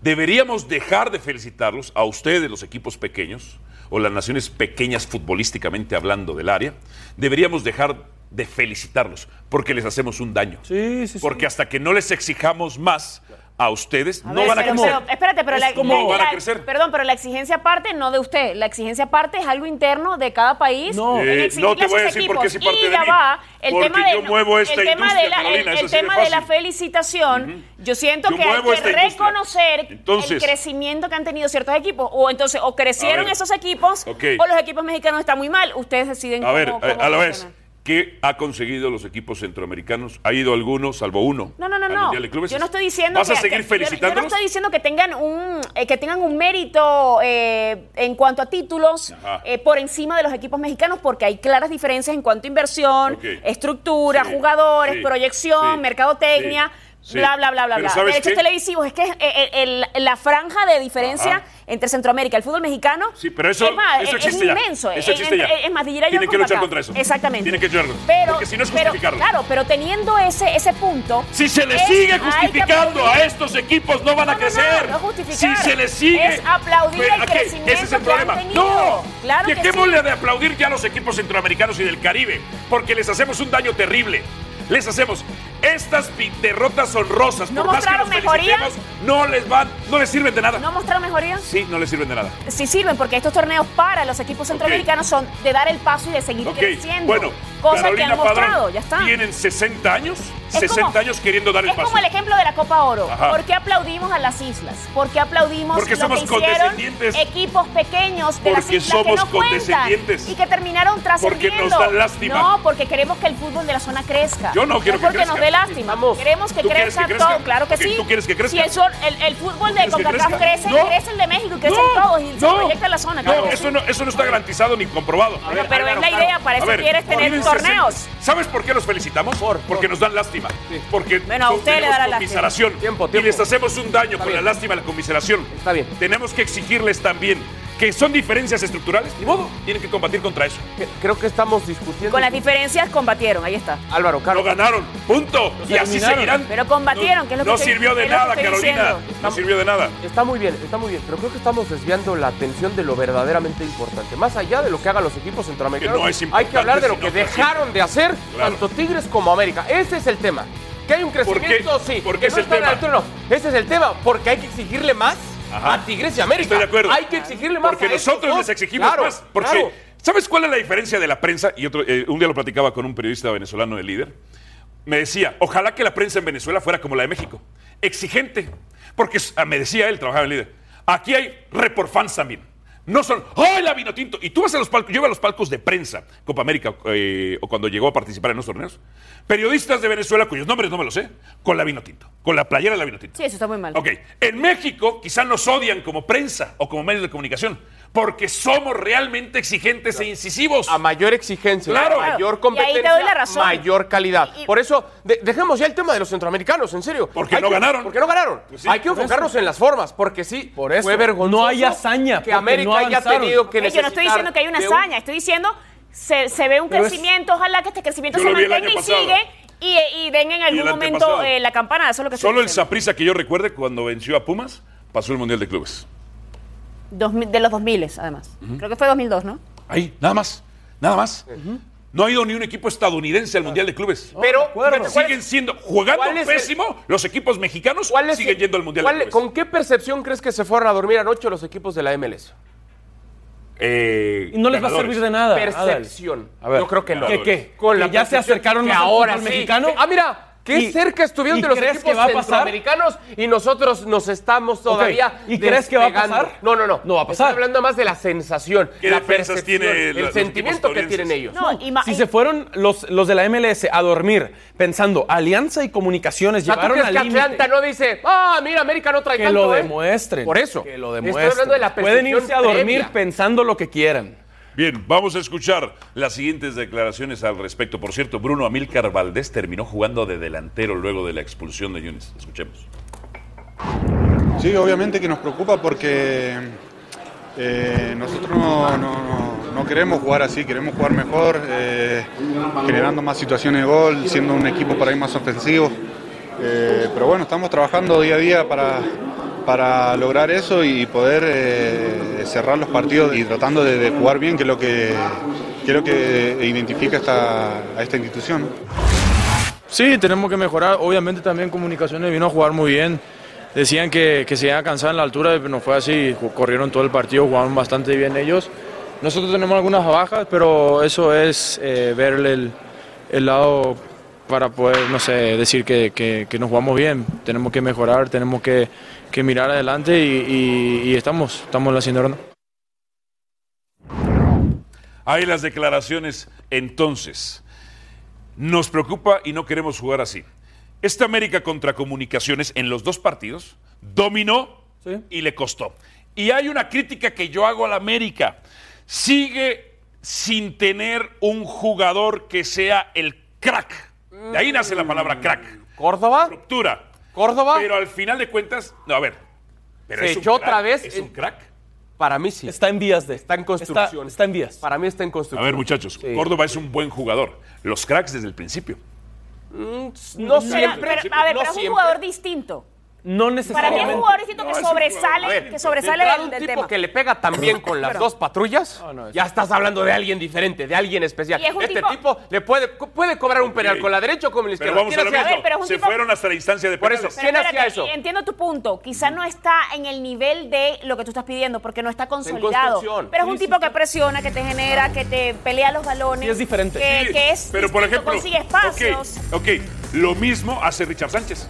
[SPEAKER 1] Deberíamos dejar de felicitarlos a ustedes, los equipos pequeños, o las naciones pequeñas futbolísticamente hablando del área. Deberíamos dejar de felicitarlos porque les hacemos un daño.
[SPEAKER 2] Sí, sí, sí.
[SPEAKER 1] Porque hasta que no les exijamos más a ustedes,
[SPEAKER 3] A
[SPEAKER 1] no
[SPEAKER 3] ver,
[SPEAKER 1] van a
[SPEAKER 3] pero-
[SPEAKER 1] crecer.
[SPEAKER 3] pero- espérate, pero
[SPEAKER 1] Es
[SPEAKER 3] la,
[SPEAKER 1] como-
[SPEAKER 3] la-
[SPEAKER 1] No van a
[SPEAKER 3] la-
[SPEAKER 1] crecer.
[SPEAKER 3] Perdón, pero la exigencia aparte no de usted. La exigencia aparte es algo interno de cada país.
[SPEAKER 2] No.
[SPEAKER 3] en
[SPEAKER 1] Eh,
[SPEAKER 3] exigirle
[SPEAKER 1] no te voy a
[SPEAKER 3] sus
[SPEAKER 1] decir por qué es
[SPEAKER 3] equipos.
[SPEAKER 1] parte
[SPEAKER 3] y
[SPEAKER 1] de
[SPEAKER 3] ya
[SPEAKER 1] mí.
[SPEAKER 3] va. El
[SPEAKER 1] Porque
[SPEAKER 3] tema de,
[SPEAKER 1] yo muevo esta
[SPEAKER 3] el tema de
[SPEAKER 1] industria,
[SPEAKER 3] la, el-
[SPEAKER 1] Carolina,
[SPEAKER 3] el
[SPEAKER 1] eso sí de
[SPEAKER 3] tema de la
[SPEAKER 1] fácil.
[SPEAKER 3] felicitación, yo siento
[SPEAKER 1] Yo
[SPEAKER 3] que hay
[SPEAKER 1] muevo
[SPEAKER 3] que
[SPEAKER 1] esta industria.
[SPEAKER 3] reconocer el
[SPEAKER 1] Entonces-
[SPEAKER 3] crecimiento que han tenido ciertos equipos. O entonces, o
[SPEAKER 1] A
[SPEAKER 3] crecieron
[SPEAKER 1] ver.
[SPEAKER 3] esos equipos,
[SPEAKER 1] Ok.
[SPEAKER 3] o los equipos mexicanos están muy mal. Ustedes deciden
[SPEAKER 1] A ver,
[SPEAKER 3] cómo-
[SPEAKER 1] a,
[SPEAKER 3] cómo
[SPEAKER 1] a la vez,
[SPEAKER 3] funcionan.
[SPEAKER 1] ¿qué ha conseguido los equipos centroamericanos? ¿Ha ido alguno, salvo uno?
[SPEAKER 3] No, no, no,
[SPEAKER 1] al
[SPEAKER 3] no.
[SPEAKER 1] Mundial de Clubes?
[SPEAKER 3] Yo no estoy diciendo
[SPEAKER 1] ¿Vas
[SPEAKER 3] que,
[SPEAKER 1] a seguir
[SPEAKER 3] que- yo- Yo, no
[SPEAKER 1] felicitándolos?
[SPEAKER 3] estoy diciendo que tengan un eh, que tengan un mérito eh, en cuanto a títulos
[SPEAKER 1] Ajá.
[SPEAKER 3] eh, por encima de los equipos mexicanos, porque hay claras diferencias en cuanto a inversión,
[SPEAKER 1] Ok.
[SPEAKER 3] estructura,
[SPEAKER 1] Sí,
[SPEAKER 3] jugadores,
[SPEAKER 1] sí,
[SPEAKER 3] proyección,
[SPEAKER 1] sí,
[SPEAKER 3] mercadotecnia.
[SPEAKER 1] sí, sí.
[SPEAKER 3] Bla, bla, bla, bla,
[SPEAKER 1] Pero
[SPEAKER 3] bla.
[SPEAKER 1] ¿sabes
[SPEAKER 3] Derechos
[SPEAKER 1] qué?
[SPEAKER 3] televisivos. Es que es, eh, eh, el- la franja de diferencia
[SPEAKER 1] Ajá.
[SPEAKER 3] entre Centroamérica y el fútbol mexicano
[SPEAKER 1] Sí, pero eso,
[SPEAKER 3] es, más,
[SPEAKER 1] eso
[SPEAKER 3] es-
[SPEAKER 1] existe
[SPEAKER 3] es
[SPEAKER 1] ya.
[SPEAKER 3] inmenso.
[SPEAKER 1] Eso existe
[SPEAKER 3] En- en-
[SPEAKER 1] ya.
[SPEAKER 3] Es más, diría yo.
[SPEAKER 1] Tienen que
[SPEAKER 3] Concacaf.
[SPEAKER 1] luchar contra eso.
[SPEAKER 3] Exactamente.
[SPEAKER 1] Tienen que luchar.
[SPEAKER 3] Pero,
[SPEAKER 1] Porque si no es
[SPEAKER 3] pero,
[SPEAKER 1] justificarlo.
[SPEAKER 3] claro, pero teniendo ese, ese punto.
[SPEAKER 1] Si se les
[SPEAKER 3] es-
[SPEAKER 1] sigue
[SPEAKER 3] hay que
[SPEAKER 1] justificando a
[SPEAKER 3] aplaudir.
[SPEAKER 1] estos equipos, no van a
[SPEAKER 3] No, no, no,
[SPEAKER 1] crecer.
[SPEAKER 3] no justificar.
[SPEAKER 1] Si se les sigue.
[SPEAKER 3] Es aplaudir el
[SPEAKER 1] ¿a qué?
[SPEAKER 3] crecimiento
[SPEAKER 1] Ese es el
[SPEAKER 3] que han
[SPEAKER 1] problema.
[SPEAKER 3] tenido.
[SPEAKER 1] no.
[SPEAKER 3] Claro que
[SPEAKER 1] Dejémosle
[SPEAKER 3] sí.
[SPEAKER 1] de aplaudir ya a los equipos centroamericanos y del Caribe, porque les hacemos un daño terrible. Les hacemos estas vi- derrotas honrosas,
[SPEAKER 3] ¿No
[SPEAKER 1] por más que
[SPEAKER 3] mostraron
[SPEAKER 1] los felicitemos, no les van, no les sirven de nada.
[SPEAKER 3] ¿No mostraron mejoría?
[SPEAKER 1] Sí, no les sirven de nada.
[SPEAKER 3] Sí sirven, porque estos torneos para los equipos centroamericanos son de dar el paso y de seguir
[SPEAKER 1] Ok,
[SPEAKER 3] creciendo.
[SPEAKER 1] bueno,
[SPEAKER 3] Cosa que
[SPEAKER 1] Carolina
[SPEAKER 3] han
[SPEAKER 1] Padrón
[SPEAKER 3] mostrado, ya está.
[SPEAKER 1] Tienen 60 años,
[SPEAKER 3] Es
[SPEAKER 1] 60
[SPEAKER 3] como-
[SPEAKER 1] años queriendo dar el
[SPEAKER 3] Es
[SPEAKER 1] paso.
[SPEAKER 3] como el ejemplo de la Copa Oro.
[SPEAKER 1] Ajá.
[SPEAKER 3] ¿Por qué aplaudimos a las islas? ¿Por qué aplaudimos
[SPEAKER 1] Porque
[SPEAKER 3] lo
[SPEAKER 1] somos
[SPEAKER 3] que hicieron
[SPEAKER 1] condescendientes.
[SPEAKER 3] equipos pequeños de las
[SPEAKER 1] Porque
[SPEAKER 3] islas que
[SPEAKER 1] somos
[SPEAKER 3] no cuentan
[SPEAKER 1] condescendientes.
[SPEAKER 3] y que terminaron trascendiendo?
[SPEAKER 1] Porque nos da lástima.
[SPEAKER 3] No, porque queremos que el fútbol de la zona crezca.
[SPEAKER 1] Yo no quiero que
[SPEAKER 3] porque nos
[SPEAKER 1] crezca.
[SPEAKER 3] dé lástima. Queremos que
[SPEAKER 1] ¿Tú quieres
[SPEAKER 3] crezca,
[SPEAKER 1] que crezca?
[SPEAKER 3] todo, claro que
[SPEAKER 1] Ok,
[SPEAKER 3] sí.
[SPEAKER 1] ¿tú quieres que crezca?
[SPEAKER 3] Si el, sol- el- el fútbol de
[SPEAKER 1] ¿Quieres que
[SPEAKER 3] CONCACAF
[SPEAKER 1] crezca?
[SPEAKER 3] crece,
[SPEAKER 1] No.
[SPEAKER 3] crece el de México y crecen
[SPEAKER 1] No,
[SPEAKER 3] todos y se
[SPEAKER 1] no,
[SPEAKER 3] proyecta la zona.
[SPEAKER 1] No,
[SPEAKER 3] claro que sí.
[SPEAKER 1] eso no, eso no está garantizado ni comprobado.
[SPEAKER 3] ver, pero es la
[SPEAKER 1] claro.
[SPEAKER 3] idea, para
[SPEAKER 1] A
[SPEAKER 3] eso
[SPEAKER 1] ver,
[SPEAKER 3] quieres tener
[SPEAKER 1] tienen
[SPEAKER 3] torneos.
[SPEAKER 1] 60. ¿Sabes por qué los felicitamos? Porque nos dan lástima. Porque
[SPEAKER 3] Bueno, a
[SPEAKER 1] son-
[SPEAKER 3] usted le
[SPEAKER 1] tenemos
[SPEAKER 3] da la
[SPEAKER 1] conmiseración. Y les hacemos un daño con la lástima y la conmiseración. Está
[SPEAKER 4] bien.
[SPEAKER 1] Tenemos que exigirles también que son diferencias estructurales. Ni modo, tienen que combatir contra eso.
[SPEAKER 4] Creo que estamos discutiendo.
[SPEAKER 3] Con las diferencias combatieron, ahí está.
[SPEAKER 4] Álvaro, Carlos.
[SPEAKER 1] Lo ganaron, punto. y así seguirán.
[SPEAKER 3] Pero combatieron, que es lo que
[SPEAKER 1] No
[SPEAKER 3] estoy-
[SPEAKER 1] sirvió de
[SPEAKER 3] es lo que
[SPEAKER 1] nada,
[SPEAKER 3] estoy
[SPEAKER 1] Carolina.
[SPEAKER 3] diciendo.
[SPEAKER 1] No sirvió de nada.
[SPEAKER 4] Está muy bien, está muy bien, pero creo que estamos desviando la atención de lo verdaderamente importante. Más allá de lo que hagan los equipos centroamericanos,
[SPEAKER 1] Que no es
[SPEAKER 4] hay que
[SPEAKER 1] importante,
[SPEAKER 4] hablar de lo
[SPEAKER 1] sino
[SPEAKER 4] que
[SPEAKER 1] que sí.
[SPEAKER 4] dejaron de hacer
[SPEAKER 1] Claro.
[SPEAKER 4] tanto Tigres como América. Ese es el tema. Que hay un crecimiento, sí.
[SPEAKER 1] ¿Por qué
[SPEAKER 4] que
[SPEAKER 1] es
[SPEAKER 4] no
[SPEAKER 1] el
[SPEAKER 4] están a la
[SPEAKER 1] tema?
[SPEAKER 4] altura, no. Ese es el tema, porque hay que exigirle más
[SPEAKER 1] Ajá.
[SPEAKER 4] a Tigres y América.
[SPEAKER 1] Estoy de acuerdo.
[SPEAKER 4] Hay que exigirle más
[SPEAKER 1] Porque
[SPEAKER 4] a estos
[SPEAKER 1] nosotros
[SPEAKER 4] dos.
[SPEAKER 1] les exigimos
[SPEAKER 4] oh, Claro,
[SPEAKER 1] más. Porque,
[SPEAKER 4] claro.
[SPEAKER 1] ¿sabes cuál es la diferencia de la prensa? Y otro, eh, un día lo platicaba con un periodista venezolano de líder. Me decía, ojalá que la prensa en Venezuela fuera como la de México. Exigente. Porque s- ah, me decía él, trabajaba en líder. Aquí hay report fans también. No son, ¡ay, la vino tinto! Y tú vas a los palcos, yo iba a los palcos de prensa, Copa América, eh, o cuando llegó a participar en los torneos. Periodistas de Venezuela, cuyos nombres no me los sé, con la vino tinto, con la playera de la vino tinto.
[SPEAKER 3] Sí, eso está muy mal.
[SPEAKER 1] Ok, en México quizás nos odian como prensa o como medios de comunicación, porque somos realmente exigentes e incisivos.
[SPEAKER 4] A mayor exigencia,
[SPEAKER 1] Claro.
[SPEAKER 4] a mayor
[SPEAKER 3] Claro, y ahí te doy
[SPEAKER 4] competencia,
[SPEAKER 3] la razón.
[SPEAKER 4] mayor calidad.
[SPEAKER 3] Y- y-
[SPEAKER 4] Por eso, de- dejemos ya el tema de los centroamericanos, en serio.
[SPEAKER 1] Porque
[SPEAKER 4] Hay
[SPEAKER 1] no
[SPEAKER 4] que-
[SPEAKER 1] ganaron.
[SPEAKER 4] Porque no ganaron.
[SPEAKER 1] Pues sí,
[SPEAKER 4] Hay que
[SPEAKER 1] por
[SPEAKER 4] enfocarnos en las formas, porque sí,
[SPEAKER 2] Por eso.
[SPEAKER 4] fue vergonzoso
[SPEAKER 2] No hay hazaña,
[SPEAKER 4] que
[SPEAKER 2] porque
[SPEAKER 4] América
[SPEAKER 2] no
[SPEAKER 4] haya
[SPEAKER 2] avanzaron.
[SPEAKER 4] tenido que
[SPEAKER 3] Oye, yo no estoy diciendo que hay una hazaña, estoy diciendo se, se ve un
[SPEAKER 2] Pero es-
[SPEAKER 3] crecimiento, ojalá que este crecimiento
[SPEAKER 1] Yo
[SPEAKER 3] se
[SPEAKER 1] lo vi el
[SPEAKER 3] mantenga
[SPEAKER 1] año
[SPEAKER 3] y
[SPEAKER 1] pasado.
[SPEAKER 3] sigue y, y den en algún momento
[SPEAKER 1] antepasado.
[SPEAKER 3] eh, la campana, eso es lo que estoy
[SPEAKER 1] Solo el
[SPEAKER 3] diciendo.
[SPEAKER 1] Saprisa que yo recuerde cuando venció a Pumas pasó el Mundial de Clubes.
[SPEAKER 3] Dos mil- de los 2000 además. Creo que fue 2002, ¿no?
[SPEAKER 1] Ahí, nada más, nada más. No ha ido ni un equipo estadounidense al Mundial de Clubes.
[SPEAKER 4] Pero,
[SPEAKER 2] acuerdo.
[SPEAKER 4] ¿cuál es-
[SPEAKER 1] siguen siendo, jugando
[SPEAKER 4] cuál es el-
[SPEAKER 1] pésimo, los equipos mexicanos
[SPEAKER 4] cuál es
[SPEAKER 1] siguen
[SPEAKER 4] el-
[SPEAKER 1] yendo al Mundial
[SPEAKER 4] cuál-
[SPEAKER 1] de Clubes.
[SPEAKER 4] ¿Con qué percepción crees que se fueron a dormir anoche los equipos de la MLS?
[SPEAKER 1] Eh,
[SPEAKER 2] Y no les va a
[SPEAKER 1] ganadores.
[SPEAKER 2] servir de nada.
[SPEAKER 4] Percepción.
[SPEAKER 2] Adal. A ver.
[SPEAKER 4] Yo creo que no.
[SPEAKER 2] ¿Qué, qué?
[SPEAKER 4] Con
[SPEAKER 2] ¿Que
[SPEAKER 4] la
[SPEAKER 2] ya se
[SPEAKER 4] percepción
[SPEAKER 2] acercaron
[SPEAKER 4] que
[SPEAKER 2] más al
[SPEAKER 4] ahora
[SPEAKER 2] fútbol
[SPEAKER 4] sí.
[SPEAKER 2] mexicano?
[SPEAKER 4] Ah, mira, qué
[SPEAKER 2] ¿Y-
[SPEAKER 4] cerca estuvieron
[SPEAKER 2] y
[SPEAKER 4] de los
[SPEAKER 2] crees
[SPEAKER 4] equipos
[SPEAKER 2] que va a pasar?
[SPEAKER 4] centroamericanos y nosotros nos estamos todavía
[SPEAKER 2] ¿Y crees que va a
[SPEAKER 4] despegando.
[SPEAKER 2] pasar?
[SPEAKER 4] No, no, no.
[SPEAKER 2] No va a pasar.
[SPEAKER 4] Estoy hablando más de la sensación,
[SPEAKER 1] ¿Qué
[SPEAKER 4] la
[SPEAKER 1] defensas
[SPEAKER 4] percepción,
[SPEAKER 1] tiene la-
[SPEAKER 4] el
[SPEAKER 1] los
[SPEAKER 4] sentimiento
[SPEAKER 1] equipos
[SPEAKER 4] que tienen
[SPEAKER 1] estadounidenses?
[SPEAKER 4] ellos.
[SPEAKER 3] No, y ma-
[SPEAKER 2] Si
[SPEAKER 3] y-
[SPEAKER 2] se fueron los, los de la MLS a dormir pensando Alianza y Comunicaciones,
[SPEAKER 4] O sea, ¿tú
[SPEAKER 2] llevaron
[SPEAKER 4] crees
[SPEAKER 2] al
[SPEAKER 4] que
[SPEAKER 2] límite.
[SPEAKER 4] Atlanta no dice, ah, mira, América no trae
[SPEAKER 2] Que
[SPEAKER 4] tanto,
[SPEAKER 2] lo
[SPEAKER 4] eh"?
[SPEAKER 2] demuestren.
[SPEAKER 4] Por eso.
[SPEAKER 2] Que lo
[SPEAKER 4] Estoy hablando de
[SPEAKER 2] demuestren.
[SPEAKER 4] la
[SPEAKER 2] Pueden
[SPEAKER 4] percepción
[SPEAKER 2] irse a dormir
[SPEAKER 4] previa.
[SPEAKER 2] pensando lo que quieran.
[SPEAKER 1] Bien, vamos a escuchar las siguientes declaraciones al respecto. Por cierto, Bruno Amílcar Valdés terminó jugando de delantero luego de la expulsión de Yunes. Escuchemos.
[SPEAKER 15] Sí, obviamente que nos preocupa porque eh, nosotros no, no- no- no queremos jugar así, queremos jugar mejor, eh, generando más situaciones de gol, siendo un equipo para ahí más ofensivo. Eh, pero bueno, estamos trabajando día a día para, para lograr eso y poder eh, cerrar los partidos y tratando de, de jugar bien, que es lo que creo que identifica esta, a esta institución.
[SPEAKER 16] Sí, tenemos que mejorar. Obviamente también comunicaciones vino a jugar muy bien. Decían que, que se iban a cansar en la altura, pero no fue así. Ju- Corrieron todo el partido, jugaron bastante bien ellos. Nosotros tenemos algunas bajas, pero eso es eh, verle el, el lado para poder, no sé, decir que, que- que nos jugamos bien. Tenemos que mejorar, tenemos que, que mirar adelante y, y- y estamos, estamos haciendo.
[SPEAKER 1] Ahí las declaraciones. Entonces, nos preocupa y no queremos jugar así. Esta América contra Comunicaciones en los dos partidos dominó
[SPEAKER 2] Sí.
[SPEAKER 1] y le costó. Y hay una crítica que yo hago a la América. Sigue sin tener un jugador que sea el crack. De ahí nace la palabra crack.
[SPEAKER 4] ¿Córdoba?
[SPEAKER 1] Ruptura.
[SPEAKER 4] ¿Córdoba?
[SPEAKER 1] Pero al final de cuentas, no, a ver. Pero
[SPEAKER 4] Se
[SPEAKER 1] es un
[SPEAKER 4] echó
[SPEAKER 1] crack,
[SPEAKER 4] otra vez
[SPEAKER 1] Es un
[SPEAKER 4] en-
[SPEAKER 1] crack.
[SPEAKER 4] Para mí sí.
[SPEAKER 2] Está en vías de.
[SPEAKER 4] Está en construcción.
[SPEAKER 2] Está, está en vías.
[SPEAKER 4] Para mí está en
[SPEAKER 1] A
[SPEAKER 4] construcción.
[SPEAKER 1] ver, muchachos, Córdoba es un buen jugador. Los cracks desde el principio.
[SPEAKER 4] Mm, no
[SPEAKER 3] Pero-
[SPEAKER 4] siempre.
[SPEAKER 3] pero- a ver,
[SPEAKER 4] no
[SPEAKER 3] pero es un
[SPEAKER 4] siempre.
[SPEAKER 3] jugador distinto.
[SPEAKER 2] No
[SPEAKER 3] Para mí es
[SPEAKER 2] necesariamente.
[SPEAKER 3] un jugadorcito que sobresale,
[SPEAKER 4] A ver,
[SPEAKER 3] que
[SPEAKER 4] de
[SPEAKER 3] sobresale
[SPEAKER 4] entrada
[SPEAKER 3] del,
[SPEAKER 4] un
[SPEAKER 3] del
[SPEAKER 4] tipo
[SPEAKER 3] tema.
[SPEAKER 4] que le pega también con las
[SPEAKER 3] Pero-
[SPEAKER 4] dos patrullas.
[SPEAKER 1] Ah,
[SPEAKER 4] ya estás hablando de alguien diferente, de alguien especial.
[SPEAKER 3] Y es un
[SPEAKER 4] este
[SPEAKER 3] tipo-
[SPEAKER 4] tipo... le puede, puede cobrar un penal con la derecha o con la
[SPEAKER 1] Pero
[SPEAKER 4] izquierda.
[SPEAKER 1] vamos
[SPEAKER 4] ¿Quién
[SPEAKER 1] a lo
[SPEAKER 4] hacía
[SPEAKER 1] mismo.
[SPEAKER 4] eso?
[SPEAKER 3] pero es un
[SPEAKER 1] Se
[SPEAKER 3] tipo-
[SPEAKER 1] fueron hasta la instancia de
[SPEAKER 4] Por eso,
[SPEAKER 1] penales.
[SPEAKER 3] Pero espérate, y Entiendo tu punto. Quizás no está en el nivel de lo que tú estás pidiendo porque no está consolidado.
[SPEAKER 1] construcción.
[SPEAKER 3] Pero es un
[SPEAKER 1] Sí,
[SPEAKER 3] tipo que presiona, que te genera, que te pelea los balones.
[SPEAKER 1] Sí, es diferente.
[SPEAKER 3] Que,
[SPEAKER 1] Sí,
[SPEAKER 3] que es.
[SPEAKER 1] Pero por
[SPEAKER 3] distinto,
[SPEAKER 1] ejemplo,
[SPEAKER 3] Consigue espacios.
[SPEAKER 1] ok, ok, lo mismo hace Richard Sánchez.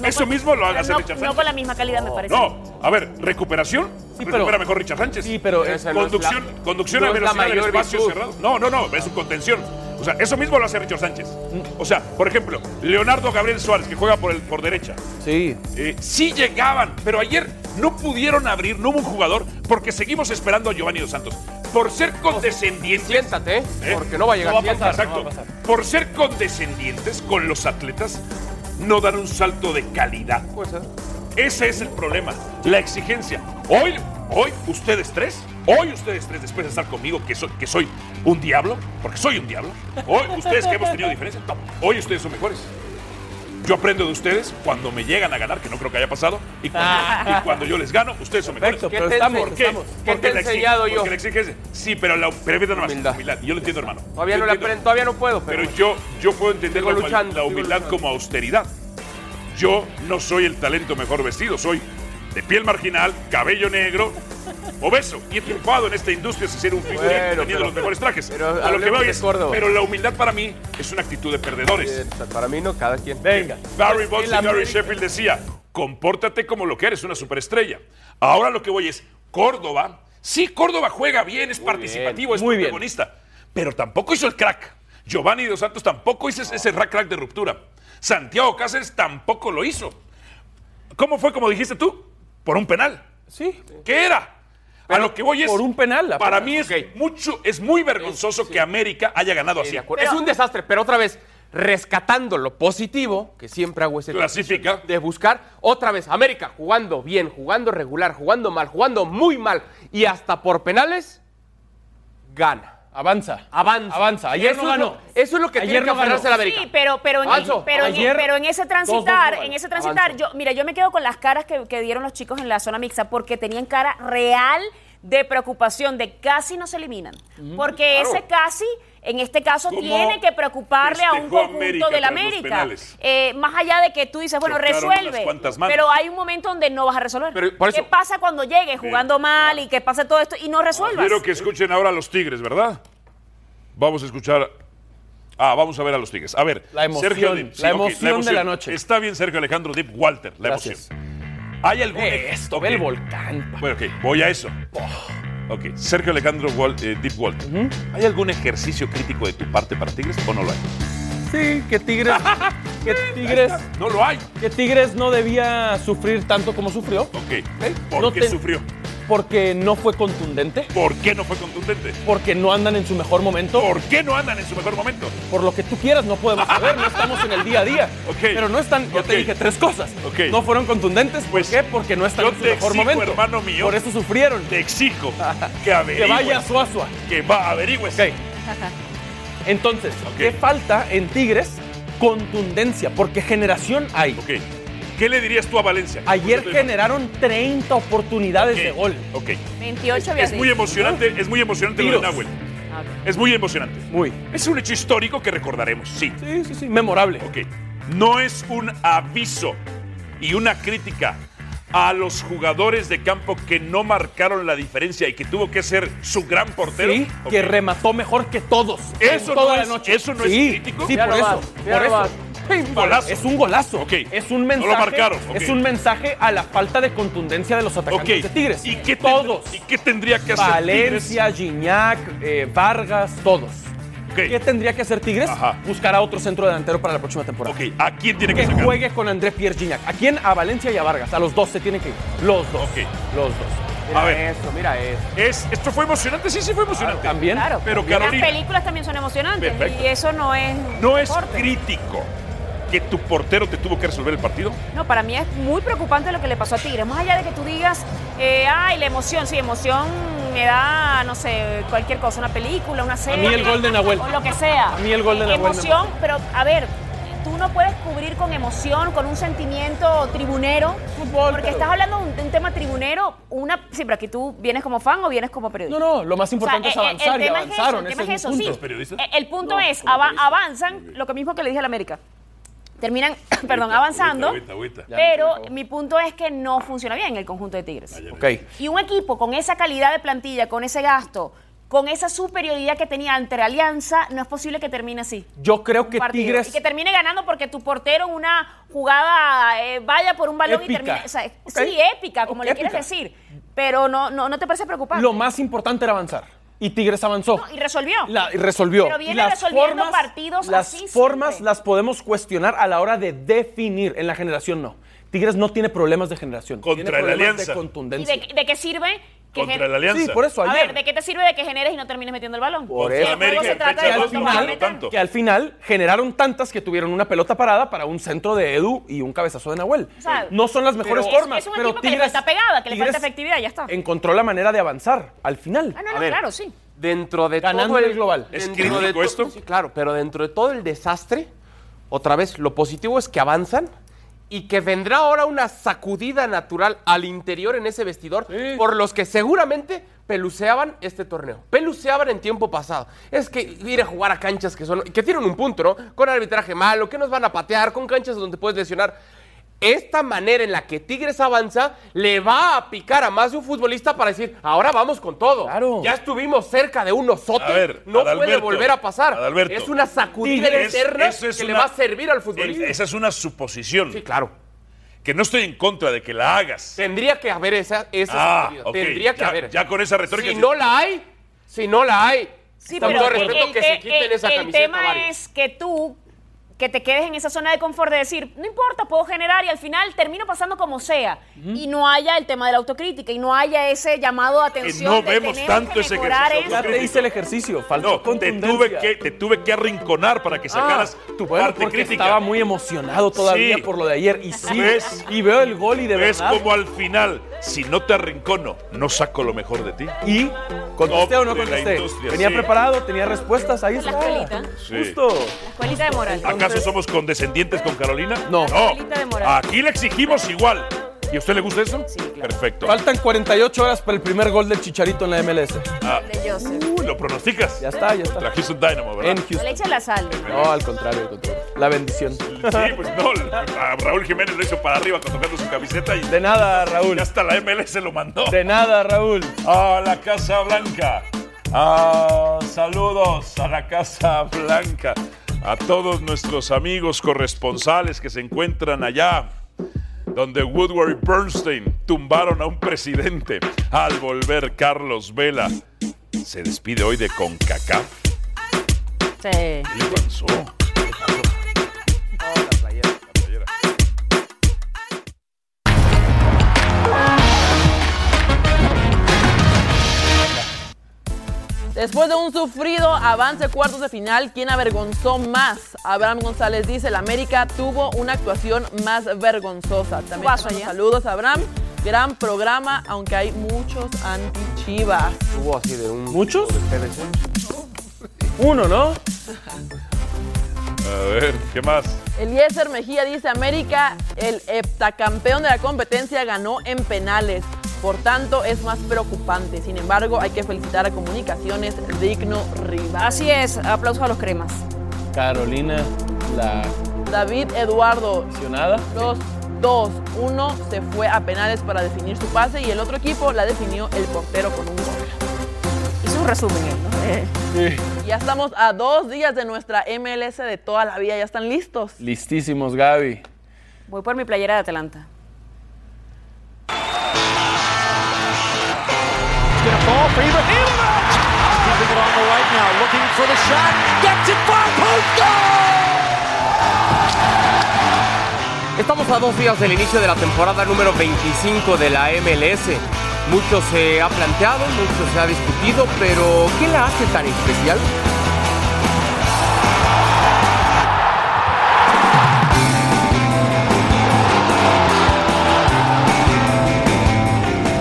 [SPEAKER 3] No
[SPEAKER 1] Eso
[SPEAKER 3] con-
[SPEAKER 1] mismo lo
[SPEAKER 3] pero
[SPEAKER 1] hace
[SPEAKER 3] no,
[SPEAKER 1] Richard
[SPEAKER 3] no
[SPEAKER 1] Sánchez.
[SPEAKER 3] con la misma calidad, me parece.
[SPEAKER 1] No, a ver, recuperación. recupera
[SPEAKER 2] pero-
[SPEAKER 1] mejor Richard Sánchez.
[SPEAKER 2] Sí, pero esa no es
[SPEAKER 1] conducción,
[SPEAKER 2] la-
[SPEAKER 1] conducción
[SPEAKER 2] no
[SPEAKER 1] a
[SPEAKER 2] es la
[SPEAKER 1] velocidad del
[SPEAKER 2] mayor
[SPEAKER 1] espacio
[SPEAKER 2] virtud.
[SPEAKER 1] cerrado. No, no, no, es un contención. O sea, eso mismo lo hace Richard Sánchez. O sea, por ejemplo, Leonardo Gabriel Suárez, que juega por, el, por derecha.
[SPEAKER 2] Sí.
[SPEAKER 1] Eh, sí llegaban, pero ayer no pudieron abrir, no hubo un jugador, porque seguimos esperando a Giovanni Dos Santos. Por ser condescendientes. ¿eh?
[SPEAKER 4] Siéntate, porque no va a llegar.
[SPEAKER 1] a pasar,
[SPEAKER 4] Siéntate.
[SPEAKER 1] exacto. Por ser condescendientes con los atletas, no dar un salto de calidad. Ese es el problema, la exigencia. Hoy, hoy ustedes tres, hoy ustedes tres, después de estar conmigo, que soy, que soy un diablo, porque soy un diablo, hoy ustedes que hemos tenido diferencias, no, hoy ustedes son mejores. Yo aprendo de ustedes cuando me llegan a ganar, que no creo que haya pasado, y cuando, y cuando yo les gano, ustedes son mejores.
[SPEAKER 2] Perfecto, pero ¿Qué te estamos,
[SPEAKER 1] ¿Por qué?
[SPEAKER 2] estamos.
[SPEAKER 1] Porque
[SPEAKER 4] ¿Qué te he
[SPEAKER 1] la exi-
[SPEAKER 4] enseñado yo?
[SPEAKER 1] porque la exigencia. Sí, pero la pero permítame más, humildad. Yo lo entiendo, hermano.
[SPEAKER 4] Todavía
[SPEAKER 1] Yo
[SPEAKER 4] no, la
[SPEAKER 1] entiendo.
[SPEAKER 4] aprendo, todavía no puedo, pero,
[SPEAKER 1] Pero yo, yo puedo entender
[SPEAKER 4] Sigo
[SPEAKER 1] la, humil-
[SPEAKER 4] luchando,
[SPEAKER 1] la
[SPEAKER 4] sigo
[SPEAKER 1] humildad como austeridad. Yo no soy el talento mejor vestido, soy de piel marginal, cabello negro, [laughs] obeso. Y he triunfado en esta industria sin ser un figurín
[SPEAKER 4] Bueno,
[SPEAKER 1] teniendo
[SPEAKER 4] pero-
[SPEAKER 1] los mejores trajes.
[SPEAKER 4] pero
[SPEAKER 1] a lo que
[SPEAKER 4] hablemos
[SPEAKER 1] voy
[SPEAKER 4] de
[SPEAKER 1] es,
[SPEAKER 4] Córdoba.
[SPEAKER 1] pero la humildad para mí es una actitud de perdedores.
[SPEAKER 4] para mí no, cada quien. Venga.
[SPEAKER 1] Barry Bonds
[SPEAKER 4] El
[SPEAKER 1] y Gary
[SPEAKER 4] América-
[SPEAKER 1] Sheffield decía, compórtate como lo que eres, una superestrella. Ahora lo que voy es, Córdoba, sí, Córdoba juega bien, es participativo, es protagonista, pero tampoco hizo el crack. Giovanni Dos Santos tampoco hizo ese- ese rack crack de ruptura. Santiago Cáceres tampoco lo hizo. ¿Cómo fue como dijiste tú? Por un penal.
[SPEAKER 2] Sí.
[SPEAKER 1] ¿Qué era? A lo que voy es.
[SPEAKER 2] por un penal,
[SPEAKER 1] Para
[SPEAKER 2] apenas.
[SPEAKER 1] mí es mucho, es muy vergonzoso que América haya ganado así.
[SPEAKER 4] de acuerdo. es un desastre, pero otra vez, rescatando lo positivo, que siempre hago ese
[SPEAKER 1] Clasifica.
[SPEAKER 4] de buscar, otra vez, América jugando bien, jugando regular, jugando mal, jugando muy mal y hasta por penales, gana.
[SPEAKER 2] Avanza.
[SPEAKER 4] Avanza.
[SPEAKER 2] Avanza. Ayer
[SPEAKER 4] Eso
[SPEAKER 2] no
[SPEAKER 4] es lo-
[SPEAKER 2] ganó.
[SPEAKER 4] eso es lo que
[SPEAKER 2] Ayer
[SPEAKER 4] tiene que
[SPEAKER 2] no ganó.
[SPEAKER 4] aferrarse la América.
[SPEAKER 3] Sí, pero, pero, en,
[SPEAKER 4] Avanzo.
[SPEAKER 3] pero, en,
[SPEAKER 2] Ayer,
[SPEAKER 3] pero en ese transitar,
[SPEAKER 2] dos, dos,
[SPEAKER 3] en ese transitar, yo, mira, yo me quedo con las caras que, que dieron los chicos en la zona mixta porque tenían cara real de preocupación, de casi no se eliminan. Porque
[SPEAKER 1] claro.
[SPEAKER 3] ese casi, en este caso,
[SPEAKER 1] ¿Cómo
[SPEAKER 3] tiene que preocuparle a un
[SPEAKER 1] festejó
[SPEAKER 3] conjunto
[SPEAKER 1] América
[SPEAKER 3] del
[SPEAKER 1] tras los
[SPEAKER 3] América.
[SPEAKER 1] penales?
[SPEAKER 3] Eh, más allá de que tú dices, bueno,
[SPEAKER 1] Chocaron unas
[SPEAKER 3] resuelve.
[SPEAKER 1] cuantas manos.
[SPEAKER 3] Pero hay un momento donde no vas a resolver.
[SPEAKER 1] Pero por
[SPEAKER 3] ¿Qué
[SPEAKER 1] eso-
[SPEAKER 3] pasa cuando llegues jugando mal y que pase todo esto y no resuelvas?
[SPEAKER 1] Quiero que escuchen ahora a los Tigres, ¿verdad? Vamos a escuchar. Ah, vamos a ver a los Tigres. A ver,
[SPEAKER 2] La emoción,
[SPEAKER 1] Sergio Dip.
[SPEAKER 2] la
[SPEAKER 1] ok,
[SPEAKER 2] emoción de la noche.
[SPEAKER 1] Está bien, Sergio Alejandro Dip Walter, la
[SPEAKER 2] Gracias.
[SPEAKER 1] emoción. ¿Hay algún.
[SPEAKER 2] Esto,
[SPEAKER 1] Ok.
[SPEAKER 2] ve el volcán. Oh.
[SPEAKER 1] Bueno, ok, voy a eso. Ok, Sergio Alejandro Wal- eh, Dip Walter. ¿Hay algún ejercicio crítico de tu parte para Tigres o no lo hay?
[SPEAKER 2] Sí,
[SPEAKER 1] [laughs]
[SPEAKER 2] que Tigres. que Tigres.
[SPEAKER 1] No lo hay.
[SPEAKER 2] Que Tigres no debía sufrir tanto como sufrió. ¿Eh?
[SPEAKER 1] Ok. ¿Por
[SPEAKER 2] No
[SPEAKER 1] qué
[SPEAKER 2] te-
[SPEAKER 1] sufrió?
[SPEAKER 2] Porque no fue contundente.
[SPEAKER 1] ¿Por qué no fue contundente?
[SPEAKER 2] Porque no andan en su mejor momento.
[SPEAKER 1] ¿Por qué no andan en su mejor momento?
[SPEAKER 2] Por lo que tú quieras, no
[SPEAKER 1] [laughs]
[SPEAKER 2] podemos saber, no estamos en el día a día.
[SPEAKER 1] Ok.
[SPEAKER 2] Pero no están, ya
[SPEAKER 1] Ok.
[SPEAKER 2] te dije tres cosas.
[SPEAKER 1] Ok. Pues,
[SPEAKER 2] No fueron contundentes, ¿por qué? Porque no están
[SPEAKER 1] yo
[SPEAKER 2] en su
[SPEAKER 1] te
[SPEAKER 2] mejor
[SPEAKER 1] exijo,
[SPEAKER 2] momento.
[SPEAKER 1] hermano mío.
[SPEAKER 2] Por eso sufrieron.
[SPEAKER 1] Te
[SPEAKER 2] [laughs]
[SPEAKER 1] exijo que
[SPEAKER 2] Que
[SPEAKER 1] averigües.
[SPEAKER 2] vaya a Suazua.
[SPEAKER 1] Que va, averigües.
[SPEAKER 2] Entonces, ¿qué falta en Tigres? Contundencia, porque generación hay.
[SPEAKER 1] Ok. ¿Qué le dirías tú a Valencia?
[SPEAKER 2] Ayer
[SPEAKER 1] Estoy mal.
[SPEAKER 2] generaron 30 oportunidades de gol.
[SPEAKER 1] Ok.
[SPEAKER 3] 28
[SPEAKER 1] Es muy
[SPEAKER 3] emocionante.
[SPEAKER 1] emocionante, es muy emocionante lo de
[SPEAKER 2] Tiros.
[SPEAKER 1] Nahuel. Es muy emocionante.
[SPEAKER 2] Muy.
[SPEAKER 1] Es un hecho histórico que recordaremos, sí.
[SPEAKER 2] Sí, sí, sí, memorable.
[SPEAKER 1] Ok. No es un aviso y una crítica a los jugadores de campo que no marcaron la diferencia y que tuvo que ser su gran portero.
[SPEAKER 2] Sí,
[SPEAKER 1] Ok.
[SPEAKER 2] que remató mejor que todos.
[SPEAKER 1] Eso
[SPEAKER 2] en toda
[SPEAKER 1] no
[SPEAKER 2] la
[SPEAKER 1] es-
[SPEAKER 2] noche.
[SPEAKER 1] eso no es
[SPEAKER 2] Sí,
[SPEAKER 1] crítico.
[SPEAKER 2] Sí,
[SPEAKER 1] Ya
[SPEAKER 2] por
[SPEAKER 1] lo
[SPEAKER 2] eso.
[SPEAKER 1] vas, ya
[SPEAKER 2] Por
[SPEAKER 1] lo
[SPEAKER 2] eso.
[SPEAKER 1] vas.
[SPEAKER 2] Sí,
[SPEAKER 1] Un
[SPEAKER 2] por-
[SPEAKER 1] golazo.
[SPEAKER 2] Es un golazo.
[SPEAKER 1] Ok.
[SPEAKER 2] Es un
[SPEAKER 1] No lo
[SPEAKER 2] mensaje.
[SPEAKER 1] marcaron, ok.
[SPEAKER 2] Es un mensaje a la falta de contundencia de los atacantes
[SPEAKER 1] Ok.
[SPEAKER 2] de Tigres.
[SPEAKER 1] ¿Y qué, tendr-
[SPEAKER 2] todos.
[SPEAKER 1] ¿Y qué tendría que hacer Tigres?
[SPEAKER 2] Valencia, Gignac, eh, Vargas, todos.
[SPEAKER 1] Ok.
[SPEAKER 2] ¿Qué tendría que hacer Tigres?
[SPEAKER 1] Ajá.
[SPEAKER 2] Buscar a otro centro delantero para la próxima temporada.
[SPEAKER 1] Ok, ¿a quién tiene que,
[SPEAKER 2] Que
[SPEAKER 1] sacar?
[SPEAKER 2] juegue con Andrés Pierre Gignac. ¿A quién? A Valencia y a Vargas. A los dos se tienen que ir. Los dos.
[SPEAKER 1] Ok.
[SPEAKER 2] Los dos.
[SPEAKER 1] A ver,
[SPEAKER 4] Eso, mira eso.
[SPEAKER 1] es, esto fue emocionante, sí, sí fue emocionante.
[SPEAKER 2] También.
[SPEAKER 3] Claro.
[SPEAKER 1] Pero
[SPEAKER 3] Las
[SPEAKER 1] Carolina-
[SPEAKER 3] películas también son emocionantes
[SPEAKER 1] Perfecto.
[SPEAKER 3] y eso no es
[SPEAKER 1] No es
[SPEAKER 3] deporte.
[SPEAKER 1] crítico que tu portero te tuvo que resolver el partido.
[SPEAKER 3] No, para mí es muy preocupante lo que le pasó a Tigres. Más allá de que tú digas, eh, ay, la emoción, sí, emoción me da, no sé, cualquier cosa, una película, una serie.
[SPEAKER 2] mí el gol de Nahuel.
[SPEAKER 3] O lo que sea.
[SPEAKER 2] A mí el gol de Nahuel me
[SPEAKER 3] Emoción, pero a ver, tú uno puede cubrir con emoción, con un sentimiento tribunero. porque estás hablando de un, de un tema tribunero, una, sí, pero aquí tú vienes como fan o vienes como periodista.
[SPEAKER 2] No, no, lo más importante es
[SPEAKER 3] e, el- el
[SPEAKER 2] avanzar, y
[SPEAKER 3] tema
[SPEAKER 2] avanzaron,
[SPEAKER 3] Es eso, el tema
[SPEAKER 2] ese
[SPEAKER 3] es
[SPEAKER 2] es
[SPEAKER 3] eso,
[SPEAKER 2] mi
[SPEAKER 3] sí.
[SPEAKER 2] punto. ¿Los periodistas?
[SPEAKER 3] Eh, El punto es, ava- avanzan, lo que mismo que le dije a la América. Terminan, [coughs] perdón, avanzando.
[SPEAKER 2] agüita, agüita. Ya, por
[SPEAKER 3] Pero
[SPEAKER 2] favor.
[SPEAKER 3] mi punto es que no funciona bien el conjunto de Tigres.
[SPEAKER 2] Ok.
[SPEAKER 3] Y un equipo con esa calidad de plantilla, con ese gasto, con esa superioridad que tenía ante Alianza, no es posible que termine así.
[SPEAKER 2] Yo creo
[SPEAKER 3] un
[SPEAKER 2] que
[SPEAKER 3] partido. Y
[SPEAKER 2] Tigres.
[SPEAKER 3] que termine ganando porque tu portero en una jugada eh, vaya por un balón y
[SPEAKER 2] Épica.
[SPEAKER 3] termine. o sea,
[SPEAKER 2] Ok.
[SPEAKER 3] Sí, épica, como
[SPEAKER 2] Ok,
[SPEAKER 3] le quieras
[SPEAKER 2] épica.
[SPEAKER 3] decir. Pero no, no, no te parece preocupante.
[SPEAKER 2] Lo más importante era avanzar. Y Tigres avanzó.
[SPEAKER 3] y resolvió.
[SPEAKER 2] La- y resolvió.
[SPEAKER 3] Pero
[SPEAKER 2] Y
[SPEAKER 3] viene
[SPEAKER 2] las
[SPEAKER 3] resolviendo
[SPEAKER 2] formas-
[SPEAKER 3] partidos
[SPEAKER 2] Las
[SPEAKER 3] así.
[SPEAKER 2] formas las podemos cuestionar a la hora de definir. En la generación no. Tigres no tiene problemas de generación. tiene
[SPEAKER 1] Contra la
[SPEAKER 2] problemas
[SPEAKER 1] Alianza.
[SPEAKER 2] De
[SPEAKER 3] ¿Y
[SPEAKER 2] contundencia.
[SPEAKER 3] de, de qué sirve? que
[SPEAKER 2] Contra
[SPEAKER 3] gen-
[SPEAKER 2] la Alianza. Sí, por eso, ayer.
[SPEAKER 3] A ver, ¿de qué te sirve de que generes y no termines metiendo el balón?
[SPEAKER 2] Por
[SPEAKER 3] El
[SPEAKER 2] eso.
[SPEAKER 3] juego se trata de
[SPEAKER 2] que, al
[SPEAKER 3] cuánto vas a
[SPEAKER 2] final,
[SPEAKER 3] meter.
[SPEAKER 2] que al final generaron tantas que tuvieron una pelota parada para un centro de Edu y un cabezazo de Nahuel.
[SPEAKER 3] O sea,
[SPEAKER 2] no son las mejores
[SPEAKER 3] es-
[SPEAKER 2] formas,
[SPEAKER 3] Es un
[SPEAKER 2] pero
[SPEAKER 3] equipo que le
[SPEAKER 2] Tigres
[SPEAKER 3] falta pegada, que le falta
[SPEAKER 2] Tigres-
[SPEAKER 3] efectividad, ya está.
[SPEAKER 2] encontró la manera de avanzar al final.
[SPEAKER 3] Ah, no, no,
[SPEAKER 4] A ver.
[SPEAKER 3] claro, sí.
[SPEAKER 4] dentro de
[SPEAKER 2] Ganando
[SPEAKER 4] todo
[SPEAKER 2] el global.
[SPEAKER 1] ¿Es
[SPEAKER 4] dentro de
[SPEAKER 1] crítico
[SPEAKER 4] to-
[SPEAKER 1] esto?
[SPEAKER 4] Sí, claro, pero dentro de todo el desastre, otra vez, lo positivo es que avanzan y que vendrá ahora una sacudida natural al interior en ese vestidor por los que seguramente peluceaban este torneo. Peluceaban en tiempo pasado. Es que ir a jugar a canchas que son que tienen un punto, ¿no? Con arbitraje malo, que nos van a patear, con canchas donde puedes lesionar. Esta manera en la que Tigres avanza le va a picar a más de un futbolista para decir, ahora vamos con todo. Ya estuvimos cerca de un osote.
[SPEAKER 1] A ver,
[SPEAKER 4] no puede
[SPEAKER 1] Adalberto,
[SPEAKER 4] volver a pasar.
[SPEAKER 1] Adalberto.
[SPEAKER 4] es una sacudida
[SPEAKER 1] Tigres,
[SPEAKER 4] interna
[SPEAKER 1] eso es
[SPEAKER 4] que le
[SPEAKER 1] una- e,
[SPEAKER 4] va a servir al futbolista.
[SPEAKER 1] Esa es una suposición. Sí,
[SPEAKER 4] claro.
[SPEAKER 1] Que no estoy en contra de que la hagas.
[SPEAKER 4] Tendría que haber esa, esa
[SPEAKER 1] Ah,
[SPEAKER 4] sacudida.
[SPEAKER 1] ok,
[SPEAKER 4] Tendría que
[SPEAKER 1] ya-
[SPEAKER 4] haber.
[SPEAKER 1] ya con esa retórica
[SPEAKER 4] Si
[SPEAKER 1] sí.
[SPEAKER 4] no la hay, si no la hay.
[SPEAKER 3] Sí,
[SPEAKER 4] con
[SPEAKER 3] pero
[SPEAKER 4] todo respeto
[SPEAKER 3] el,
[SPEAKER 4] que
[SPEAKER 3] te-
[SPEAKER 4] se quiten
[SPEAKER 3] el-
[SPEAKER 4] esa
[SPEAKER 3] el
[SPEAKER 4] camiseta
[SPEAKER 3] tema
[SPEAKER 4] varios.
[SPEAKER 3] es que tú que te quedes en esa zona de confort de decir, no importa, puedo generar y al final termino pasando como sea y no haya el tema de la autocrítica y no haya ese llamado de atención
[SPEAKER 1] no
[SPEAKER 3] de
[SPEAKER 1] vemos
[SPEAKER 3] tenemos
[SPEAKER 1] tanto
[SPEAKER 3] que
[SPEAKER 1] ese
[SPEAKER 3] mejorar
[SPEAKER 1] ejercicio.
[SPEAKER 2] Ya
[SPEAKER 3] esto.
[SPEAKER 2] te hice el ejercicio, faltó
[SPEAKER 1] No, te
[SPEAKER 2] contundencia.
[SPEAKER 1] tuve, que, te tuve que arrinconar para que sacaras
[SPEAKER 2] Ah,
[SPEAKER 1] tu
[SPEAKER 2] bueno,
[SPEAKER 1] parte
[SPEAKER 2] porque
[SPEAKER 1] crítica.
[SPEAKER 2] estaba muy emocionado todavía
[SPEAKER 1] Sí.
[SPEAKER 2] por lo de ayer y sí,
[SPEAKER 1] ¿Ves?
[SPEAKER 2] y veo el gol y de
[SPEAKER 1] Es
[SPEAKER 2] verdad
[SPEAKER 1] como al final, si no te arrincono, no saco lo mejor de ti.
[SPEAKER 2] y contesté
[SPEAKER 1] Top
[SPEAKER 2] o no
[SPEAKER 1] de la
[SPEAKER 2] contesté.
[SPEAKER 1] industria,
[SPEAKER 2] Tenía
[SPEAKER 1] sí.
[SPEAKER 2] preparado, tenía respuestas, ahí
[SPEAKER 3] La
[SPEAKER 2] está.
[SPEAKER 3] escuelita.
[SPEAKER 1] Sí.
[SPEAKER 2] Justo.
[SPEAKER 3] La escuelita de moral.
[SPEAKER 1] ¿Acaso somos condescendientes con Carolina?
[SPEAKER 2] No.
[SPEAKER 3] Carolita de Moral.
[SPEAKER 1] Aquí le exigimos igual. ¿Y a usted le gusta eso? Perfecto.
[SPEAKER 2] Faltan 48 horas para el primer gol del Chicharito en la MLS.
[SPEAKER 1] Ah,
[SPEAKER 3] De Joseph.
[SPEAKER 1] uy, ¿Lo pronosticas?
[SPEAKER 2] Ya está, ya está.
[SPEAKER 1] Trajiste un Dynamo, ¿verdad?
[SPEAKER 2] En
[SPEAKER 3] No le
[SPEAKER 2] Houston.
[SPEAKER 3] eches la sal.
[SPEAKER 2] No, al contrario, al contrario.
[SPEAKER 1] [laughs]
[SPEAKER 2] La bendición.
[SPEAKER 1] Sí, pues no. a Raúl Jiménez lo hizo para arriba con- tocando su camiseta y
[SPEAKER 2] De nada, Raúl.
[SPEAKER 1] y hasta la MLS se lo mandó.
[SPEAKER 2] De nada, Raúl.
[SPEAKER 1] A la Casa Blanca. Ah, saludos a la Casa Blanca. A todos nuestros amigos corresponsales que se encuentran allá, donde Woodward y Bernstein tumbaron a un presidente. Al volver, Carlos Vela se despide hoy de Concacaf.
[SPEAKER 3] Sí.
[SPEAKER 1] ¿Qué le pasó? La playera.
[SPEAKER 10] Después de un sufrido avance a cuartos de final, ¿quién avergonzó más? Abraham González dice, el América tuvo una actuación más vergonzosa. También
[SPEAKER 3] Vas
[SPEAKER 10] te mando
[SPEAKER 3] allá.
[SPEAKER 10] saludos, Abraham. Gran programa, aunque hay muchos anti-chivas.
[SPEAKER 4] Hubo así de un...
[SPEAKER 2] ¿Muchos? Uno, ¿no?
[SPEAKER 1] A ver, ¿qué más?
[SPEAKER 10] Eliezer Mejía dice, América, el heptacampeón de la competencia, ganó en penales. Por tanto, es más preocupante. Sin embargo, hay que felicitar a Comunicaciones, digno rival.
[SPEAKER 3] Así es, aplausos a los cremas.
[SPEAKER 2] Carolina, la
[SPEAKER 10] David Eduardo,
[SPEAKER 2] accionada.
[SPEAKER 10] Los dos. Uno se fue a penales para definir su pase y el otro equipo la definió el portero con un gol.
[SPEAKER 3] Hizo un resumen, ¿eh? él, ¿no?
[SPEAKER 10] Ya estamos a dos días de nuestra MLS de toda la vida. ¿Ya están listos?
[SPEAKER 2] Listísimos, Gaby.
[SPEAKER 3] Voy por mi playera de Atlanta.
[SPEAKER 4] Estamos a dos días del inicio de la temporada número 25 de la MLS. Mucho se ha planteado, mucho se ha discutido, pero ¿qué la hace tan especial?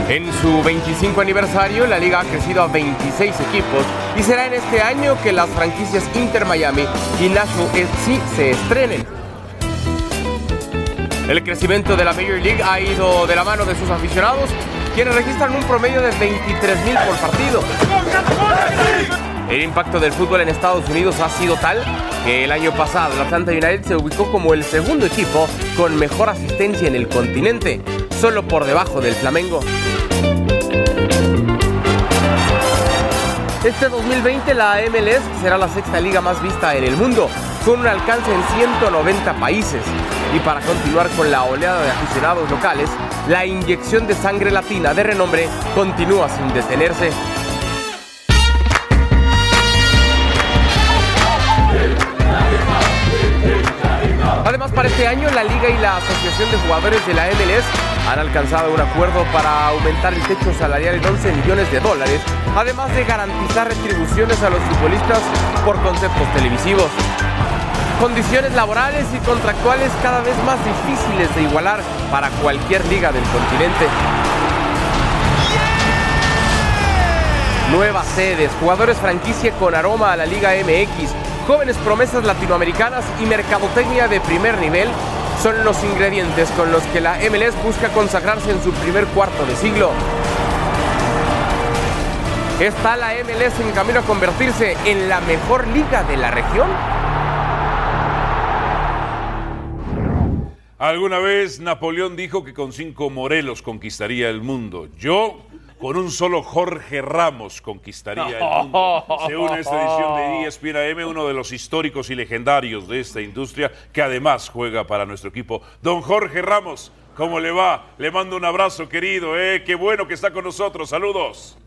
[SPEAKER 4] En su 25 aniversario, la liga ha crecido a 26 equipos y será en este año que las franquicias Inter Miami y Nashville SC se estrenen. El crecimiento de la Major League ha ido de la mano de sus aficionados, quienes registran un promedio de 23 mil por partido. El impacto del fútbol en Estados Unidos ha sido tal que el año pasado el Atlanta United se ubicó como el segundo equipo con mejor asistencia en el continente, solo por debajo del Flamengo. Este 2020 la MLS será la sexta liga más vista en el mundo, con un alcance en 190 países. Y para continuar con la oleada de aficionados locales, la inyección de sangre latina de renombre continúa sin detenerse. Además, para este año, la Liga y la Asociación de Jugadores de la MLS han alcanzado un acuerdo para aumentar el techo salarial en 11 millones de dólares, además de garantizar retribuciones a los futbolistas por conceptos televisivos. Condiciones laborales y contractuales cada vez más difíciles de igualar para cualquier liga del continente. Nuevas sedes, jugadores franquicia con aroma a la Liga MX, jóvenes promesas latinoamericanas y mercadotecnia de primer nivel son los ingredientes con los que la MLS busca consagrarse en su primer cuarto de siglo. ¿Está la MLS en camino a convertirse en la mejor liga de la región?
[SPEAKER 1] Alguna vez Napoleón dijo que con cinco Morelos conquistaría el mundo. Yo, con un solo Jorge Ramos conquistaría el mundo. Se une a esta edición de E ESPN AM, uno de los históricos y legendarios de esta industria, que además juega para nuestro equipo. Don Jorge Ramos, ¿cómo le va? Le mando un abrazo, querido. ¿eh? Qué bueno que está con nosotros. Saludos.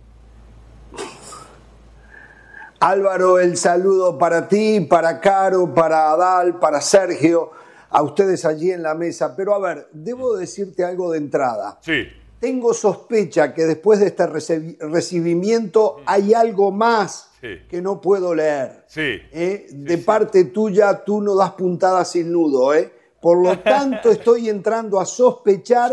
[SPEAKER 17] Álvaro, el saludo para ti, para Caro, para Adal, para Sergio, a ustedes allí en la mesa. Pero a ver, debo decirte algo de entrada.
[SPEAKER 1] Sí.
[SPEAKER 17] Tengo sospecha que después de este recibi- recibimiento hay algo más
[SPEAKER 1] Sí.
[SPEAKER 17] que no puedo leer.
[SPEAKER 1] Sí.
[SPEAKER 17] ¿eh? De parte tuya, tú no das puntadas sin nudo. ¿eh? Por
[SPEAKER 1] [laughs]
[SPEAKER 17] lo tanto, estoy entrando a sospechar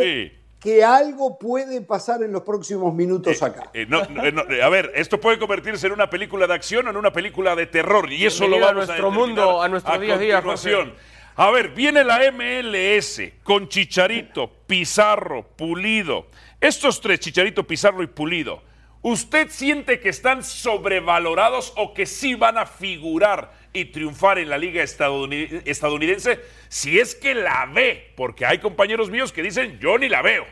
[SPEAKER 17] que algo puede pasar en los próximos minutos acá.
[SPEAKER 1] Eh, no, no, eh, no, eh, a ver, esto puede convertirse en una película de acción o en una película de terror. Y eso lo
[SPEAKER 4] Bienvenido a
[SPEAKER 1] vamos
[SPEAKER 4] nuestro
[SPEAKER 1] determinar
[SPEAKER 4] mundo, a nuestro día a día,
[SPEAKER 1] continuación. A ver, viene la MLS con Chicharito, Pizarro, Pulido. Estos tres, Chicharito, Pizarro y Pulido. ¿Usted siente que están sobrevalorados o que sí van a figurar y triunfar en la liga estadouni- estadounidense? Si es que la ve, porque hay compañeros míos que dicen, yo ni la veo.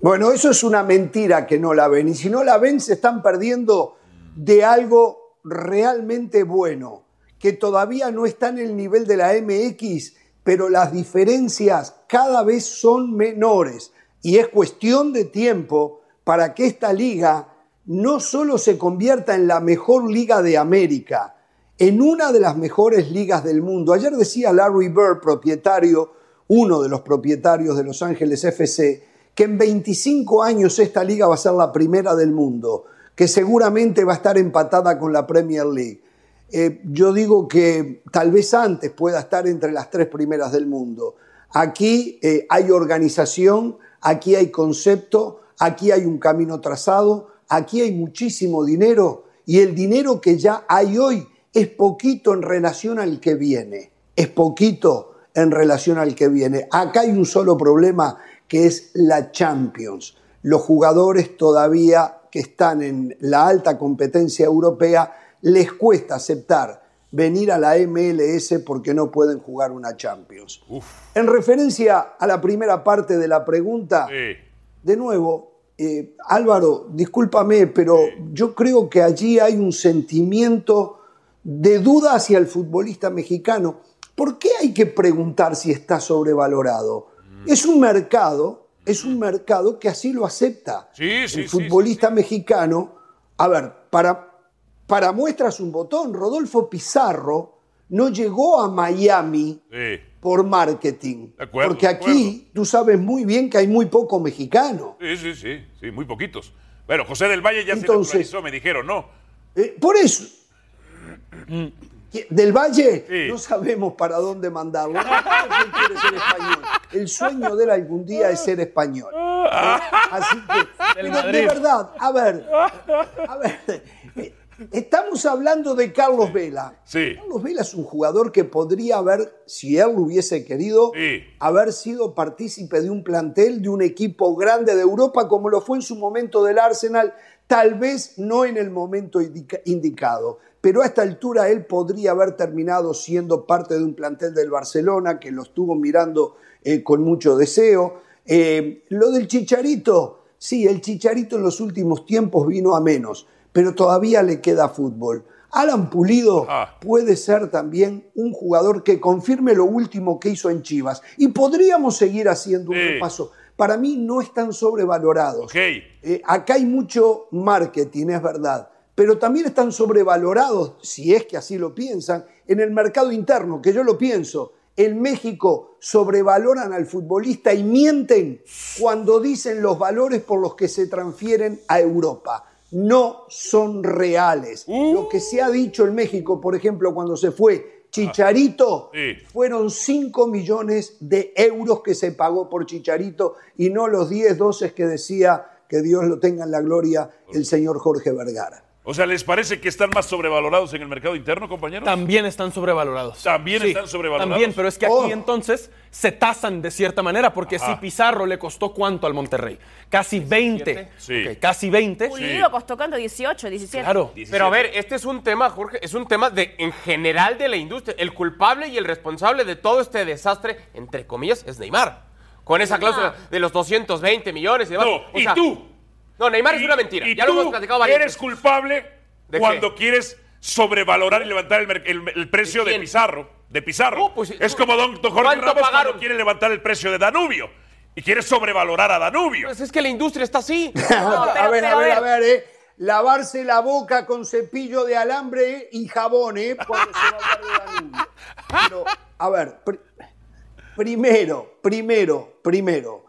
[SPEAKER 17] Bueno, eso es una mentira que no la ven. Y si no la ven, se están perdiendo de algo realmente bueno, que todavía no está en el nivel de la MX, pero las diferencias cada vez son menores. Y es cuestión de tiempo para que esta liga no solo se convierta en la mejor liga de América, en una de las mejores ligas del mundo. Ayer decía Larry Bird, propietario, uno de los propietarios de Los Ángeles FC, que en 25 años esta liga va a ser la primera del mundo, que seguramente va a estar empatada con la Premier League. Eh, yo digo que tal vez antes pueda estar entre las tres primeras del mundo. Aquí eh, hay organización, aquí hay concepto, aquí hay un camino trazado, aquí hay muchísimo dinero y el dinero que ya hay hoy es poquito en relación al que viene, es poquito en relación al que viene. Acá hay un solo problema que es la Champions. Los jugadores todavía que están en la alta competencia europea les cuesta aceptar venir a la MLS porque no pueden jugar una Champions. En referencia a la primera parte de la pregunta,
[SPEAKER 1] Eh,
[SPEAKER 17] de nuevo, eh, Álvaro, discúlpame, pero yo creo que allí hay un sentimiento de duda hacia el futbolista mexicano. ¿Por qué hay que preguntar si está sobrevalorado? Es un mercado, es un mercado que así lo acepta.
[SPEAKER 1] Sí, sí, sí.
[SPEAKER 17] el futbolista mexicano, a ver, para, para muestras un botón, Rodolfo Pizarro no llegó a Miami
[SPEAKER 1] Sí.
[SPEAKER 17] por marketing.
[SPEAKER 1] acuerdo,
[SPEAKER 17] porque
[SPEAKER 1] de
[SPEAKER 17] aquí tú sabes muy bien que hay muy poco mexicano.
[SPEAKER 1] Sí, sí, sí, sí, muy poquitos. Bueno, José del Valle ya
[SPEAKER 17] Entonces-
[SPEAKER 1] se naturalizó, me dijeron, ¿no?
[SPEAKER 17] Eh, por eso. que- Del Valle
[SPEAKER 1] Mm. Sí.
[SPEAKER 17] no sabemos para dónde mandarlo. No, él quiere ser español. El sueño de él algún día es ser español.
[SPEAKER 1] Ah.
[SPEAKER 17] ¿Eh? Así que,
[SPEAKER 18] Del
[SPEAKER 17] pero de
[SPEAKER 18] Madrid.
[SPEAKER 17] verdad, a ver, a ver, eh, Estamos hablando de Carlos Vela.
[SPEAKER 1] Sí.
[SPEAKER 17] Carlos Vela es un jugador que podría haber, si él lo hubiese querido, haber sido partícipe de un plantel, de un equipo grande de Europa, como lo fue en su momento del Arsenal, tal vez no en el momento indica- indicado. Pero a esta altura él podría haber terminado siendo parte de un plantel del Barcelona, que lo estuvo mirando eh, con mucho deseo. Eh, lo del Chicharito, sí, el Chicharito en los últimos tiempos vino a menos, pero todavía le queda fútbol. Alan Pulido puede ser también un jugador que confirme lo último que hizo en Chivas. Y podríamos seguir haciendo un repaso. Para mí no están sobrevalorados. Eh, acá hay mucho marketing, es verdad, pero también están sobrevalorados, si es que así lo piensan, en el mercado interno, que yo lo pienso. En México sobrevaloran al futbolista y mienten cuando dicen los valores por los que se transfieren a Europa. No son reales. Lo que se ha dicho en México, por ejemplo, cuando se fue Chicharito, fueron 5 millones de euros que se pagó por Chicharito y no los 10, 12 que decía que Dios lo tenga en la gloria el señor Jorge Vergara.
[SPEAKER 1] O sea, ¿les parece que están más sobrevalorados en el mercado interno, compañeros?
[SPEAKER 2] También están sobrevalorados.
[SPEAKER 1] También
[SPEAKER 2] Sí,
[SPEAKER 1] están sobrevalorados.
[SPEAKER 2] También, pero es que aquí
[SPEAKER 4] Oh.
[SPEAKER 2] entonces se tasan de cierta manera, porque
[SPEAKER 1] Ajá.
[SPEAKER 2] si Pizarro le costó cuánto al Monterrey? Casi 20. Ok, casi 20.
[SPEAKER 3] Pulido costó cuando 18, 17.
[SPEAKER 4] Pero a ver, este es un tema, Jorge, es un tema de en general de la industria. El culpable y el responsable de todo este desastre, entre comillas, es Neymar. Con esa cláusula de los 220 millones y demás.
[SPEAKER 1] No,
[SPEAKER 4] O
[SPEAKER 1] y
[SPEAKER 4] sea,
[SPEAKER 1] tú.
[SPEAKER 4] No, Neymar es
[SPEAKER 1] Y-
[SPEAKER 4] una mentira.
[SPEAKER 1] y
[SPEAKER 4] ya lo
[SPEAKER 1] tú
[SPEAKER 4] hemos platicado varias
[SPEAKER 1] eres culpable
[SPEAKER 4] ¿De
[SPEAKER 1] cuando quieres sobrevalorar y levantar el, mer- el- el precio de, Pizarro. De Pizarro. es como don, don Jorge
[SPEAKER 4] pues, ¿Cuánto
[SPEAKER 1] Ramos
[SPEAKER 4] pagaron?
[SPEAKER 1] cuando quiere levantar el precio de Danubio y quiere sobrevalorar a Danubio.
[SPEAKER 4] Pues es que la industria está así.
[SPEAKER 17] a ver, a ver, a ver, eh. Lavarse la boca con cepillo de alambre eh, y jabón, ¿eh? Cuando se va a hablar de Danubio. Pero, a ver, pri- primero, primero, primero,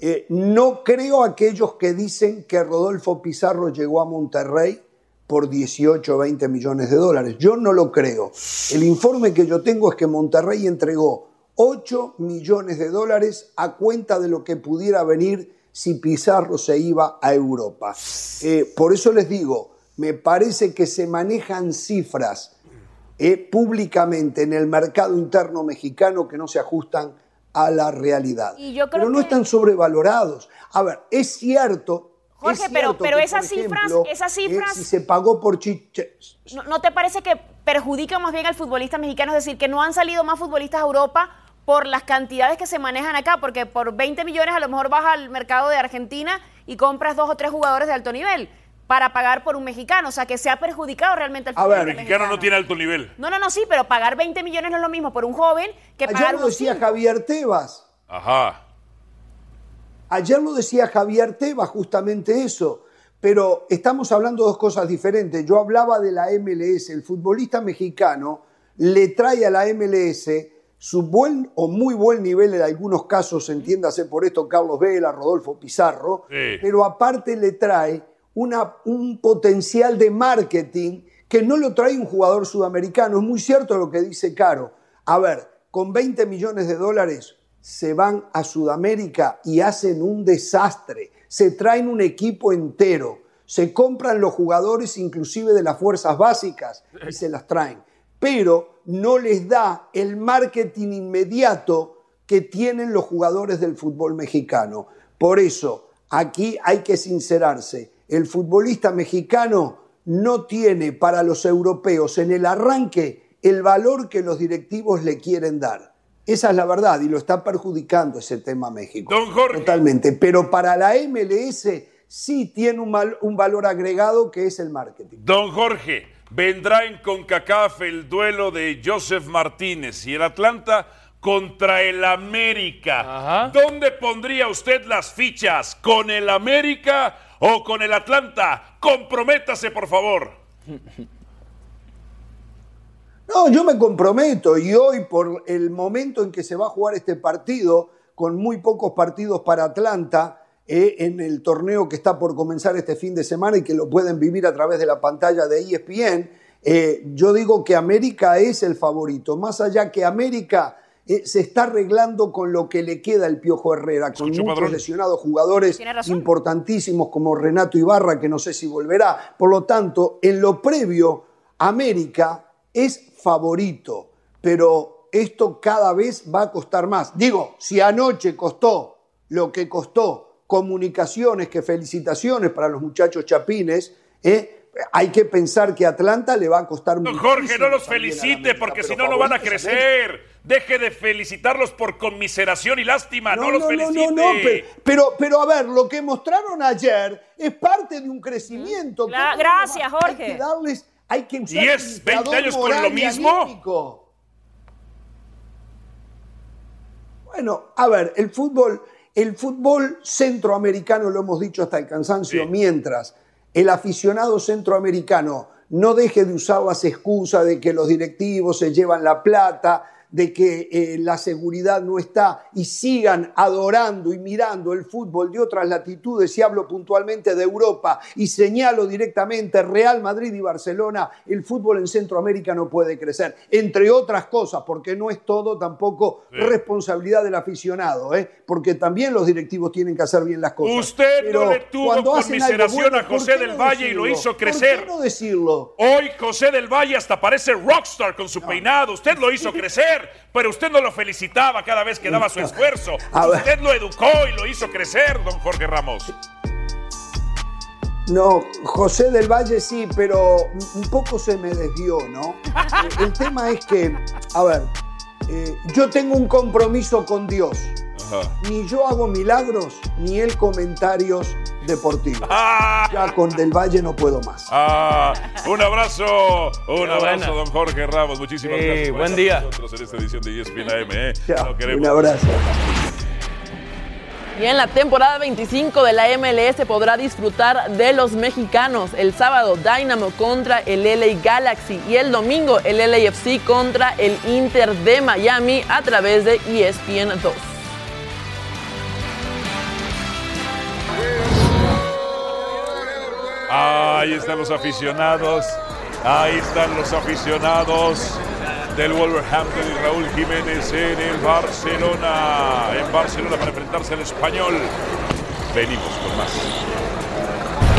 [SPEAKER 17] eh, no creo aquellos que dicen que Rodolfo Pizarro llegó a Monterrey por 18 o 20 millones de dólares. Yo no lo creo. El informe que yo tengo es que Monterrey entregó 8 millones de dólares a cuenta de lo que pudiera venir si Pizarro se iba a Europa. Eh, por eso les digo, me parece que se manejan cifras eh, públicamente en el mercado interno mexicano que no se ajustan a la realidad.
[SPEAKER 3] Y yo creo
[SPEAKER 17] pero no están sobrevalorados. A ver, es cierto.
[SPEAKER 3] Jorge,
[SPEAKER 17] es
[SPEAKER 3] pero-
[SPEAKER 17] cierto
[SPEAKER 3] pero
[SPEAKER 17] que,
[SPEAKER 3] esas
[SPEAKER 17] por
[SPEAKER 3] cifras-
[SPEAKER 17] ejemplo,
[SPEAKER 3] esas
[SPEAKER 17] eh,
[SPEAKER 3] cifras-
[SPEAKER 17] si se pagó por chiche-
[SPEAKER 3] ¿No, no te parece que perjudica más bien al futbolista mexicano? Es decir, que no han salido más futbolistas a Europa por las cantidades que se manejan acá, porque por 20 millones a lo mejor vas al mercado de Argentina y compras dos o tres jugadores de alto nivel para pagar por un mexicano. O sea, que se ha perjudicado realmente al futbolista
[SPEAKER 1] el mexicano no tiene alto nivel.
[SPEAKER 3] No, no, no, sí, pero pagar 20 millones no es lo mismo por un joven que pagar
[SPEAKER 17] Ayer Ah, lo
[SPEAKER 3] unos
[SPEAKER 17] decía
[SPEAKER 3] cinco.
[SPEAKER 17] Javier Tebas.
[SPEAKER 1] Ajá.
[SPEAKER 17] Ayer lo decía Javier Tebas, justamente eso. Pero estamos hablando de dos cosas diferentes. Yo hablaba de la MLS. El futbolista mexicano le trae a la MLS su buen o muy buen nivel en algunos casos, entiéndase por esto Carlos Vela, Rodolfo Pizarro,
[SPEAKER 18] Sí.
[SPEAKER 17] pero aparte le trae una- un potencial de marketing que no lo trae un jugador sudamericano. Es muy cierto lo que dice Caro. A ver, con 20 millones de dólares se van a Sudamérica y hacen un desastre. Se traen un equipo entero. Se compran los jugadores inclusive de las fuerzas básicas y se las traen. Pero no les da el marketing inmediato que tienen los jugadores del fútbol mexicano. Por eso, aquí hay que sincerarse. El futbolista mexicano no tiene para los europeos en el arranque el valor que los directivos le quieren dar. Esa es la verdad y lo está perjudicando ese tema a México. Totalmente. Pero para la MLS sí tiene un, mal- un valor agregado que es el marketing.
[SPEAKER 1] Don Jorge, vendrá en CONCACAF el duelo de Joseph Martínez y el Atlanta contra el América. ¿Dónde pondría usted las fichas? ¿Con el América o con el Atlanta? Comprométase, por favor.
[SPEAKER 17] No, yo me comprometo y hoy por el momento en que se va a jugar este partido, con muy pocos partidos para Atlanta, eh, en el torneo que está por comenzar este fin de semana y que lo pueden vivir a través de la pantalla de E ESPN, eh, yo digo que América es el favorito, más allá que América eh, se está arreglando con lo que le queda al Piojo Herrera, con muchos
[SPEAKER 1] Padrón.
[SPEAKER 17] lesionados jugadores importantísimos como Renato Ibarra, que no sé si volverá. Por lo tanto, en lo previo, América es favorito, pero esto cada vez va a costar más. Digo, si anoche costó lo que costó comunicaciones, que felicitaciones para los muchachos chapines, ¿eh? hay que pensar que a Atlanta le va a costar mucho.
[SPEAKER 1] Jorge, no los felicite porque si no, no van a crecer. Deje de felicitarlos por conmiseración y lástima. No, los felicite.
[SPEAKER 17] No, no, pero, pero, pero a ver, lo que mostraron ayer es parte de un crecimiento.
[SPEAKER 3] Cla-
[SPEAKER 17] ¿Cómo
[SPEAKER 3] gracias,
[SPEAKER 17] no va? Hay
[SPEAKER 3] Jorge.
[SPEAKER 17] que darles, hay que usar
[SPEAKER 1] ¿Y es
[SPEAKER 17] el
[SPEAKER 1] 20 años con
[SPEAKER 17] moral
[SPEAKER 1] lo
[SPEAKER 17] y
[SPEAKER 1] mismo?
[SPEAKER 17] anímico. Bueno, a ver, el fútbol, el fútbol centroamericano, lo hemos dicho hasta el cansancio, mientras el aficionado centroamericano no deje de usar las excusas de que los directivos se llevan la plata, de que eh, la seguridad no está y sigan adorando y mirando el fútbol de otras latitudes, si hablo puntualmente de Europa y señalo directamente Real Madrid y Barcelona, el fútbol en Centroamérica no puede crecer, entre otras cosas, porque no es todo tampoco
[SPEAKER 1] Sí.
[SPEAKER 17] responsabilidad del aficionado, ¿eh? porque también los directivos tienen que hacer bien las cosas.
[SPEAKER 1] Usted no
[SPEAKER 17] Pero
[SPEAKER 1] le tuvo
[SPEAKER 17] cuando hacen
[SPEAKER 1] conmiseración
[SPEAKER 17] algo bueno,
[SPEAKER 1] a
[SPEAKER 17] ¿por
[SPEAKER 1] José
[SPEAKER 17] qué
[SPEAKER 1] del
[SPEAKER 17] no
[SPEAKER 1] Valle y lo
[SPEAKER 17] decirlo?
[SPEAKER 1] hizo
[SPEAKER 17] ¿Por qué
[SPEAKER 1] crecer.
[SPEAKER 17] no decirlo?
[SPEAKER 1] Hoy José del Valle hasta parece rockstar con su peinado. Usted lo hizo crecer, pero usted no lo felicitaba cada vez que daba su esfuerzo.
[SPEAKER 17] A ver.
[SPEAKER 1] Usted lo educó y lo hizo crecer, don Jorge Ramos.
[SPEAKER 17] No, José del Valle sí, pero un poco se me desvió, ¿no? Eh, El tema es que, a ver, eh, yo tengo un compromiso con Dios. Ni yo hago milagros, ni él comentarios deportivos. Ya con Del Valle no puedo más.
[SPEAKER 1] Ah, un abrazo, un
[SPEAKER 17] Qué buena.
[SPEAKER 1] abrazo, don Jorge Ramos. Muchísimas
[SPEAKER 17] Sí,
[SPEAKER 1] gracias.
[SPEAKER 17] buen
[SPEAKER 1] estar
[SPEAKER 17] día.
[SPEAKER 1] con Nosotros en esta edición de ESPN AM. ¿eh? Lo queremos.
[SPEAKER 17] Un abrazo.
[SPEAKER 10] Y en la temporada 25 de la MLS podrá disfrutar de los mexicanos. El sábado Dynamo contra el LA Galaxy y el domingo el LAFC contra el Inter de Miami a través de E ESPN 2.
[SPEAKER 1] Ahí están los aficionados. Ahí están los aficionados del Wolverhampton y Raúl Jiménez en el Barcelona. En Barcelona para enfrentarse al español. Venimos con más.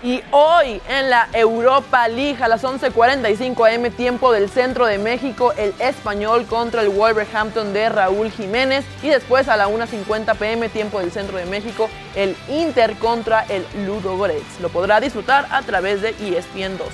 [SPEAKER 10] Y hoy en la Europa League a las 11:45 am tiempo del centro de México, el español contra el Wolverhampton de Raúl Jiménez. Y después a la 1:50 pm tiempo del centro de México, el Inter contra el Ludo Goretz. Lo podrá disfrutar a través de E ESPN 2.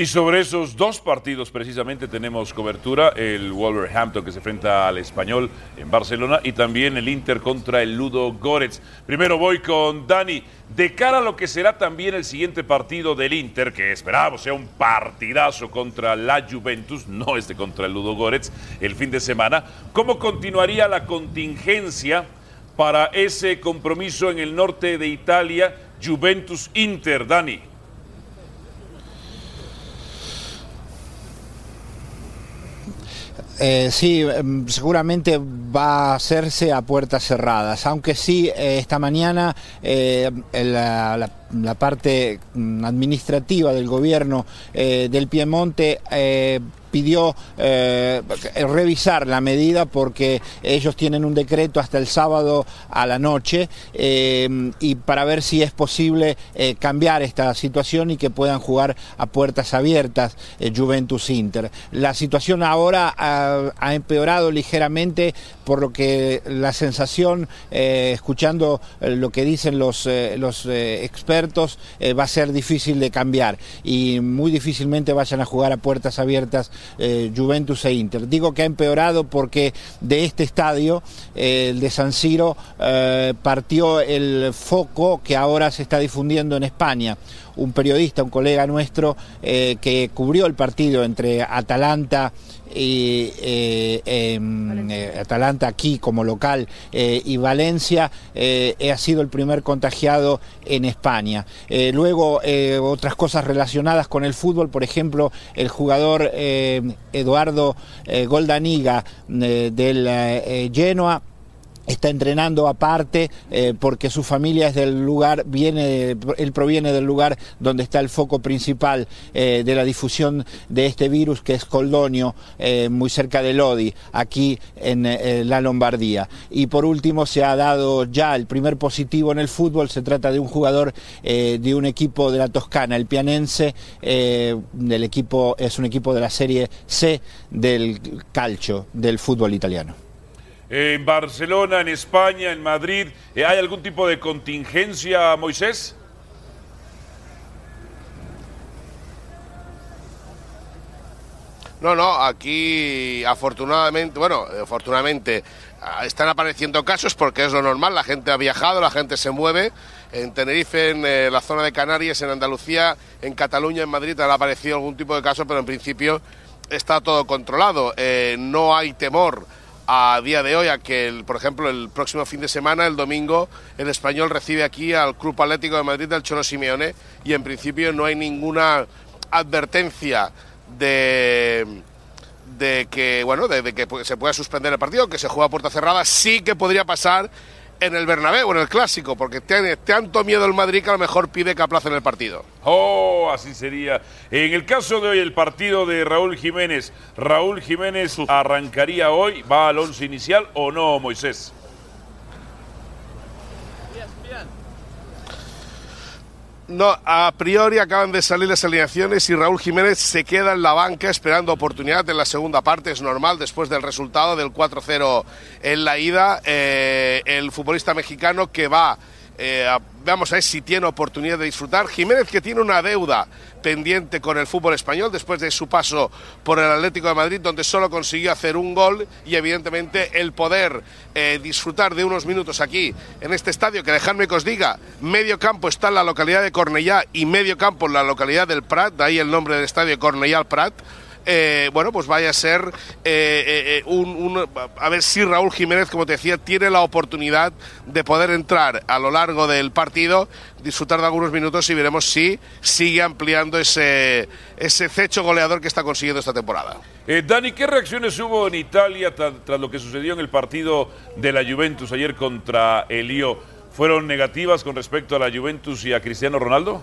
[SPEAKER 1] Y sobre esos dos partidos precisamente tenemos cobertura. El Wolverhampton que se enfrenta al español en Barcelona y también el Inter contra el Ludo Goretz. Primero voy con Dani. De cara a lo que será también el siguiente partido del Inter, que esperamos sea un partidazo contra la Juventus, no este contra el Ludo Goretz, el fin de semana, ¿cómo continuaría la contingencia? para ese compromiso en el norte de Italia, Juventus Inter, Dani.
[SPEAKER 11] Eh, sí, em, seguramente va a hacerse a puertas cerradas, aunque sí, eh, esta mañana eh, la, la- la parte mm, administrativa del gobierno eh, del Piemonte eh, pidió eh, revisar la medida porque ellos tienen un decreto hasta el sábado a la noche eh, y para ver si es posible eh, cambiar esta situación y que puedan jugar a puertas abiertas eh, Juventus Inter. La situación ahora ha, ha empeorado ligeramente por lo que la sensación, eh, escuchando eh, lo que dicen los, eh, los eh, expertos, eh, va a ser difícil de cambiar y muy difícilmente vayan a jugar a puertas abiertas eh, Juventus e Inter. Digo que ha empeorado porque de este estadio, eh, el de San Siro, eh, partió el foco que ahora se está difundiendo en España. Un periodista, un colega nuestro eh, que cubrió el partido entre Atalanta y eh, em, eh, Atalanta aquí como local eh, y Valencia eh, eh, ha sido el primer contagiado en España. Eh, luego eh, otras cosas relacionadas con el fútbol, por ejemplo, el jugador eh, Eduardo eh, Goldaniga eh, del eh, eh, Genoa está entrenando aparte eh, porque su familia es del lugar, viene, él proviene del lugar donde está el foco principal eh, de la difusión de este virus que es Coldonio, eh, muy cerca de Lodi, aquí en eh, la Lombardía. Y por último se ha dado ya el primer positivo en el fútbol, se trata de un jugador eh, de un equipo de la Toscana, el pianense, eh, del equipo, es un equipo de la Serie C del calcio, del fútbol italiano.
[SPEAKER 1] En Barcelona, en España, en Madrid, eh, ¿hay algún tipo de contingencia, Moisés?
[SPEAKER 18] No, no, aquí afortunadamente, bueno, eh, afortunadamente ah, están apareciendo casos porque es lo normal, la gente ha viajado, la gente se mueve. En Tenerife, en eh, la zona de Canarias, en Andalucía, en Cataluña, en Madrid han aparecido algún tipo de caso, pero en principio está todo controlado. Eh, no hay temor a día de hoy a que, el- por ejemplo, el próximo fin de semana, el domingo, el español recibe aquí al Club Atlético de Madrid del Cholo Simeone y en principio no hay ninguna advertencia de de que bueno de, de que pu- se pueda suspender el partido, que se juega a puerta cerrada, sí que podría pasar en el Bernabéu, en el Clásico, porque tiene tanto miedo el Madrid que a lo mejor pide que aplacen el partido.
[SPEAKER 1] Oh, así sería. En el caso de hoy, el partido de Raúl Jiménez, ¿Raúl Jiménez arrancaría hoy? ¿Va al once inicial o no, Moisés?
[SPEAKER 18] No, a priori acaban de salir las alineaciones y Raúl Jiménez se queda en la banca esperando oportunidad en la segunda parte. Es normal después del resultado del 4-0 en la ida. eh, el futbolista mexicano que va, eh, a- vamos a ver si tiene oportunidad de disfrutar. Jiménez que tiene una deuda pendiente con el fútbol español después de su paso por el Atlético de Madrid, donde solo consiguió hacer un gol y evidentemente el poder eh, disfrutar de unos minutos aquí en este estadio, que dejadme que os diga, medio campo está en la localidad de Cornellá y medio campo en la localidad del Prat, de ahí el nombre del estadio Cornellá al Prat. eh, bueno, pues vaya a ser eh, eh, eh, un, un- A ver si Raúl Jiménez, como te decía, tiene la oportunidad de poder entrar a lo largo del partido, disfrutar de algunos minutos y veremos si sigue ampliando ese, ese cecho goleador que está consiguiendo esta temporada.
[SPEAKER 1] Eh, Dani, ¿qué reacciones hubo en Italia tra- tras lo que sucedió en el partido de la Juventus ayer contra el Lyon? ¿Fueron negativas con respecto a la Juventus y a Cristiano Ronaldo?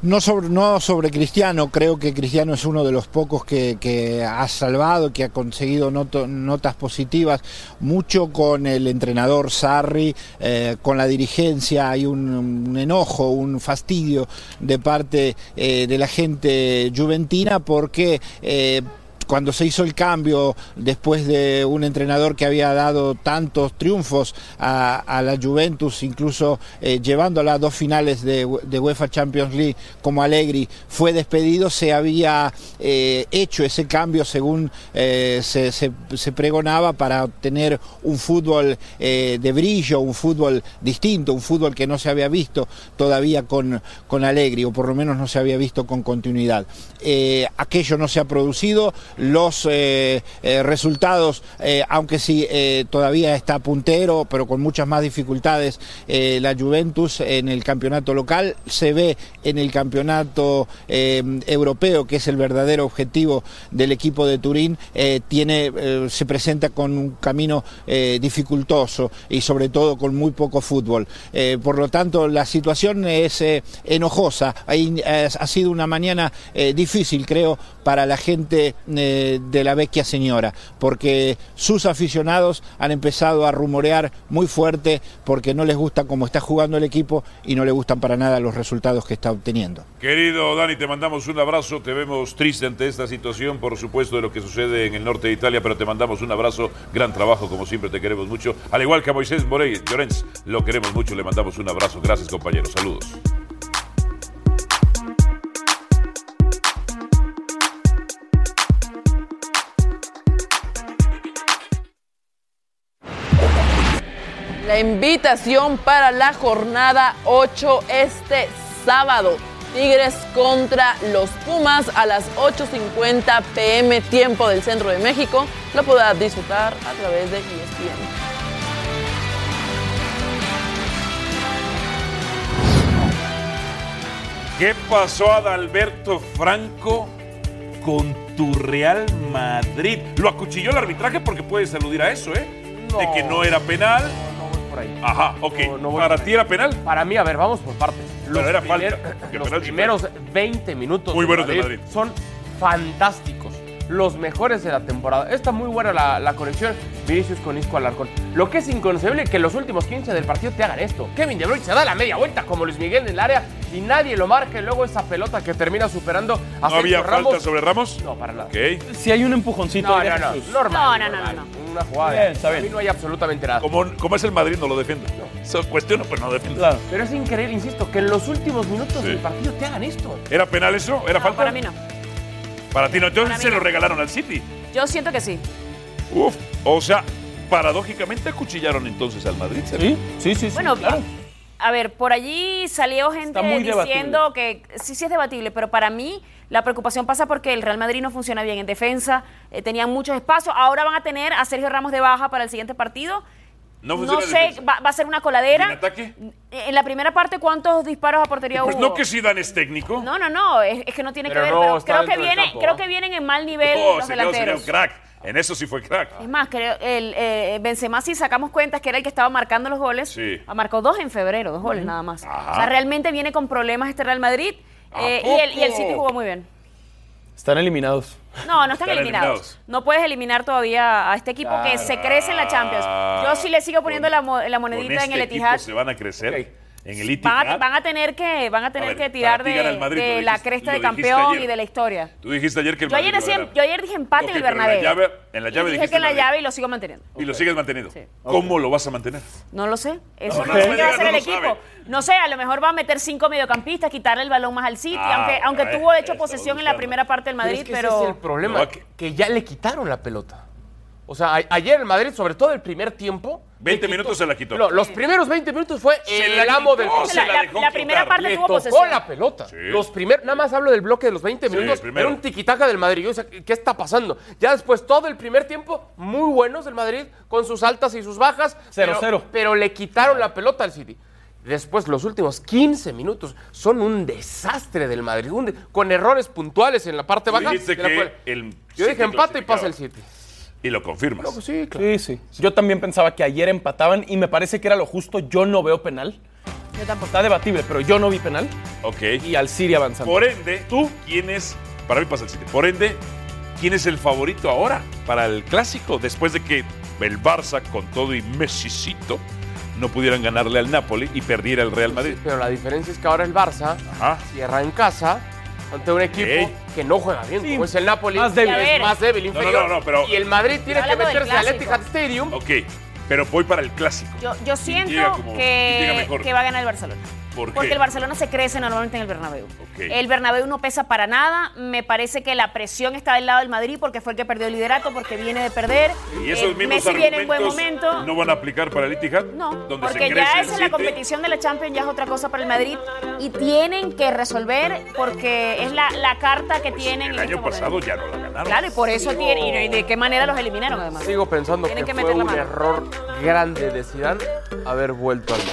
[SPEAKER 11] No sobre, no sobre Cristiano, creo que Cristiano es uno de los pocos que, que ha salvado, que ha conseguido noto- notas positivas, mucho con el entrenador Sarri, eh, con la dirigencia, hay un, un enojo, un fastidio de parte eh, de la gente juventina porque... eh, cuando se hizo el cambio después de un entrenador que había dado tantos triunfos a, a la Juventus, incluso eh, llevándola a dos finales de, U- de UEFA Champions League como Allegri, fue despedido, se había eh, hecho ese cambio según eh, se, se- se pregonaba para obtener un fútbol eh, de brillo, un fútbol distinto, un fútbol que no se había visto todavía con, con Allegri, o por lo menos no se había visto con continuidad. Eh, aquello no se ha producido, los eh, eh, resultados, eh, aunque sí eh, todavía está puntero, pero con muchas más dificultades, eh, la Juventus en el campeonato local, se ve en el campeonato eh, europeo, que es el verdadero objetivo del equipo de Turín, eh, tiene, eh, se presenta con un camino eh, dificultoso y sobre todo con muy poco fútbol. Eh, por lo tanto, la situación es eh, enojosa. Hay- eh, ha sido una mañana eh, difícil, creo, para la gente eh, de la vecchia señora, porque sus aficionados han empezado a rumorear muy fuerte porque no les gusta cómo está jugando el equipo y no le gustan para nada los resultados que está obteniendo.
[SPEAKER 1] Querido Dani, te mandamos un abrazo. Te vemos triste ante esta situación, por supuesto, de lo que sucede en el norte de Italia, pero te mandamos un abrazo. Gran trabajo, como siempre, te queremos mucho. Al igual que a Moisés Morey, Llorens, lo queremos mucho. Le mandamos un abrazo. Gracias, compañeros. Saludos.
[SPEAKER 10] La invitación para la jornada 8 este sábado. Tigres contra los Pumas a las 8.50 pm tiempo del Centro de México. Lo podrás disfrutar a través de E ESPN.
[SPEAKER 1] ¿Qué pasó a Adalberto Franco con tu Real Madrid. Lo acuchilló el arbitraje porque puedes aludir a eso, ¿eh? De que no era penal.
[SPEAKER 4] por ahí.
[SPEAKER 1] Ajá, ok. ¿Para ti era penal?
[SPEAKER 4] Para mí, a ver, vamos por partes. Los,
[SPEAKER 1] Pero era
[SPEAKER 4] primer-
[SPEAKER 1] falta. Porque penal
[SPEAKER 4] los
[SPEAKER 1] sí fue.
[SPEAKER 4] primeros 20 minutos
[SPEAKER 1] Muy
[SPEAKER 4] de
[SPEAKER 1] buenos de
[SPEAKER 4] Madrid
[SPEAKER 1] Madrid.
[SPEAKER 4] son fantásticos. Los mejores de la temporada. Está muy buena la, la conexión Vinicius con Isco Alarcón. Lo que es inconcebible que en los últimos 15 del partido te hagan esto. Kevin De Bruyne se da la media vuelta como Luis Miguel en el área y nadie lo marca. Y luego esa pelota que termina superando a
[SPEAKER 1] ¿No había
[SPEAKER 4] Sergio Ramos.
[SPEAKER 1] falta sobre Ramos?
[SPEAKER 4] No, para nada.
[SPEAKER 1] Ok.
[SPEAKER 2] Si hay un empujoncito.
[SPEAKER 4] No,
[SPEAKER 2] ahí
[SPEAKER 4] no,
[SPEAKER 2] de
[SPEAKER 4] no.
[SPEAKER 2] Jesús.
[SPEAKER 4] Normal,
[SPEAKER 3] No, no, no,
[SPEAKER 4] normal. Una jugada.
[SPEAKER 2] Bien, está bien.
[SPEAKER 4] A mí no hay absolutamente nada.
[SPEAKER 1] Como, como es el Madrid, no lo defiende. Eso cuestiona, pues no defiende.
[SPEAKER 4] Pero es increíble, insisto, que en los últimos minutos del partido te hagan esto.
[SPEAKER 1] ¿Era penal eso? ¿Era falta?
[SPEAKER 3] Para mí no.
[SPEAKER 1] Para ti no. Entonces se lo regalaron al City.
[SPEAKER 3] Yo siento que sí.
[SPEAKER 1] Uf. O sea, paradójicamente acuchillaron entonces al Madrid.
[SPEAKER 2] Sí, sí, sí.
[SPEAKER 3] Bueno, ah, a ver, por allí salió gente
[SPEAKER 1] Está muy
[SPEAKER 3] diciendo que sí, sí es debatible, pero para mí la preocupación pasa porque el Real Madrid no funciona bien en defensa, eh, tenían muchos espacios, ahora van a tener a Sergio Ramos de baja para el siguiente partido.
[SPEAKER 1] No
[SPEAKER 3] No
[SPEAKER 1] funciona en
[SPEAKER 3] sé,
[SPEAKER 1] defensa.
[SPEAKER 3] va, va a ser una coladera. Eh, ¿En la primera parte, ¿cuántos disparos a portería
[SPEAKER 1] Pues
[SPEAKER 3] hubo?
[SPEAKER 1] no que Zidane es técnico.
[SPEAKER 3] No, no, no, es, es que no tiene
[SPEAKER 1] Pero
[SPEAKER 3] que ver,
[SPEAKER 1] no,
[SPEAKER 3] pero
[SPEAKER 1] está
[SPEAKER 3] creo que,
[SPEAKER 1] dentro del
[SPEAKER 3] viene,
[SPEAKER 1] campo,
[SPEAKER 3] creo
[SPEAKER 1] ¿ah?
[SPEAKER 3] que vienen en mal nivel
[SPEAKER 1] No, señor,
[SPEAKER 3] los
[SPEAKER 1] sería un
[SPEAKER 3] delanteros.
[SPEAKER 1] crack. En eso sí fue crack.
[SPEAKER 3] Es más, creo el eh, Benzema, si sacamos cuentas que era el que estaba marcando los goles,
[SPEAKER 1] Sí.
[SPEAKER 3] ah, marcó dos en febrero, dos goles nada más.
[SPEAKER 1] Ajá.
[SPEAKER 3] O sea, realmente viene con problemas este Real Madrid
[SPEAKER 2] ¿A
[SPEAKER 3] eh, y, el, y el
[SPEAKER 2] poco?
[SPEAKER 3] City jugó muy bien.
[SPEAKER 2] Están eliminados.
[SPEAKER 3] No, no están,
[SPEAKER 2] Están
[SPEAKER 3] eliminados.
[SPEAKER 2] eliminados.
[SPEAKER 3] No puedes eliminar todavía a este equipo que se crece en la Champions. Yo sí le sigo poniendo la, mo- la
[SPEAKER 1] Con
[SPEAKER 3] monedita
[SPEAKER 1] este
[SPEAKER 3] en el
[SPEAKER 1] equipo
[SPEAKER 3] Etihad.
[SPEAKER 1] se van a crecer en el Etihad.
[SPEAKER 3] Van a, van a tener que, van a tener
[SPEAKER 1] ver,
[SPEAKER 3] que tirar
[SPEAKER 1] para ti
[SPEAKER 3] de,
[SPEAKER 1] gana el Madrid,
[SPEAKER 3] de
[SPEAKER 1] lo
[SPEAKER 3] la
[SPEAKER 1] dijiste-
[SPEAKER 3] cresta
[SPEAKER 1] lo
[SPEAKER 3] de
[SPEAKER 1] dijiste
[SPEAKER 3] campeón
[SPEAKER 1] ayer.
[SPEAKER 3] y de la historia.
[SPEAKER 1] Tú dijiste ayer que el
[SPEAKER 3] Yo ayer,
[SPEAKER 1] Madrid iba a
[SPEAKER 3] decía,
[SPEAKER 1] ganar.
[SPEAKER 3] yo ayer dije empate
[SPEAKER 1] Ok,
[SPEAKER 3] en el
[SPEAKER 1] pero en la
[SPEAKER 3] Bernabéu.
[SPEAKER 1] llave- en la llave
[SPEAKER 3] Y dije
[SPEAKER 1] dijiste
[SPEAKER 3] que en la
[SPEAKER 1] Madrid.
[SPEAKER 3] llave y lo sigo manteniendo.
[SPEAKER 1] Y lo sigues manteniendo. ¿Cómo lo vas a mantener?
[SPEAKER 3] No lo sé. Eso
[SPEAKER 1] No,
[SPEAKER 3] no,
[SPEAKER 1] no,
[SPEAKER 3] sé
[SPEAKER 1] no
[SPEAKER 3] qué va a
[SPEAKER 1] me
[SPEAKER 3] hacer el
[SPEAKER 1] digas, no lo
[SPEAKER 3] equipo. No sé, a lo mejor va a meter cinco mediocampistas, quitarle el balón más al City,
[SPEAKER 4] Ah,
[SPEAKER 3] aunque, aunque
[SPEAKER 4] eh,
[SPEAKER 3] tuvo de hecho
[SPEAKER 4] estaba
[SPEAKER 3] posesión en la
[SPEAKER 4] buscando.
[SPEAKER 3] primera parte del Madrid,
[SPEAKER 4] Pero es que
[SPEAKER 3] pero.
[SPEAKER 4] ese es el problema, que ya le quitaron la pelota. O sea, a- ayer el Madrid, sobre todo el primer tiempo,
[SPEAKER 1] 20 minutos se la quitó.
[SPEAKER 4] lo- los primeros 20 minutos fue
[SPEAKER 1] la
[SPEAKER 4] el
[SPEAKER 1] quitó,
[SPEAKER 4] amo del
[SPEAKER 1] se
[SPEAKER 4] partido.
[SPEAKER 1] la La- dejó la primera quitar. parte
[SPEAKER 4] Le
[SPEAKER 1] tuvo
[SPEAKER 4] tocó
[SPEAKER 1] posesión.
[SPEAKER 4] la pelota.
[SPEAKER 1] Sí.
[SPEAKER 4] Los primer, nada más hablo del bloque de los 20
[SPEAKER 1] Sí,
[SPEAKER 4] minutos.
[SPEAKER 1] primero.
[SPEAKER 4] era un tiquitaca del Madrid. Yo decía, ¿qué está pasando? Ya después todo el primer tiempo, muy buenos del Madrid, con sus altas y sus bajas.
[SPEAKER 2] Cero,
[SPEAKER 4] pero-
[SPEAKER 2] cero.
[SPEAKER 4] Pero le quitaron la pelota al City. Después, los últimos 15 minutos son un desastre del Madrid, un de- con errores puntuales en la parte
[SPEAKER 1] Tú
[SPEAKER 4] baja.
[SPEAKER 1] dijiste
[SPEAKER 4] de la
[SPEAKER 1] que
[SPEAKER 4] cual-
[SPEAKER 1] el
[SPEAKER 4] Yo
[SPEAKER 1] City
[SPEAKER 4] dije empate y
[SPEAKER 1] clasificaba.
[SPEAKER 4] pasa el City.
[SPEAKER 1] Y lo confirmas.
[SPEAKER 4] sí,
[SPEAKER 2] Sí, Yo también pensaba que ayer empataban y me parece que era lo justo. Yo no veo penal.
[SPEAKER 3] Yo tampoco.
[SPEAKER 2] Está debatible, pero yo no vi penal.
[SPEAKER 1] Ok.
[SPEAKER 2] Y al City avanzando.
[SPEAKER 1] Por ende, ¿tú quién es? Para mí pasa el City. Por ende, ¿quién es el favorito ahora para el clásico? Después de que el Barça, con todo y Messicito, no pudieran ganarle al Napoli y perdiera el Real Madrid.
[SPEAKER 4] Pero la diferencia es que ahora el Barça cierra en casa ante un equipo
[SPEAKER 1] Ey.
[SPEAKER 4] que no juega bien, como es el Napoli.
[SPEAKER 1] Más débil.
[SPEAKER 4] que
[SPEAKER 1] A ver.
[SPEAKER 4] Es más débil,
[SPEAKER 1] No, no,
[SPEAKER 4] inferior.
[SPEAKER 1] no, no, pero-
[SPEAKER 4] Y el Madrid tiene que
[SPEAKER 3] Hablando del
[SPEAKER 4] meterse al
[SPEAKER 3] clásico.
[SPEAKER 4] Etihad Stadium.
[SPEAKER 1] Ok, pero voy para el clásico.
[SPEAKER 3] Yo, yo siento
[SPEAKER 1] llega como- quién llega
[SPEAKER 3] que,
[SPEAKER 1] mejor?
[SPEAKER 3] que va a ganar el Barcelona.
[SPEAKER 1] ¿Por
[SPEAKER 3] Porque
[SPEAKER 1] qué?
[SPEAKER 3] el Barcelona se crece normalmente en el Bernabéu.
[SPEAKER 1] Ok.
[SPEAKER 3] El Bernabéu no pesa para nada. Me parece que la presión está del lado del Madrid porque fue el que perdió el liderato, porque viene de perder.
[SPEAKER 1] Y esos
[SPEAKER 3] Eh,
[SPEAKER 1] mismos
[SPEAKER 3] Messi viene en buen
[SPEAKER 1] argumentos
[SPEAKER 3] momento.
[SPEAKER 1] no van a aplicar para el Etihad. No, donde se
[SPEAKER 3] Porque
[SPEAKER 1] crece
[SPEAKER 3] ya
[SPEAKER 1] el
[SPEAKER 3] esa es la
[SPEAKER 1] City.
[SPEAKER 3] competición de la Champions, ya es otra cosa para el Madrid. Y tienen que resolver porque es la, la carta que tienen.
[SPEAKER 1] El
[SPEAKER 3] en este
[SPEAKER 1] año
[SPEAKER 3] momento.
[SPEAKER 1] pasado ya no la ganaron.
[SPEAKER 3] Claro, y por eso tienen. ¿Y de qué manera los eliminaron además?
[SPEAKER 4] Sigo pensando que,
[SPEAKER 3] Tienen que
[SPEAKER 4] fue
[SPEAKER 3] meter la
[SPEAKER 4] un
[SPEAKER 3] mano.
[SPEAKER 4] error grande de Zidane haber vuelto al Madrid.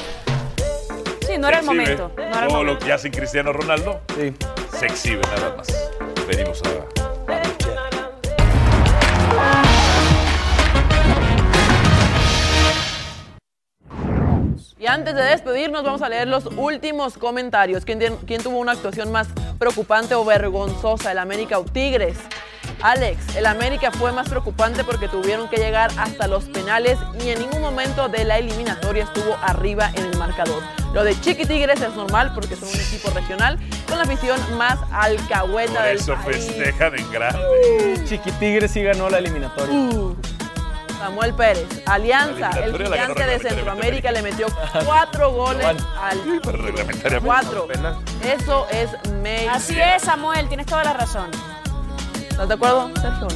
[SPEAKER 3] Sí, no era el
[SPEAKER 1] Se exhibe.
[SPEAKER 3] momento. No era el
[SPEAKER 1] Todo
[SPEAKER 3] momento.
[SPEAKER 1] lo que hacen Cristiano Ronaldo
[SPEAKER 2] sí.
[SPEAKER 1] se exhibe nada más. Venimos a
[SPEAKER 10] Y antes de despedirnos, vamos a leer los últimos comentarios. ¿Quién, tien- quién tuvo una actuación más preocupante o vergonzosa? ¿El América o Tigres? Alex, el América fue más preocupante porque tuvieron que llegar hasta los penales y en ningún momento de la eliminatoria estuvo arriba en el marcador. Lo de Chiqui Tigres es normal porque son un equipo regional con la afición más alcahueta
[SPEAKER 1] Por
[SPEAKER 10] del
[SPEAKER 1] eso
[SPEAKER 10] país.
[SPEAKER 1] festejan en grande.
[SPEAKER 2] Chiquitigre sí ganó la eliminatoria.
[SPEAKER 10] Uh, Samuel Pérez,
[SPEAKER 2] La
[SPEAKER 10] Alianza,
[SPEAKER 2] eliminatoria
[SPEAKER 10] el
[SPEAKER 2] la ganó
[SPEAKER 10] gigante de
[SPEAKER 2] reglamentariamente
[SPEAKER 10] Centroamérica le metió cuatro goles al
[SPEAKER 1] Reglamentariamente.
[SPEAKER 10] Cuatro. Eso es May.
[SPEAKER 3] Así es, Samuel, tienes toda la razón.
[SPEAKER 10] ¿Estás de acuerdo, Sergio?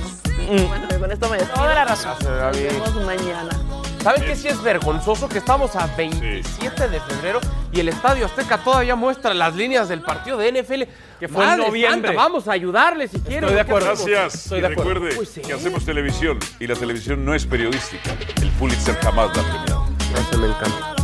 [SPEAKER 10] no? Bueno, con esto me despido.
[SPEAKER 3] Toda la razón.
[SPEAKER 4] Gracias, Gaby.
[SPEAKER 10] Nos vemos mañana.
[SPEAKER 4] ¿Saben qué sí es vergonzoso? Que estamos a 27 de febrero y el Estadio Azteca todavía muestra las líneas del partido de NFL. Que
[SPEAKER 2] fue en noviembre.
[SPEAKER 4] vamos a ayudarle si quieren.
[SPEAKER 2] de acuerdo.
[SPEAKER 4] ¿Qué hacemos?
[SPEAKER 1] Gracias.
[SPEAKER 2] Estoy
[SPEAKER 1] y
[SPEAKER 2] de acuerdo.
[SPEAKER 1] recuerde
[SPEAKER 2] Pues sí.
[SPEAKER 1] que hacemos televisión y la televisión no es periodística. El Pulitzer jamás la ha premiado.
[SPEAKER 4] Gracias, me encanta.